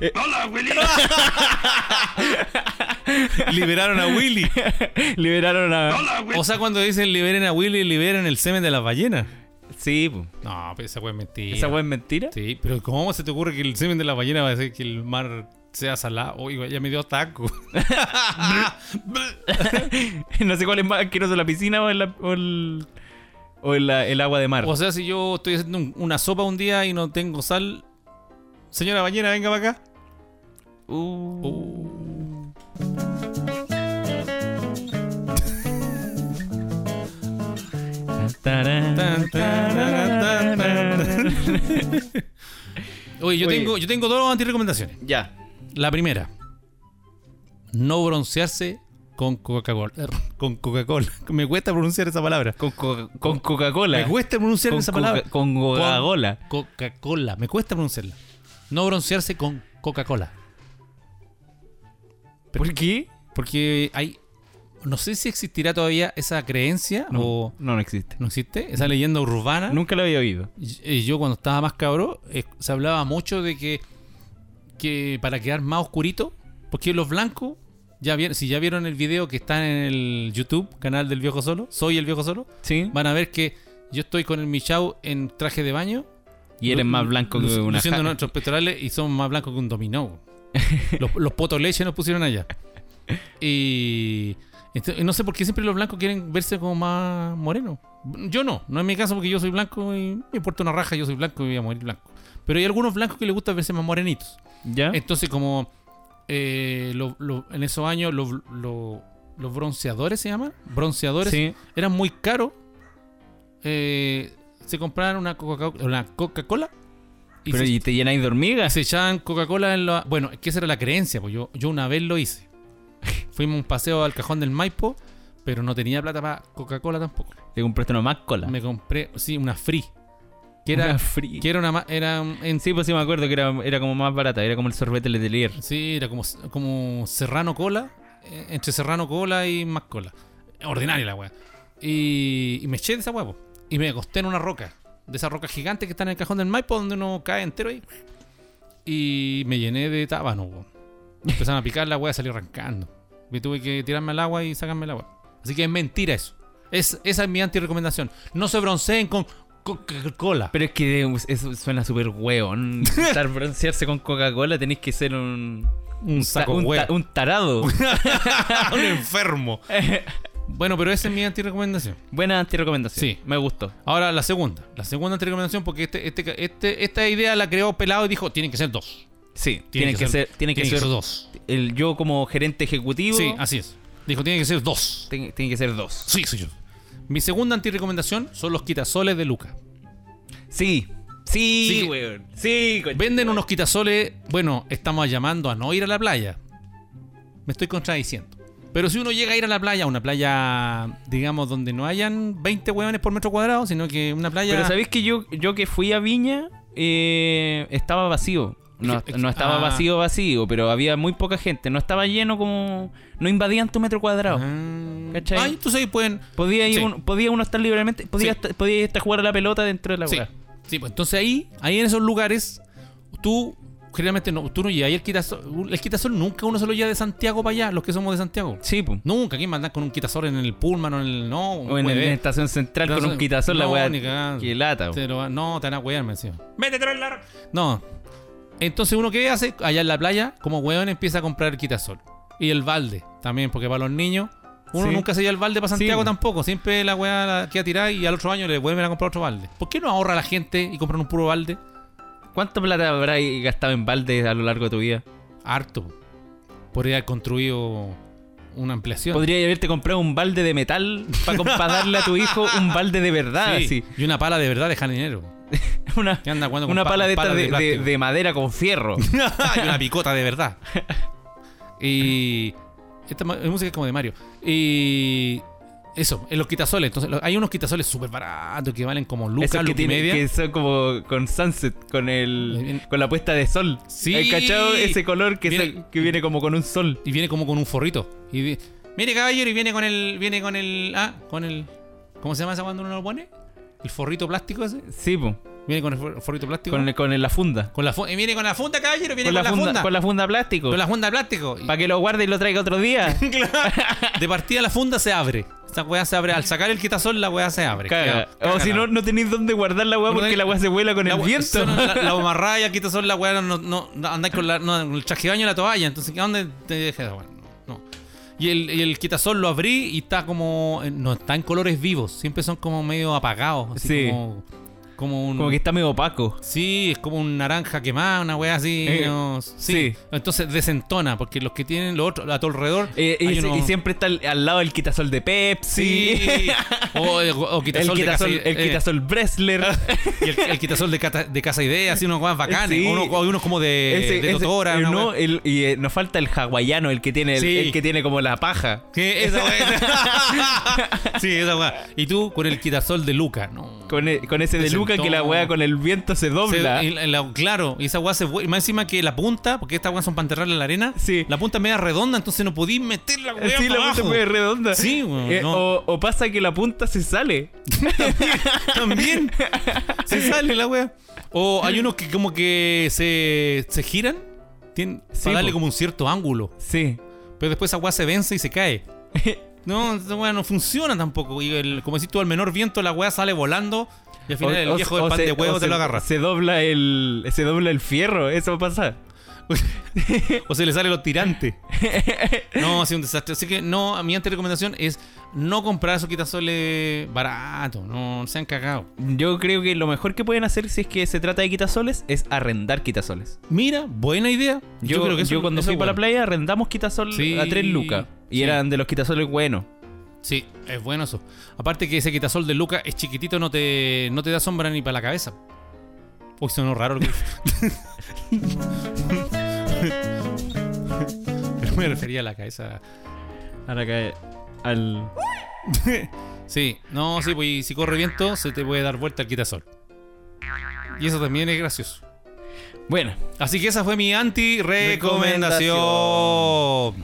[SPEAKER 1] eh,
[SPEAKER 3] <laughs> Liberaron a Willy.
[SPEAKER 1] <laughs> liberaron a.
[SPEAKER 3] o sea, cuando dicen liberen a Willy, liberen el semen de las ballenas.
[SPEAKER 1] Sí, po.
[SPEAKER 3] No, pero esa weá es mentira.
[SPEAKER 1] esa weá es mentira.
[SPEAKER 3] Sí, pero ¿cómo se te ocurre que el semen de la ballena va a hacer que el mar sea salado? Oiga, ya me dio taco.
[SPEAKER 1] <laughs> no sé cuál es más asqueroso, la piscina o, en la- o el, o en la- el agua de mar.
[SPEAKER 3] o sea, si yo estoy haciendo un- una sopa un día y no tengo sal. Señora ballena, venga para acá.
[SPEAKER 1] Uh.
[SPEAKER 3] Uh.
[SPEAKER 1] Tan, tarán,
[SPEAKER 3] Tan, tarán, tan, tarán. Oye,
[SPEAKER 1] Oye.
[SPEAKER 3] yo tengo, yo tengo dos antirecomendaciones.
[SPEAKER 1] <laughs> Ya.
[SPEAKER 3] La primera, no broncearse con Coca-Cola. Er, Con Coca-Cola. <laughs> Me cuesta pronunciar esa palabra.
[SPEAKER 1] Con, co- con Coca-Cola.
[SPEAKER 3] Me cuesta pronunciar
[SPEAKER 1] Con
[SPEAKER 3] esa
[SPEAKER 1] Coca-
[SPEAKER 3] palabra.
[SPEAKER 1] con Coca-Cola.
[SPEAKER 3] Con Coca-Cola. Me cuesta pronunciarla. No broncearse con Coca-Cola.
[SPEAKER 1] ¿Por qué?
[SPEAKER 3] Porque hay. No sé si existirá todavía esa creencia
[SPEAKER 1] No,
[SPEAKER 3] o.
[SPEAKER 1] no, no existe.
[SPEAKER 3] ¿No existe? Esa leyenda urbana.
[SPEAKER 1] Nunca lo había oído.
[SPEAKER 3] Y- y Yo cuando estaba más cabro, eh, se hablaba mucho de que, que para quedar más oscurito, porque los blancos, ya vieron, si ya vieron el video que está en el YouTube, canal del viejo solo, soy el viejo solo,
[SPEAKER 1] ¿Sí?
[SPEAKER 3] van a ver que yo estoy con el Michau en traje de baño.
[SPEAKER 1] Y eres
[SPEAKER 3] lu-
[SPEAKER 1] más blanco que
[SPEAKER 3] luci-
[SPEAKER 1] una
[SPEAKER 3] luciendo
[SPEAKER 1] ja-
[SPEAKER 3] nuestros pectorales y son más blancos que un dominó. los, los potos leche nos pusieron allá. Y ento- no sé por qué siempre los blancos quieren verse como más morenos. Yo no, no es mi caso porque yo soy blanco y me importa una raja, yo soy blanco y voy a morir blanco. Pero hay algunos blancos que les gusta verse más morenitos.
[SPEAKER 1] ¿Ya?
[SPEAKER 3] Entonces, como eh, lo- lo- en esos años los lo- los bronceadores se llaman, bronceadores
[SPEAKER 1] Sí.
[SPEAKER 3] eran muy caros. eh, se compraban una Coca-Cola una Coca-Cola y
[SPEAKER 1] Pero
[SPEAKER 3] se-
[SPEAKER 1] y te llenáis de hormigas.
[SPEAKER 3] se echaban Coca-Cola en la. Bueno, es que esa era la creencia, pues yo, yo una vez lo hice. <laughs> Fuimos a un paseo al cajón del Maipo, pero no tenía plata para Coca-Cola tampoco.
[SPEAKER 1] Te compraste una más cola.
[SPEAKER 3] Me compré, sí, una free. Que
[SPEAKER 1] Una
[SPEAKER 3] era.
[SPEAKER 1] fría.
[SPEAKER 3] Que era una ma- era un- en-
[SPEAKER 1] Sí, pues sí me acuerdo que era, era como más barata, era como el sorbete Letelier.
[SPEAKER 3] Sí, era como, como Serrano Cola, eh, entre Serrano Cola y más cola. Ordinaria la weá. Y, y me eché de esa huevo. Y me acosté en una roca. De esas rocas gigantes que están en el cajón del Maipo, donde uno cae entero ahí. Y me llené de tábano, weón. Empezaron a picar la weá, salió arrancando. Me tuve que tirarme al agua y sacarme el agua. Así que es mentira eso. Es, esa es mi antirecomendación. No se bronceen con Coca-Cola.
[SPEAKER 1] Pero es que eh, eso suena súper hueón. <laughs> Estar broncearse con Coca-Cola tenés que ser un.
[SPEAKER 3] Un
[SPEAKER 1] ta-
[SPEAKER 3] saco
[SPEAKER 1] un,
[SPEAKER 3] hueá.
[SPEAKER 1] ta- un <laughs> tarado.
[SPEAKER 3] un <laughs> enfermo. bueno, pero esa es mi antirecomendación.
[SPEAKER 1] Buena antirecomendación.
[SPEAKER 3] Sí.
[SPEAKER 1] me gustó.
[SPEAKER 3] Ahora la segunda. La segunda antirecomendación porque este, este, este, esta idea la creó Pelado y dijo, tienen que ser dos.
[SPEAKER 1] Sí, tiene que, ser, tiene que ser
[SPEAKER 3] dos.
[SPEAKER 1] el yo como gerente ejecutivo.
[SPEAKER 3] Sí, así es. Dijo, tienen que ser dos.
[SPEAKER 1] ten- tiene que ser dos.
[SPEAKER 3] Sí, señor. Mi segunda antirecomendación son los quitasoles de Luca.
[SPEAKER 1] Sí, sí,
[SPEAKER 3] Sí,
[SPEAKER 1] weón. Sí, coño.
[SPEAKER 3] Venden unos quitasoles, bueno, estamos llamando a no ir a la playa. Me estoy contradiciendo. Pero si uno llega a ir a la playa, una playa, digamos, donde no hayan 20 hueones por metro cuadrado, sino que una playa...
[SPEAKER 1] Pero sabéis que yo, yo que fui a Viña eh, estaba vacío. No,
[SPEAKER 3] Ex- ex-
[SPEAKER 1] no estaba
[SPEAKER 3] ah.
[SPEAKER 1] vacío, vacío, pero había muy poca gente. No estaba lleno como. No invadían tu metro cuadrado.
[SPEAKER 3] Ah,
[SPEAKER 1] ¿Cachai?
[SPEAKER 3] ah, entonces ahí pueden...
[SPEAKER 1] Podía, ir
[SPEAKER 3] Sí.
[SPEAKER 1] uno, podía uno estar libremente, podía,
[SPEAKER 3] Sí.
[SPEAKER 1] estar, podía estar jugar a la pelota dentro de la
[SPEAKER 3] Sí,
[SPEAKER 1] weá.
[SPEAKER 3] sí, pues entonces ahí, ahí en esos lugares, tú generalmente no, tú no llevas ahí el quitasol. El quitasol nunca uno se lo lleva de Santiago para allá, los que somos de Santiago.
[SPEAKER 1] Sí, po.
[SPEAKER 3] Nunca, ¿quién mandan con un quitasol en el Pullman o en el no?
[SPEAKER 1] O en, el- en la estación central con un quitasol, la
[SPEAKER 3] weá.
[SPEAKER 1] weá. Qué lata, po.
[SPEAKER 3] No, te van a wear, me decía. Métetelo en la. No. Entonces uno que hace allá en la playa, como weón, empieza a comprar el quitasol. Y el balde también, porque para los niños, uno
[SPEAKER 1] Sí.
[SPEAKER 3] nunca se lleva el balde para Santiago
[SPEAKER 1] po.
[SPEAKER 3] tampoco. Siempre la weá la queda tirada y al otro año le vuelven a comprar otro balde. ¿Por qué no ahorra la gente y compran un puro balde?
[SPEAKER 1] ¿Cuánta plata habrás gastado en balde a lo largo de tu vida?
[SPEAKER 3] Harto. Podría haber construido una ampliación.
[SPEAKER 1] Podría haberte comprado un balde de metal para darle a tu hijo un balde de verdad,
[SPEAKER 3] Sí,
[SPEAKER 1] así. <laughs>
[SPEAKER 3] Y una pala de verdad de jardinero.
[SPEAKER 1] Una,
[SPEAKER 3] ¿Qué anda jugando con
[SPEAKER 1] una
[SPEAKER 3] pa-
[SPEAKER 1] pala de
[SPEAKER 3] pala
[SPEAKER 1] estas
[SPEAKER 3] de
[SPEAKER 1] de, de-
[SPEAKER 3] plástico? Ah,
[SPEAKER 1] de madera con fierro.
[SPEAKER 3] <laughs> y una picota de
[SPEAKER 1] <laughs>
[SPEAKER 3] verdad. Y. Esta ma- música es como de Mario. Y. Eso, en los quitasoles. Entonces, lo- hay unos quitasoles súper baratos que valen como lucas,
[SPEAKER 1] Esos que,
[SPEAKER 3] lucas y
[SPEAKER 1] tienen-
[SPEAKER 3] media.
[SPEAKER 1] que son como con sunset, con el
[SPEAKER 3] En-
[SPEAKER 1] con la puesta de sol.
[SPEAKER 3] Sí.
[SPEAKER 1] ¿Hay cachado ese color que,
[SPEAKER 3] Viene-
[SPEAKER 1] se- que viene como con un sol?
[SPEAKER 3] Y viene como con un forrito. Y di- Mire, caballero, y viene con el. Viene con el. Ah, con el. ¿Cómo se llama esa cuando uno lo pone? ¿El forrito plástico ese?
[SPEAKER 1] Sí, po,
[SPEAKER 3] Viene con el for- forrito plástico.
[SPEAKER 1] con, el- con el- la funda.
[SPEAKER 3] Con la funda. Viene con la funda, caballero, viene
[SPEAKER 1] Con la funda, con la funda plástico.
[SPEAKER 3] Con la funda de plástico. Y-
[SPEAKER 1] Para que lo guarde y lo traiga otro
[SPEAKER 3] <laughs>
[SPEAKER 1] día.
[SPEAKER 3] De partida la funda se abre. Esta weá se abre. Al sacar el quitasol, la weá se abre.
[SPEAKER 1] Caga.
[SPEAKER 3] Queda-
[SPEAKER 1] O si
[SPEAKER 3] caga
[SPEAKER 1] no,
[SPEAKER 3] la-
[SPEAKER 1] no tenéis dónde guardar la weá
[SPEAKER 3] No
[SPEAKER 1] porque
[SPEAKER 3] hay-
[SPEAKER 1] la weá se vuela con el
[SPEAKER 3] la-
[SPEAKER 1] viento.
[SPEAKER 3] <laughs> son La, la gomarraya, aquí te son la weá, no, no, no, andáis con, la- no, con el traje de baño y la toalla. Entonces, ¿a dónde te dejas? Bueno, no. Y el, y el quitasol lo abrí y está como. eh, No, está en colores vivos. Siempre son como medio apagados. Así
[SPEAKER 1] Sí.
[SPEAKER 3] como. como un.
[SPEAKER 1] Como que está medio opaco.
[SPEAKER 3] Sí, es como un naranja quemada, una weá así.
[SPEAKER 1] Eh,
[SPEAKER 3] no- sí.
[SPEAKER 1] sí.
[SPEAKER 3] Entonces desentona, porque los que tienen los otros a tu alrededor.
[SPEAKER 1] Eh, y,
[SPEAKER 3] hay
[SPEAKER 1] si-
[SPEAKER 3] unos-
[SPEAKER 1] y siempre está al, al lado el quitasol de Pepsi. <laughs>
[SPEAKER 3] Sí. o, el- o
[SPEAKER 1] El
[SPEAKER 3] quitasol, de casa,
[SPEAKER 1] quitasol, el
[SPEAKER 3] eh,
[SPEAKER 1] quitasol Bresler.
[SPEAKER 3] <laughs> y el, el quitasol de, cata- de casa idea, así unos weas bacanes.
[SPEAKER 1] Sí.
[SPEAKER 3] o unos, o unos como de,
[SPEAKER 1] Ese-
[SPEAKER 3] de
[SPEAKER 1] ese-
[SPEAKER 3] Totora.
[SPEAKER 1] eh,
[SPEAKER 3] una
[SPEAKER 1] no,
[SPEAKER 3] wea-
[SPEAKER 1] el- y eh, nos falta el hawaiano, el que tiene el,
[SPEAKER 3] Sí.
[SPEAKER 1] el que tiene como la paja.
[SPEAKER 3] Que esa
[SPEAKER 1] <laughs>
[SPEAKER 3] wea- sí, esa wea. Y tú con el quitasol de Luca, no.
[SPEAKER 1] Con, e- con ese de Luca que la
[SPEAKER 3] Desentona.
[SPEAKER 1] weá con el viento se
[SPEAKER 3] Se-
[SPEAKER 1] dobla.
[SPEAKER 3] y la- la- claro, y esa weá se vuel- y Más encima que la punta, porque estas weas son para enterrarla en la arena.
[SPEAKER 1] Sí.
[SPEAKER 3] La punta es media redonda, entonces no podís meter la
[SPEAKER 1] Eh,
[SPEAKER 3] weá.
[SPEAKER 1] sí,
[SPEAKER 3] para
[SPEAKER 1] la punta
[SPEAKER 3] abajo.
[SPEAKER 1] puede redonda.
[SPEAKER 3] Sí, weón,
[SPEAKER 1] Eh,
[SPEAKER 3] no.
[SPEAKER 1] o, o pasa que la punta se sale.
[SPEAKER 3] <laughs> También
[SPEAKER 1] <laughs>
[SPEAKER 3] se sale la wea. O hay unos que como que se, se giran tienen,
[SPEAKER 1] Sí,
[SPEAKER 3] para darle
[SPEAKER 1] po.
[SPEAKER 3] como un cierto ángulo.
[SPEAKER 1] Sí.
[SPEAKER 3] Pero después esa weá se vence y
[SPEAKER 1] <laughs>
[SPEAKER 3] se cae. No, esa weá no funciona tampoco. Y el- como decís tú, al menor viento la weá sale volando y al final el viejo del
[SPEAKER 1] o
[SPEAKER 3] pan
[SPEAKER 1] se-
[SPEAKER 3] de huevo
[SPEAKER 1] o
[SPEAKER 3] te
[SPEAKER 1] se-
[SPEAKER 3] lo agarra.
[SPEAKER 1] Se dobla el. Se dobla el fierro, eso
[SPEAKER 3] <laughs>
[SPEAKER 1] pasa.
[SPEAKER 3] O se le sale
[SPEAKER 1] <laughs>
[SPEAKER 3] los tirantes. no, ha sido un desastre. Así que no, mi ante recomendación es no comprar esos quitasoles barato. No, se han cagado.
[SPEAKER 1] Yo creo que lo mejor que pueden hacer si es que se trata de quitasoles es arrendar quitasoles.
[SPEAKER 3] Mira, buena idea.
[SPEAKER 1] Yo,
[SPEAKER 3] creo que eso-
[SPEAKER 1] yo cuando
[SPEAKER 3] eso
[SPEAKER 1] fui
[SPEAKER 3] es
[SPEAKER 1] para la
[SPEAKER 3] bueno.
[SPEAKER 1] playa arrendamos quitasol
[SPEAKER 3] Sí,
[SPEAKER 1] a 3 lucas. Y
[SPEAKER 3] sí.
[SPEAKER 1] eran de los quitasoles buenos.
[SPEAKER 3] Sí, es bueno eso. Aparte que ese quitasol de Luca es chiquitito, no te, no te da sombra ni para la cabeza. Uy, sonó raro lo que dije. <laughs> Pero me refería a la cabeza.
[SPEAKER 1] Ahora cae al.
[SPEAKER 3] Sí, no, sí, pues y si corre viento, se te puede dar vuelta el quitasol. Y eso también es gracioso.
[SPEAKER 1] Bueno,
[SPEAKER 3] Así que esa fue mi anti-recomendación.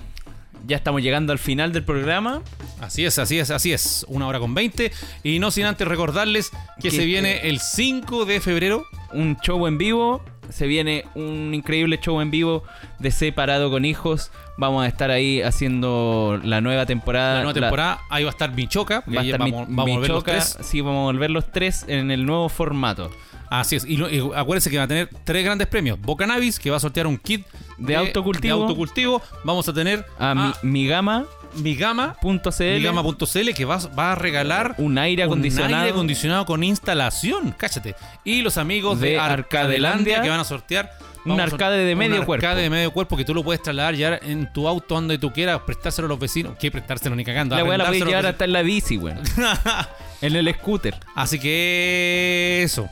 [SPEAKER 1] ya estamos llegando al final del programa.
[SPEAKER 3] Así es, así es, así es. Una hora con 20. Y no sin antes recordarles que
[SPEAKER 1] Que-
[SPEAKER 3] se viene el 5 de febrero.
[SPEAKER 1] Un show en vivo. Se viene un increíble show en vivo de Separado con Hijos. Vamos a estar ahí haciendo la nueva temporada.
[SPEAKER 3] la nueva temporada. Ahí va a estar Michoca.
[SPEAKER 1] va a
[SPEAKER 3] ahí
[SPEAKER 1] estar
[SPEAKER 3] vamos,
[SPEAKER 1] Mi-
[SPEAKER 3] vamos a ver los
[SPEAKER 1] Michoca.
[SPEAKER 3] tres.
[SPEAKER 1] Sí, vamos a volver los tres en el nuevo formato.
[SPEAKER 3] Así es. Y, lo- y acuérdense que va a tener tres grandes premios. Bocanabis, que va a sortear un kit
[SPEAKER 1] De autocultivo.
[SPEAKER 3] de autocultivo. Vamos a tener
[SPEAKER 1] A, mi, migama.cl
[SPEAKER 3] Ah. Migama. Migama.cl que va, va a regalar
[SPEAKER 1] un aire
[SPEAKER 3] un
[SPEAKER 1] acondicionado.
[SPEAKER 3] aire acondicionado con instalación. Cáchate. Y los amigos de,
[SPEAKER 1] De
[SPEAKER 3] Arcadelandia
[SPEAKER 1] Arcadelandia,
[SPEAKER 3] que van a sortear.
[SPEAKER 1] un
[SPEAKER 3] vamos a
[SPEAKER 1] arcade de
[SPEAKER 3] un
[SPEAKER 1] medio cuerpo.
[SPEAKER 3] arcade de medio cuerpo que tú lo puedes trasladar ya en tu auto donde tú quieras, prestárselo a los vecinos. ¿Qué prestárselo ni cagando?
[SPEAKER 1] la weá la puedes
[SPEAKER 3] arrendárselo a
[SPEAKER 1] llevar
[SPEAKER 3] los
[SPEAKER 1] hasta en la bici,
[SPEAKER 3] <laughs>
[SPEAKER 1] weón. en el scooter.
[SPEAKER 3] Así que eso.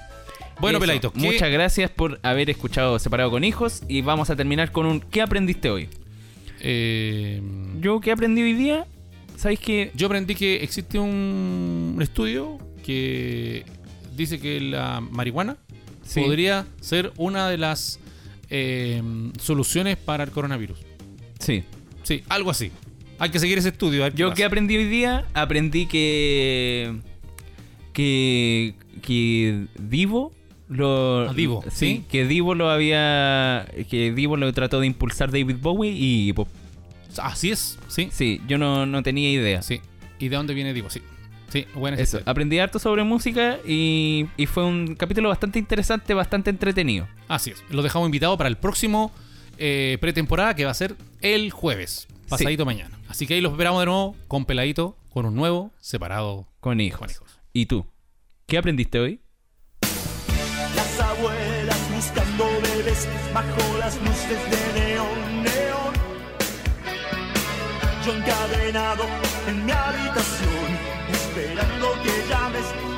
[SPEAKER 3] Bueno,
[SPEAKER 1] Eso.
[SPEAKER 3] peladitos, ¿qué-
[SPEAKER 1] Muchas gracias por haber escuchado Separado con Hijos y vamos a terminar con un ¿Qué aprendiste hoy?
[SPEAKER 3] eh,
[SPEAKER 1] Yo, ¿qué aprendí hoy día? ¿Sabéis que
[SPEAKER 3] yo aprendí que existe un estudio que dice que la marihuana
[SPEAKER 1] Sí.
[SPEAKER 3] podría ser una de las eh, soluciones para el coronavirus.
[SPEAKER 1] Sí.
[SPEAKER 3] Sí, algo así. Hay que seguir ese estudio. a ver qué
[SPEAKER 1] Yo,
[SPEAKER 3] pasa.
[SPEAKER 1] ¿qué aprendí hoy día? Aprendí que. que. que Divo. Lo,
[SPEAKER 3] Ah, Divo, ¿sí?
[SPEAKER 1] Que Divo lo había. que Divo lo trató de impulsar David Bowie y. pop.
[SPEAKER 3] Así es, sí.
[SPEAKER 1] Sí, yo no, no tenía idea.
[SPEAKER 3] Sí. ¿Y de dónde viene Digo? Sí. Sí, bueno, este.
[SPEAKER 1] Eso, aprendí harto sobre música y, y fue un capítulo bastante interesante, bastante entretenido.
[SPEAKER 3] Así es. Lo dejamos invitado para el próximo eh, pretemporada que va a ser el jueves, pasadito mañana. Así que ahí los esperamos de nuevo con Peladito, con un nuevo separado.
[SPEAKER 1] Con hijos.
[SPEAKER 3] Con hijos.
[SPEAKER 1] ¿Y tú? ¿Qué aprendiste hoy?
[SPEAKER 2] Las abuelas buscando bebés bajo las luces de neón, neón. Yo encadenado en mi habitación, esperando que llames